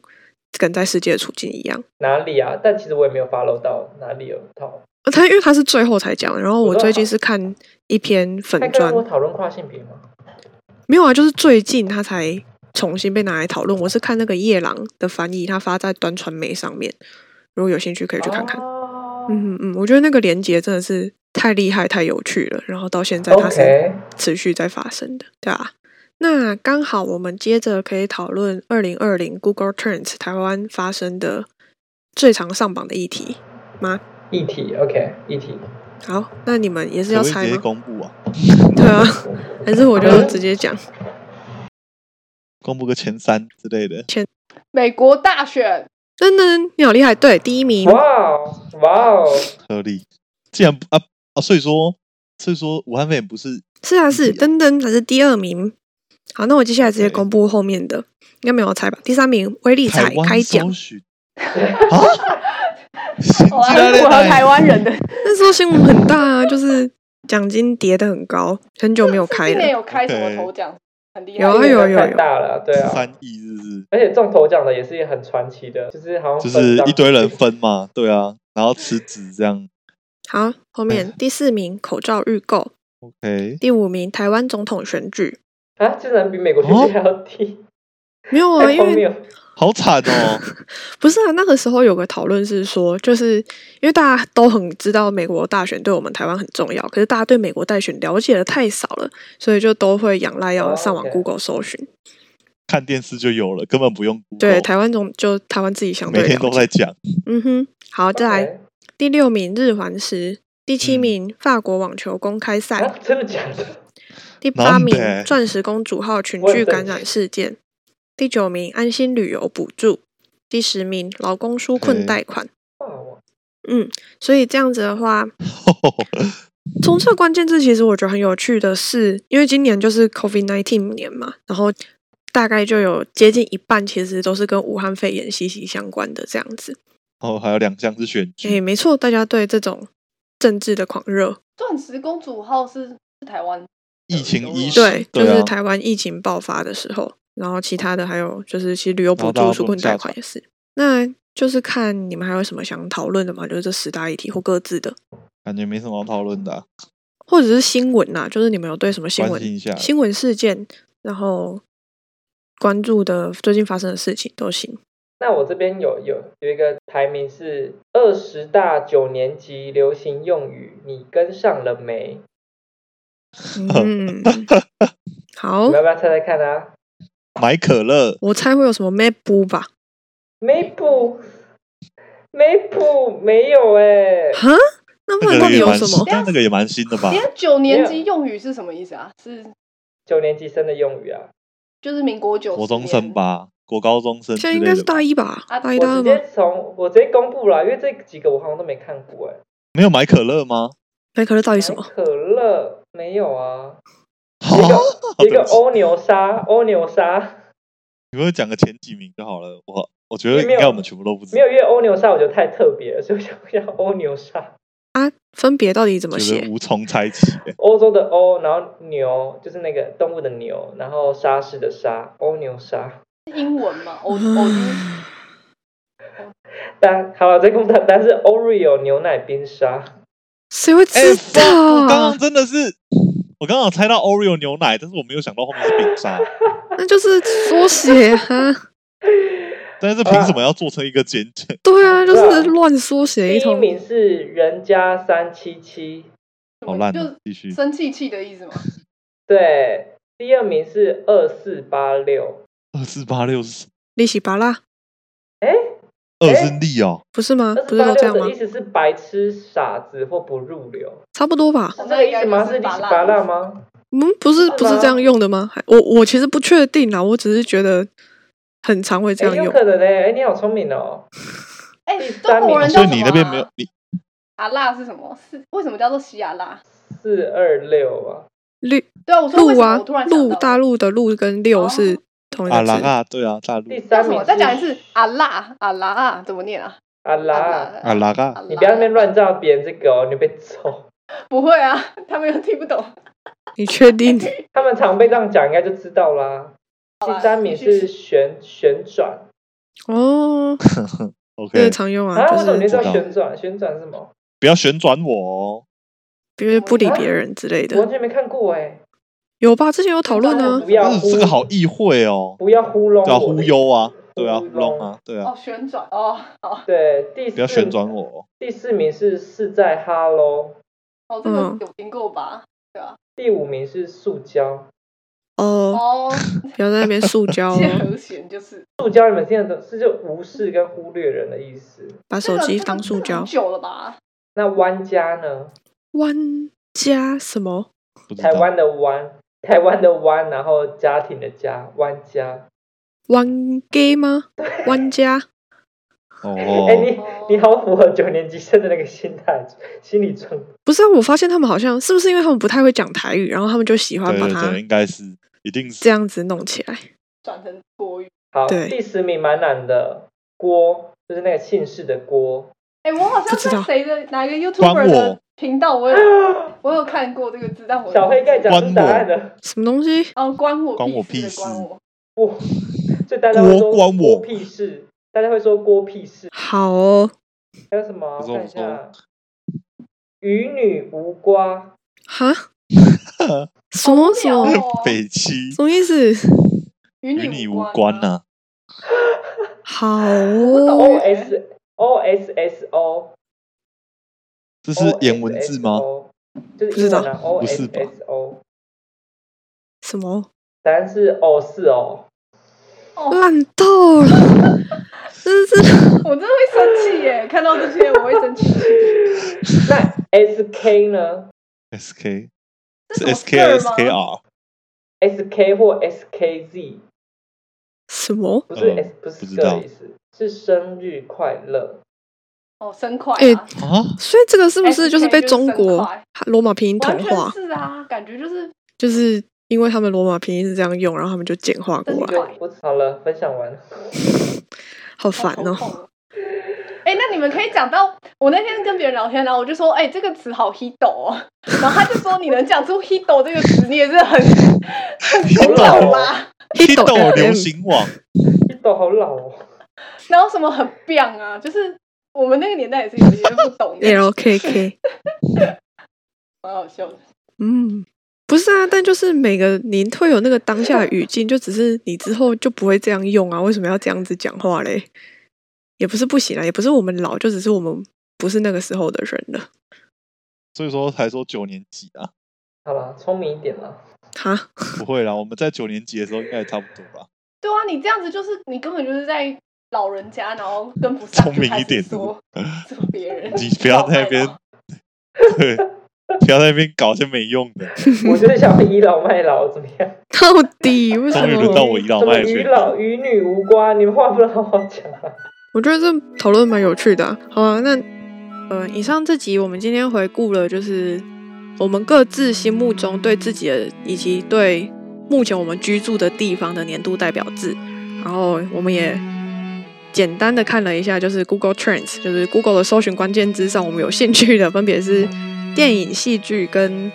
[SPEAKER 4] 跟在世界的处境一样。
[SPEAKER 3] 哪里啊？但其实我也没有 follow 到哪里有套。
[SPEAKER 4] 呃他因为他是最后才讲，然后我
[SPEAKER 3] 我说
[SPEAKER 4] 最
[SPEAKER 3] 好
[SPEAKER 4] 近是看一篇粉
[SPEAKER 3] 他跟
[SPEAKER 4] 砖
[SPEAKER 3] 我，讨论跨性别吗？
[SPEAKER 4] 没有啊，就是最近他才重新被拿来讨论。我是看那个夜郎的翻译，他发在端传媒上面，如果有兴趣可以去看看。
[SPEAKER 3] 哦
[SPEAKER 4] 嗯嗯嗯，我觉得那个连接真的是太厉害、太有趣了，然后到现在它是
[SPEAKER 3] OK，
[SPEAKER 4] 持续在发生的，对啊。那刚好我们接着可以讨论二零二零 Google Trends 台湾发生的最常上榜的议题吗？
[SPEAKER 3] 议题 OK，议题。
[SPEAKER 4] 好，那你们也是
[SPEAKER 2] 可
[SPEAKER 4] 要
[SPEAKER 2] 不可以
[SPEAKER 4] 猜
[SPEAKER 2] 直接
[SPEAKER 4] 吗？
[SPEAKER 2] 公布啊？
[SPEAKER 4] 对啊，还是我就直接讲
[SPEAKER 2] 公布个前三之类的。
[SPEAKER 1] 美国大选，
[SPEAKER 4] 噔噔，你好厉害！对，第一名，
[SPEAKER 3] 哇哦哇哦，
[SPEAKER 2] 合理。既然不啊啊，所以说所以说武汉肺炎不是
[SPEAKER 4] 是啊是，噔噔，他是第二名。好，那我接下来直接
[SPEAKER 2] OK
[SPEAKER 4] 公布后面的，应该没有猜吧？第三名，威力
[SPEAKER 2] 台
[SPEAKER 4] 彩
[SPEAKER 2] 湾
[SPEAKER 4] 开
[SPEAKER 2] 搜
[SPEAKER 4] 奖，
[SPEAKER 2] 寻啊？新
[SPEAKER 1] 果
[SPEAKER 2] 加
[SPEAKER 1] 然
[SPEAKER 2] 勒
[SPEAKER 1] 符合
[SPEAKER 2] 奈
[SPEAKER 1] 台湾人的。
[SPEAKER 4] 那时候新闻很大啊，就是奖金跌得很高，很久没有 开
[SPEAKER 1] 今年
[SPEAKER 4] 了。
[SPEAKER 1] 有开什么
[SPEAKER 2] OK
[SPEAKER 1] 头奖？很厉害。
[SPEAKER 4] 有啊
[SPEAKER 3] 这个
[SPEAKER 4] 有有
[SPEAKER 3] 太
[SPEAKER 4] 有
[SPEAKER 3] 大了，对啊。
[SPEAKER 2] 三亿是不是？
[SPEAKER 3] 而且中头奖的也是很传奇的，就是好像
[SPEAKER 2] 就是
[SPEAKER 3] 分赃
[SPEAKER 2] 一堆人分嘛，对啊，然后辞职这样。
[SPEAKER 4] 好，后面第四名口罩预购，
[SPEAKER 2] OK，
[SPEAKER 4] 第五名台湾总统选举，
[SPEAKER 3] 啊，竟然比美国选
[SPEAKER 2] 哦
[SPEAKER 3] 举还要低，
[SPEAKER 4] 没有啊，
[SPEAKER 3] 太
[SPEAKER 4] 因
[SPEAKER 3] 荒
[SPEAKER 4] 为
[SPEAKER 3] 谬。
[SPEAKER 2] 好惨 哦。
[SPEAKER 4] 不是啊，那个时候有个讨论是说，就是因为大家都很知道美国大选对我们台湾很重要，可是大家对美国大选了解的太少了，所以就都会仰赖要
[SPEAKER 3] 哦
[SPEAKER 4] 上网
[SPEAKER 3] ，OK
[SPEAKER 4] Google 搜寻。
[SPEAKER 2] 看电视就有了，根本不用 Google。
[SPEAKER 4] 对，台湾总就台湾自己相对
[SPEAKER 2] 哦每天
[SPEAKER 4] 了
[SPEAKER 2] 都
[SPEAKER 4] 解。
[SPEAKER 2] 在讲。
[SPEAKER 4] 嗯哼，好，再来
[SPEAKER 3] OK
[SPEAKER 4] 第六名日环食，第七
[SPEAKER 2] 嗯
[SPEAKER 4] 名法国网球公开赛。
[SPEAKER 3] 啊，真的假的？
[SPEAKER 4] 第八名
[SPEAKER 2] 难得
[SPEAKER 4] 钻石公主号群
[SPEAKER 3] 我也
[SPEAKER 4] 聚
[SPEAKER 3] 在
[SPEAKER 4] 感染事件，第九名安心旅游补助，第十名劳工纾困
[SPEAKER 2] 对
[SPEAKER 4] 贷款。
[SPEAKER 3] 哇哦
[SPEAKER 4] 嗯，所以这样子的话，从这个关键字，其实我觉得很有趣的是，因为今年就是 COVID nineteen 年嘛，然后大概就有接近一半其实都是跟武汉肺炎息息相关的这样子。
[SPEAKER 2] 哦，还有两项是选举，
[SPEAKER 4] 诶，没错，大家对这种政治的狂热，
[SPEAKER 1] 钻石公主号是是台湾
[SPEAKER 2] 疫情医
[SPEAKER 1] 是
[SPEAKER 2] 师，
[SPEAKER 4] 对，就
[SPEAKER 2] 对啊
[SPEAKER 4] 是台湾疫情爆发的时候，然后其他的还有就是其实旅游补
[SPEAKER 2] 然
[SPEAKER 4] 助、
[SPEAKER 2] 后大家
[SPEAKER 4] 纾困
[SPEAKER 2] 不能下
[SPEAKER 4] 贷款也是。那就是看你们还有什么想讨论的吗？就是这十大议题或各自的，
[SPEAKER 2] 感觉没什么好讨论的啊、
[SPEAKER 4] 或者是新闻呐、就是你们有对什么新
[SPEAKER 2] 关心一下
[SPEAKER 4] 闻、新闻事件，然后关注的最近发生的事情都行。
[SPEAKER 3] 那我这边有有有一个排名是二十大九年级流行用语，你跟上了没？
[SPEAKER 4] 嗯， 好哦
[SPEAKER 3] 你们，要不要猜猜看啊？
[SPEAKER 2] 买可乐，
[SPEAKER 4] 我猜会有什么 Map 吧？
[SPEAKER 3] 没补，没补，没有哎、
[SPEAKER 4] 哈，那不
[SPEAKER 2] 那
[SPEAKER 4] 然到
[SPEAKER 2] 个
[SPEAKER 4] 底
[SPEAKER 2] 也
[SPEAKER 4] 有
[SPEAKER 2] 蛮
[SPEAKER 4] 什
[SPEAKER 2] 新
[SPEAKER 4] 么，？
[SPEAKER 2] 那那个也蛮新的吧
[SPEAKER 1] 等一？下九年
[SPEAKER 3] 没
[SPEAKER 1] 级用语是什么意思啊？是
[SPEAKER 3] 九年级生的用语啊。
[SPEAKER 1] 就是民国九
[SPEAKER 2] 国
[SPEAKER 1] 十
[SPEAKER 2] 中
[SPEAKER 1] 年
[SPEAKER 2] 生吧，国高中生
[SPEAKER 4] 现
[SPEAKER 2] 之
[SPEAKER 4] 在应
[SPEAKER 2] 类
[SPEAKER 4] 该是
[SPEAKER 2] 的吧
[SPEAKER 4] 大，一吧，
[SPEAKER 1] 啊
[SPEAKER 4] 大一
[SPEAKER 3] 我
[SPEAKER 4] 大二
[SPEAKER 3] 直
[SPEAKER 4] 吗？
[SPEAKER 3] 接从我直接公布了，因为这几个我好像都没看过哎、
[SPEAKER 2] 没有买可乐吗？
[SPEAKER 4] 麦可乐到底
[SPEAKER 3] 买
[SPEAKER 4] 什么？哦
[SPEAKER 3] 可乐没有啊，
[SPEAKER 2] 好，
[SPEAKER 3] 有一个
[SPEAKER 2] 对不起
[SPEAKER 3] 欧牛沙，欧牛沙
[SPEAKER 2] 你们讲个前几名就好了。我我觉得
[SPEAKER 3] 也
[SPEAKER 2] 应
[SPEAKER 3] 没有
[SPEAKER 2] 该我们全部都不知
[SPEAKER 3] 没
[SPEAKER 2] 道
[SPEAKER 3] 有，因为欧牛沙我觉得太特别了，所以我想要欧牛沙。
[SPEAKER 4] 啊，分别到底怎么，
[SPEAKER 2] 觉得
[SPEAKER 4] 写？
[SPEAKER 2] 无从猜起、欸。
[SPEAKER 3] 欧洲的欧，然后牛就是那个动物的牛，然后沙士的沙，欧牛沙。
[SPEAKER 1] 英文哦嘛？欧欧洲
[SPEAKER 4] 嗯
[SPEAKER 3] 但好了，这公布答案是 Oreo 牛奶冰沙。
[SPEAKER 4] 谁会
[SPEAKER 2] 哎、
[SPEAKER 4] 知道
[SPEAKER 2] 我刚
[SPEAKER 4] 啊
[SPEAKER 2] 刚？真的是，我刚刚有猜到 Oreo 牛奶，但是我没有想到后面是冰沙。
[SPEAKER 4] 那就是缩写啊，
[SPEAKER 2] 但是凭什么要做成一个简简？
[SPEAKER 4] 对啊，就
[SPEAKER 3] 对啊
[SPEAKER 4] 是乱缩写
[SPEAKER 3] 第
[SPEAKER 4] 一
[SPEAKER 3] 一
[SPEAKER 4] 通。
[SPEAKER 3] 名是人家三七七，
[SPEAKER 2] 好烂、
[SPEAKER 1] 呃就
[SPEAKER 2] 啊！继续，
[SPEAKER 1] 生气气的意思嘛？
[SPEAKER 3] 对，第二名是二四八六，
[SPEAKER 2] 二四八六是
[SPEAKER 4] 利息巴拉
[SPEAKER 3] 哎，
[SPEAKER 2] 二是力哦，
[SPEAKER 4] 不是
[SPEAKER 1] 啊
[SPEAKER 4] 吗？
[SPEAKER 3] 二
[SPEAKER 4] 不
[SPEAKER 3] 四
[SPEAKER 4] 是
[SPEAKER 3] 八
[SPEAKER 4] 都这
[SPEAKER 3] 六
[SPEAKER 4] 样
[SPEAKER 3] 的意？
[SPEAKER 4] 吗
[SPEAKER 3] 思是白痴、傻子或不入流，
[SPEAKER 4] 差不多吧。
[SPEAKER 3] 是这个意思吗？是你
[SPEAKER 1] 那应该就是拔
[SPEAKER 3] 喜
[SPEAKER 1] 蜡
[SPEAKER 3] 拔蜡吗？
[SPEAKER 4] 嗯，不是不是这样用的吗？还我我其实不确定啦，我只是觉得很常会这
[SPEAKER 3] 哎，
[SPEAKER 4] 样
[SPEAKER 3] 有
[SPEAKER 4] 用。
[SPEAKER 3] 可能呢。哎，你好聪明哦。
[SPEAKER 1] 哎、
[SPEAKER 3] 第
[SPEAKER 1] 中
[SPEAKER 3] 三名
[SPEAKER 1] 国
[SPEAKER 2] 哦
[SPEAKER 1] 人
[SPEAKER 2] 所
[SPEAKER 1] 叫什么、啊？
[SPEAKER 2] 以你那边没有你
[SPEAKER 1] 阿辣是什么？是为什么叫做喜阿辣？
[SPEAKER 3] 四二六啊，
[SPEAKER 4] 绿
[SPEAKER 1] 对啊，我说为什
[SPEAKER 4] 陆
[SPEAKER 1] 么
[SPEAKER 4] 啊
[SPEAKER 1] 我突然，想
[SPEAKER 4] 陆
[SPEAKER 1] 到
[SPEAKER 4] 大陆的陆跟六
[SPEAKER 1] 哦
[SPEAKER 4] 是同一
[SPEAKER 2] 啊
[SPEAKER 4] 个
[SPEAKER 2] 啦
[SPEAKER 4] 字。
[SPEAKER 2] 啊，对啊，大陆
[SPEAKER 3] 第
[SPEAKER 1] 叫
[SPEAKER 3] 三
[SPEAKER 1] 什
[SPEAKER 3] 名
[SPEAKER 1] 么？再讲一次，阿辣阿辣啊，怎么念啊？
[SPEAKER 3] 阿
[SPEAKER 1] 阿
[SPEAKER 3] 拉，
[SPEAKER 2] 啊啦啊，
[SPEAKER 3] 你不要在那边乱叫别人这个哦，你被揍。
[SPEAKER 1] 不会啊，他们又听不懂。
[SPEAKER 4] 你 确定？
[SPEAKER 3] 他们常被这样讲，应该就知道啦。
[SPEAKER 1] 好
[SPEAKER 3] 第
[SPEAKER 1] 啦
[SPEAKER 3] 三名
[SPEAKER 1] 继续
[SPEAKER 3] 是旋旋转
[SPEAKER 4] 哦，这个
[SPEAKER 2] OK，
[SPEAKER 4] 常用啊，
[SPEAKER 3] 啊，为什么
[SPEAKER 4] 就
[SPEAKER 3] 你
[SPEAKER 4] 是
[SPEAKER 3] 叫
[SPEAKER 2] 知道
[SPEAKER 3] 旋转？旋转是什么？
[SPEAKER 2] 不要旋转我哦。
[SPEAKER 4] 别人不理
[SPEAKER 3] 啊
[SPEAKER 4] 别人之类
[SPEAKER 3] 我
[SPEAKER 4] 的
[SPEAKER 3] 完。全没看过哎。
[SPEAKER 4] 有吧？之前有讨论啊
[SPEAKER 3] 不。要
[SPEAKER 2] 但是
[SPEAKER 3] 忽
[SPEAKER 2] 哦这个好意会哦，
[SPEAKER 3] 不要糊弄
[SPEAKER 2] 对啊，
[SPEAKER 3] 我
[SPEAKER 2] 忽
[SPEAKER 3] 的
[SPEAKER 2] 悠啊，对啊，
[SPEAKER 3] 忽
[SPEAKER 2] 忽
[SPEAKER 3] 悠
[SPEAKER 2] 弄啊，对啊
[SPEAKER 1] 哦，，旋转哦，好
[SPEAKER 3] 对，第四
[SPEAKER 2] 不要旋转我哦。
[SPEAKER 3] 第四名是是在哈喽，
[SPEAKER 1] 哦，这个
[SPEAKER 4] 嗯
[SPEAKER 1] 有听过吧？
[SPEAKER 3] 第五名是塑胶，
[SPEAKER 4] 哦，
[SPEAKER 1] 哦，
[SPEAKER 4] 不要在那边塑 胶
[SPEAKER 1] 切
[SPEAKER 4] 哦，
[SPEAKER 1] 和弦就是
[SPEAKER 3] 塑胶你们听得懂是就无视跟忽略人的意思。
[SPEAKER 4] 把手机当塑
[SPEAKER 1] 这个
[SPEAKER 4] 胶
[SPEAKER 1] 很。久了吧？
[SPEAKER 3] 那湾家呢？
[SPEAKER 4] 弯加什么？
[SPEAKER 2] 不知
[SPEAKER 3] 台
[SPEAKER 2] 道
[SPEAKER 3] 湾的湾，台湾的湾，然后家庭的家，湾家。
[SPEAKER 4] 弯 gay 吗？弯加？
[SPEAKER 2] 哦
[SPEAKER 3] 哎、，你
[SPEAKER 1] 哦
[SPEAKER 3] 你好符合九年级生的那个心态心理状态。
[SPEAKER 4] 不是啊，我发现他们好像是不是因为他们不太会讲台语，然后他们就喜欢
[SPEAKER 2] 对
[SPEAKER 4] 把
[SPEAKER 2] 对
[SPEAKER 4] 它
[SPEAKER 2] 对，应该是，一定
[SPEAKER 4] 这
[SPEAKER 2] 是
[SPEAKER 4] 样子弄起来。
[SPEAKER 1] 转成国语。
[SPEAKER 3] 好，
[SPEAKER 4] 对
[SPEAKER 3] 第十名蛮难的，郭就是那个姓氏的郭。
[SPEAKER 1] 哎，我好像
[SPEAKER 4] 不知道
[SPEAKER 1] 在谁的哪一个
[SPEAKER 2] 关
[SPEAKER 1] YouTuber
[SPEAKER 2] 我
[SPEAKER 1] 的频道，我有 我有看过这个字，但我
[SPEAKER 3] 小黑盖讲出答案的，
[SPEAKER 4] 什么东西？
[SPEAKER 1] 哦，关我
[SPEAKER 2] 关我
[SPEAKER 1] 屁
[SPEAKER 2] 屁
[SPEAKER 1] 事的关
[SPEAKER 2] 事
[SPEAKER 1] 我。
[SPEAKER 3] 我，所以大家会说
[SPEAKER 2] 郭关我
[SPEAKER 3] 郭屁事，大家会说郭屁事。
[SPEAKER 4] 好哦，
[SPEAKER 3] 还有什么？
[SPEAKER 2] 不错
[SPEAKER 3] 我看一
[SPEAKER 2] 不错
[SPEAKER 3] 下，与女无瓜，
[SPEAKER 4] 哈？什么什
[SPEAKER 1] 好无聊
[SPEAKER 4] 么
[SPEAKER 1] 哦
[SPEAKER 2] 北七
[SPEAKER 4] 什么意思？
[SPEAKER 1] 与你
[SPEAKER 2] 与你
[SPEAKER 1] 无
[SPEAKER 2] 无关啊
[SPEAKER 1] 呐。
[SPEAKER 2] 呐。
[SPEAKER 4] 好
[SPEAKER 1] 不懂
[SPEAKER 4] 哦，
[SPEAKER 3] O S O S S O，
[SPEAKER 2] 这
[SPEAKER 3] 哦哎
[SPEAKER 2] 是颜文字吗？？
[SPEAKER 3] 就是英文啊，O
[SPEAKER 2] 不
[SPEAKER 3] S
[SPEAKER 2] 是吧
[SPEAKER 3] S O，
[SPEAKER 4] 什么
[SPEAKER 3] 答案是哦，是 哦，
[SPEAKER 1] 哦，
[SPEAKER 4] 烂透了？这是
[SPEAKER 1] 我真的会生气耶！看到这些我会生气。
[SPEAKER 3] 那 S K 呢
[SPEAKER 2] S K
[SPEAKER 1] 这
[SPEAKER 2] 是
[SPEAKER 1] 什么
[SPEAKER 2] S K 还
[SPEAKER 1] slur
[SPEAKER 2] 是 S
[SPEAKER 1] 吗
[SPEAKER 2] K R？
[SPEAKER 3] ？S K 或 S K Z，
[SPEAKER 4] 什么？
[SPEAKER 3] 不是
[SPEAKER 2] 嗯
[SPEAKER 3] S，
[SPEAKER 2] 不
[SPEAKER 3] 不是
[SPEAKER 2] 知
[SPEAKER 3] 这个
[SPEAKER 2] 道
[SPEAKER 3] 意思，是生日快乐。
[SPEAKER 1] 哦，生快
[SPEAKER 4] 哎
[SPEAKER 1] 啊，
[SPEAKER 2] 啊，
[SPEAKER 4] 所以这个是不是
[SPEAKER 1] SK
[SPEAKER 4] 就是被
[SPEAKER 1] 就是
[SPEAKER 4] 中
[SPEAKER 1] 生
[SPEAKER 4] 国
[SPEAKER 1] 快
[SPEAKER 4] 罗马拼音同
[SPEAKER 1] 完
[SPEAKER 4] 化
[SPEAKER 1] 全？是啊，感觉就是
[SPEAKER 4] 就是因为他们罗马拼音是这样用，然后他们就简化过
[SPEAKER 3] 我
[SPEAKER 4] 来，
[SPEAKER 3] 我好了，分享完了。
[SPEAKER 4] 好烦哦、
[SPEAKER 1] 好痛哦哎、那你们可以讲到我那天跟别人聊天，然后我就说，哎、这个词好 hit 哦，然后他就说，你能讲出 hit 这个词，你也是很很很
[SPEAKER 3] 老
[SPEAKER 1] 屌
[SPEAKER 3] 哦
[SPEAKER 1] 吧？
[SPEAKER 4] Hito FM
[SPEAKER 2] 流行网，
[SPEAKER 3] 一斗好老哦，
[SPEAKER 1] 然后什么很 b 啊，就是我们那个年代也是有一些不懂 的，
[SPEAKER 4] LKK，
[SPEAKER 1] 蛮好笑的。
[SPEAKER 4] 嗯，不是啊，但就是每个您会有那个当下的语境，就只是你之后就不会这样用啊，为什么要这样子讲话嘞？也不是不行啊，也不是我们老，就只是我们不是那个时候的人了。
[SPEAKER 2] 所以说才说九年级啊，
[SPEAKER 3] 好了，聪明一点啦。
[SPEAKER 4] 哈，
[SPEAKER 2] 不会啦，我们在九年级的时候应该也差不多吧。
[SPEAKER 1] 对啊，你这样子就是你根本就是在老人家，然后跟不上，
[SPEAKER 2] 聪明一
[SPEAKER 1] 就开
[SPEAKER 2] 点
[SPEAKER 1] 始说说别人，
[SPEAKER 2] 你不要在那边
[SPEAKER 1] 老，
[SPEAKER 2] 对，不要在那边搞些没用的。
[SPEAKER 3] 我就是想要倚老卖老，怎么样？
[SPEAKER 4] 到底为什
[SPEAKER 2] 终于轮到
[SPEAKER 4] 么？
[SPEAKER 2] 我倚老
[SPEAKER 3] 怎么
[SPEAKER 2] 卖
[SPEAKER 3] 与
[SPEAKER 2] 老，
[SPEAKER 3] 老与女无关，你们话不能好好讲啊。
[SPEAKER 4] 我觉得这讨论蛮有趣的啊、好啊，那呃，以上这集我们今天回顾了，就是我们各自心目中对自己的以及对目前我们居住的地方的年度代表字，然后我们也简单的看了一下，就是 Google Trends，就是 Google 的搜寻关键字上我们有兴趣的分别是电影、戏剧跟。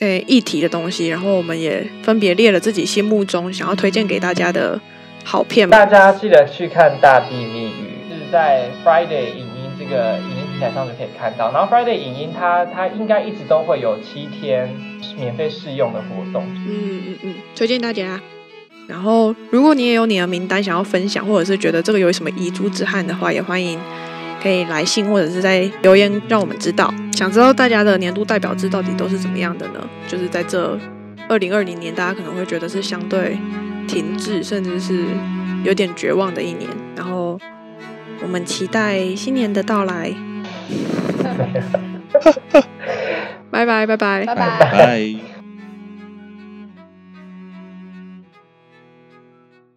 [SPEAKER 4] 诶，议题的东西，然后我们也分别列了自己心目中想要推荐给大家的好片吧。
[SPEAKER 3] 大家记得去看《大地密语》，是在 Friday 影音这个影音平台上就可以看到。然后 Friday 影音它它应该一直都会有七天免费试用的活动。
[SPEAKER 4] 嗯嗯嗯，推荐大家。然后，如果你也有你的名单想要分享，或者是觉得这个有什么遗珠之憾的话，也欢迎可以来信或者是在留言让我们知道。想知道大家的年度代表制到底都是怎么样的呢？就是在这二零二零年，大家可能会觉得是相对停滞，甚至是有点绝望的一年。然后，我们期待新年的到来。拜拜拜拜。
[SPEAKER 1] 拜拜。
[SPEAKER 2] 拜。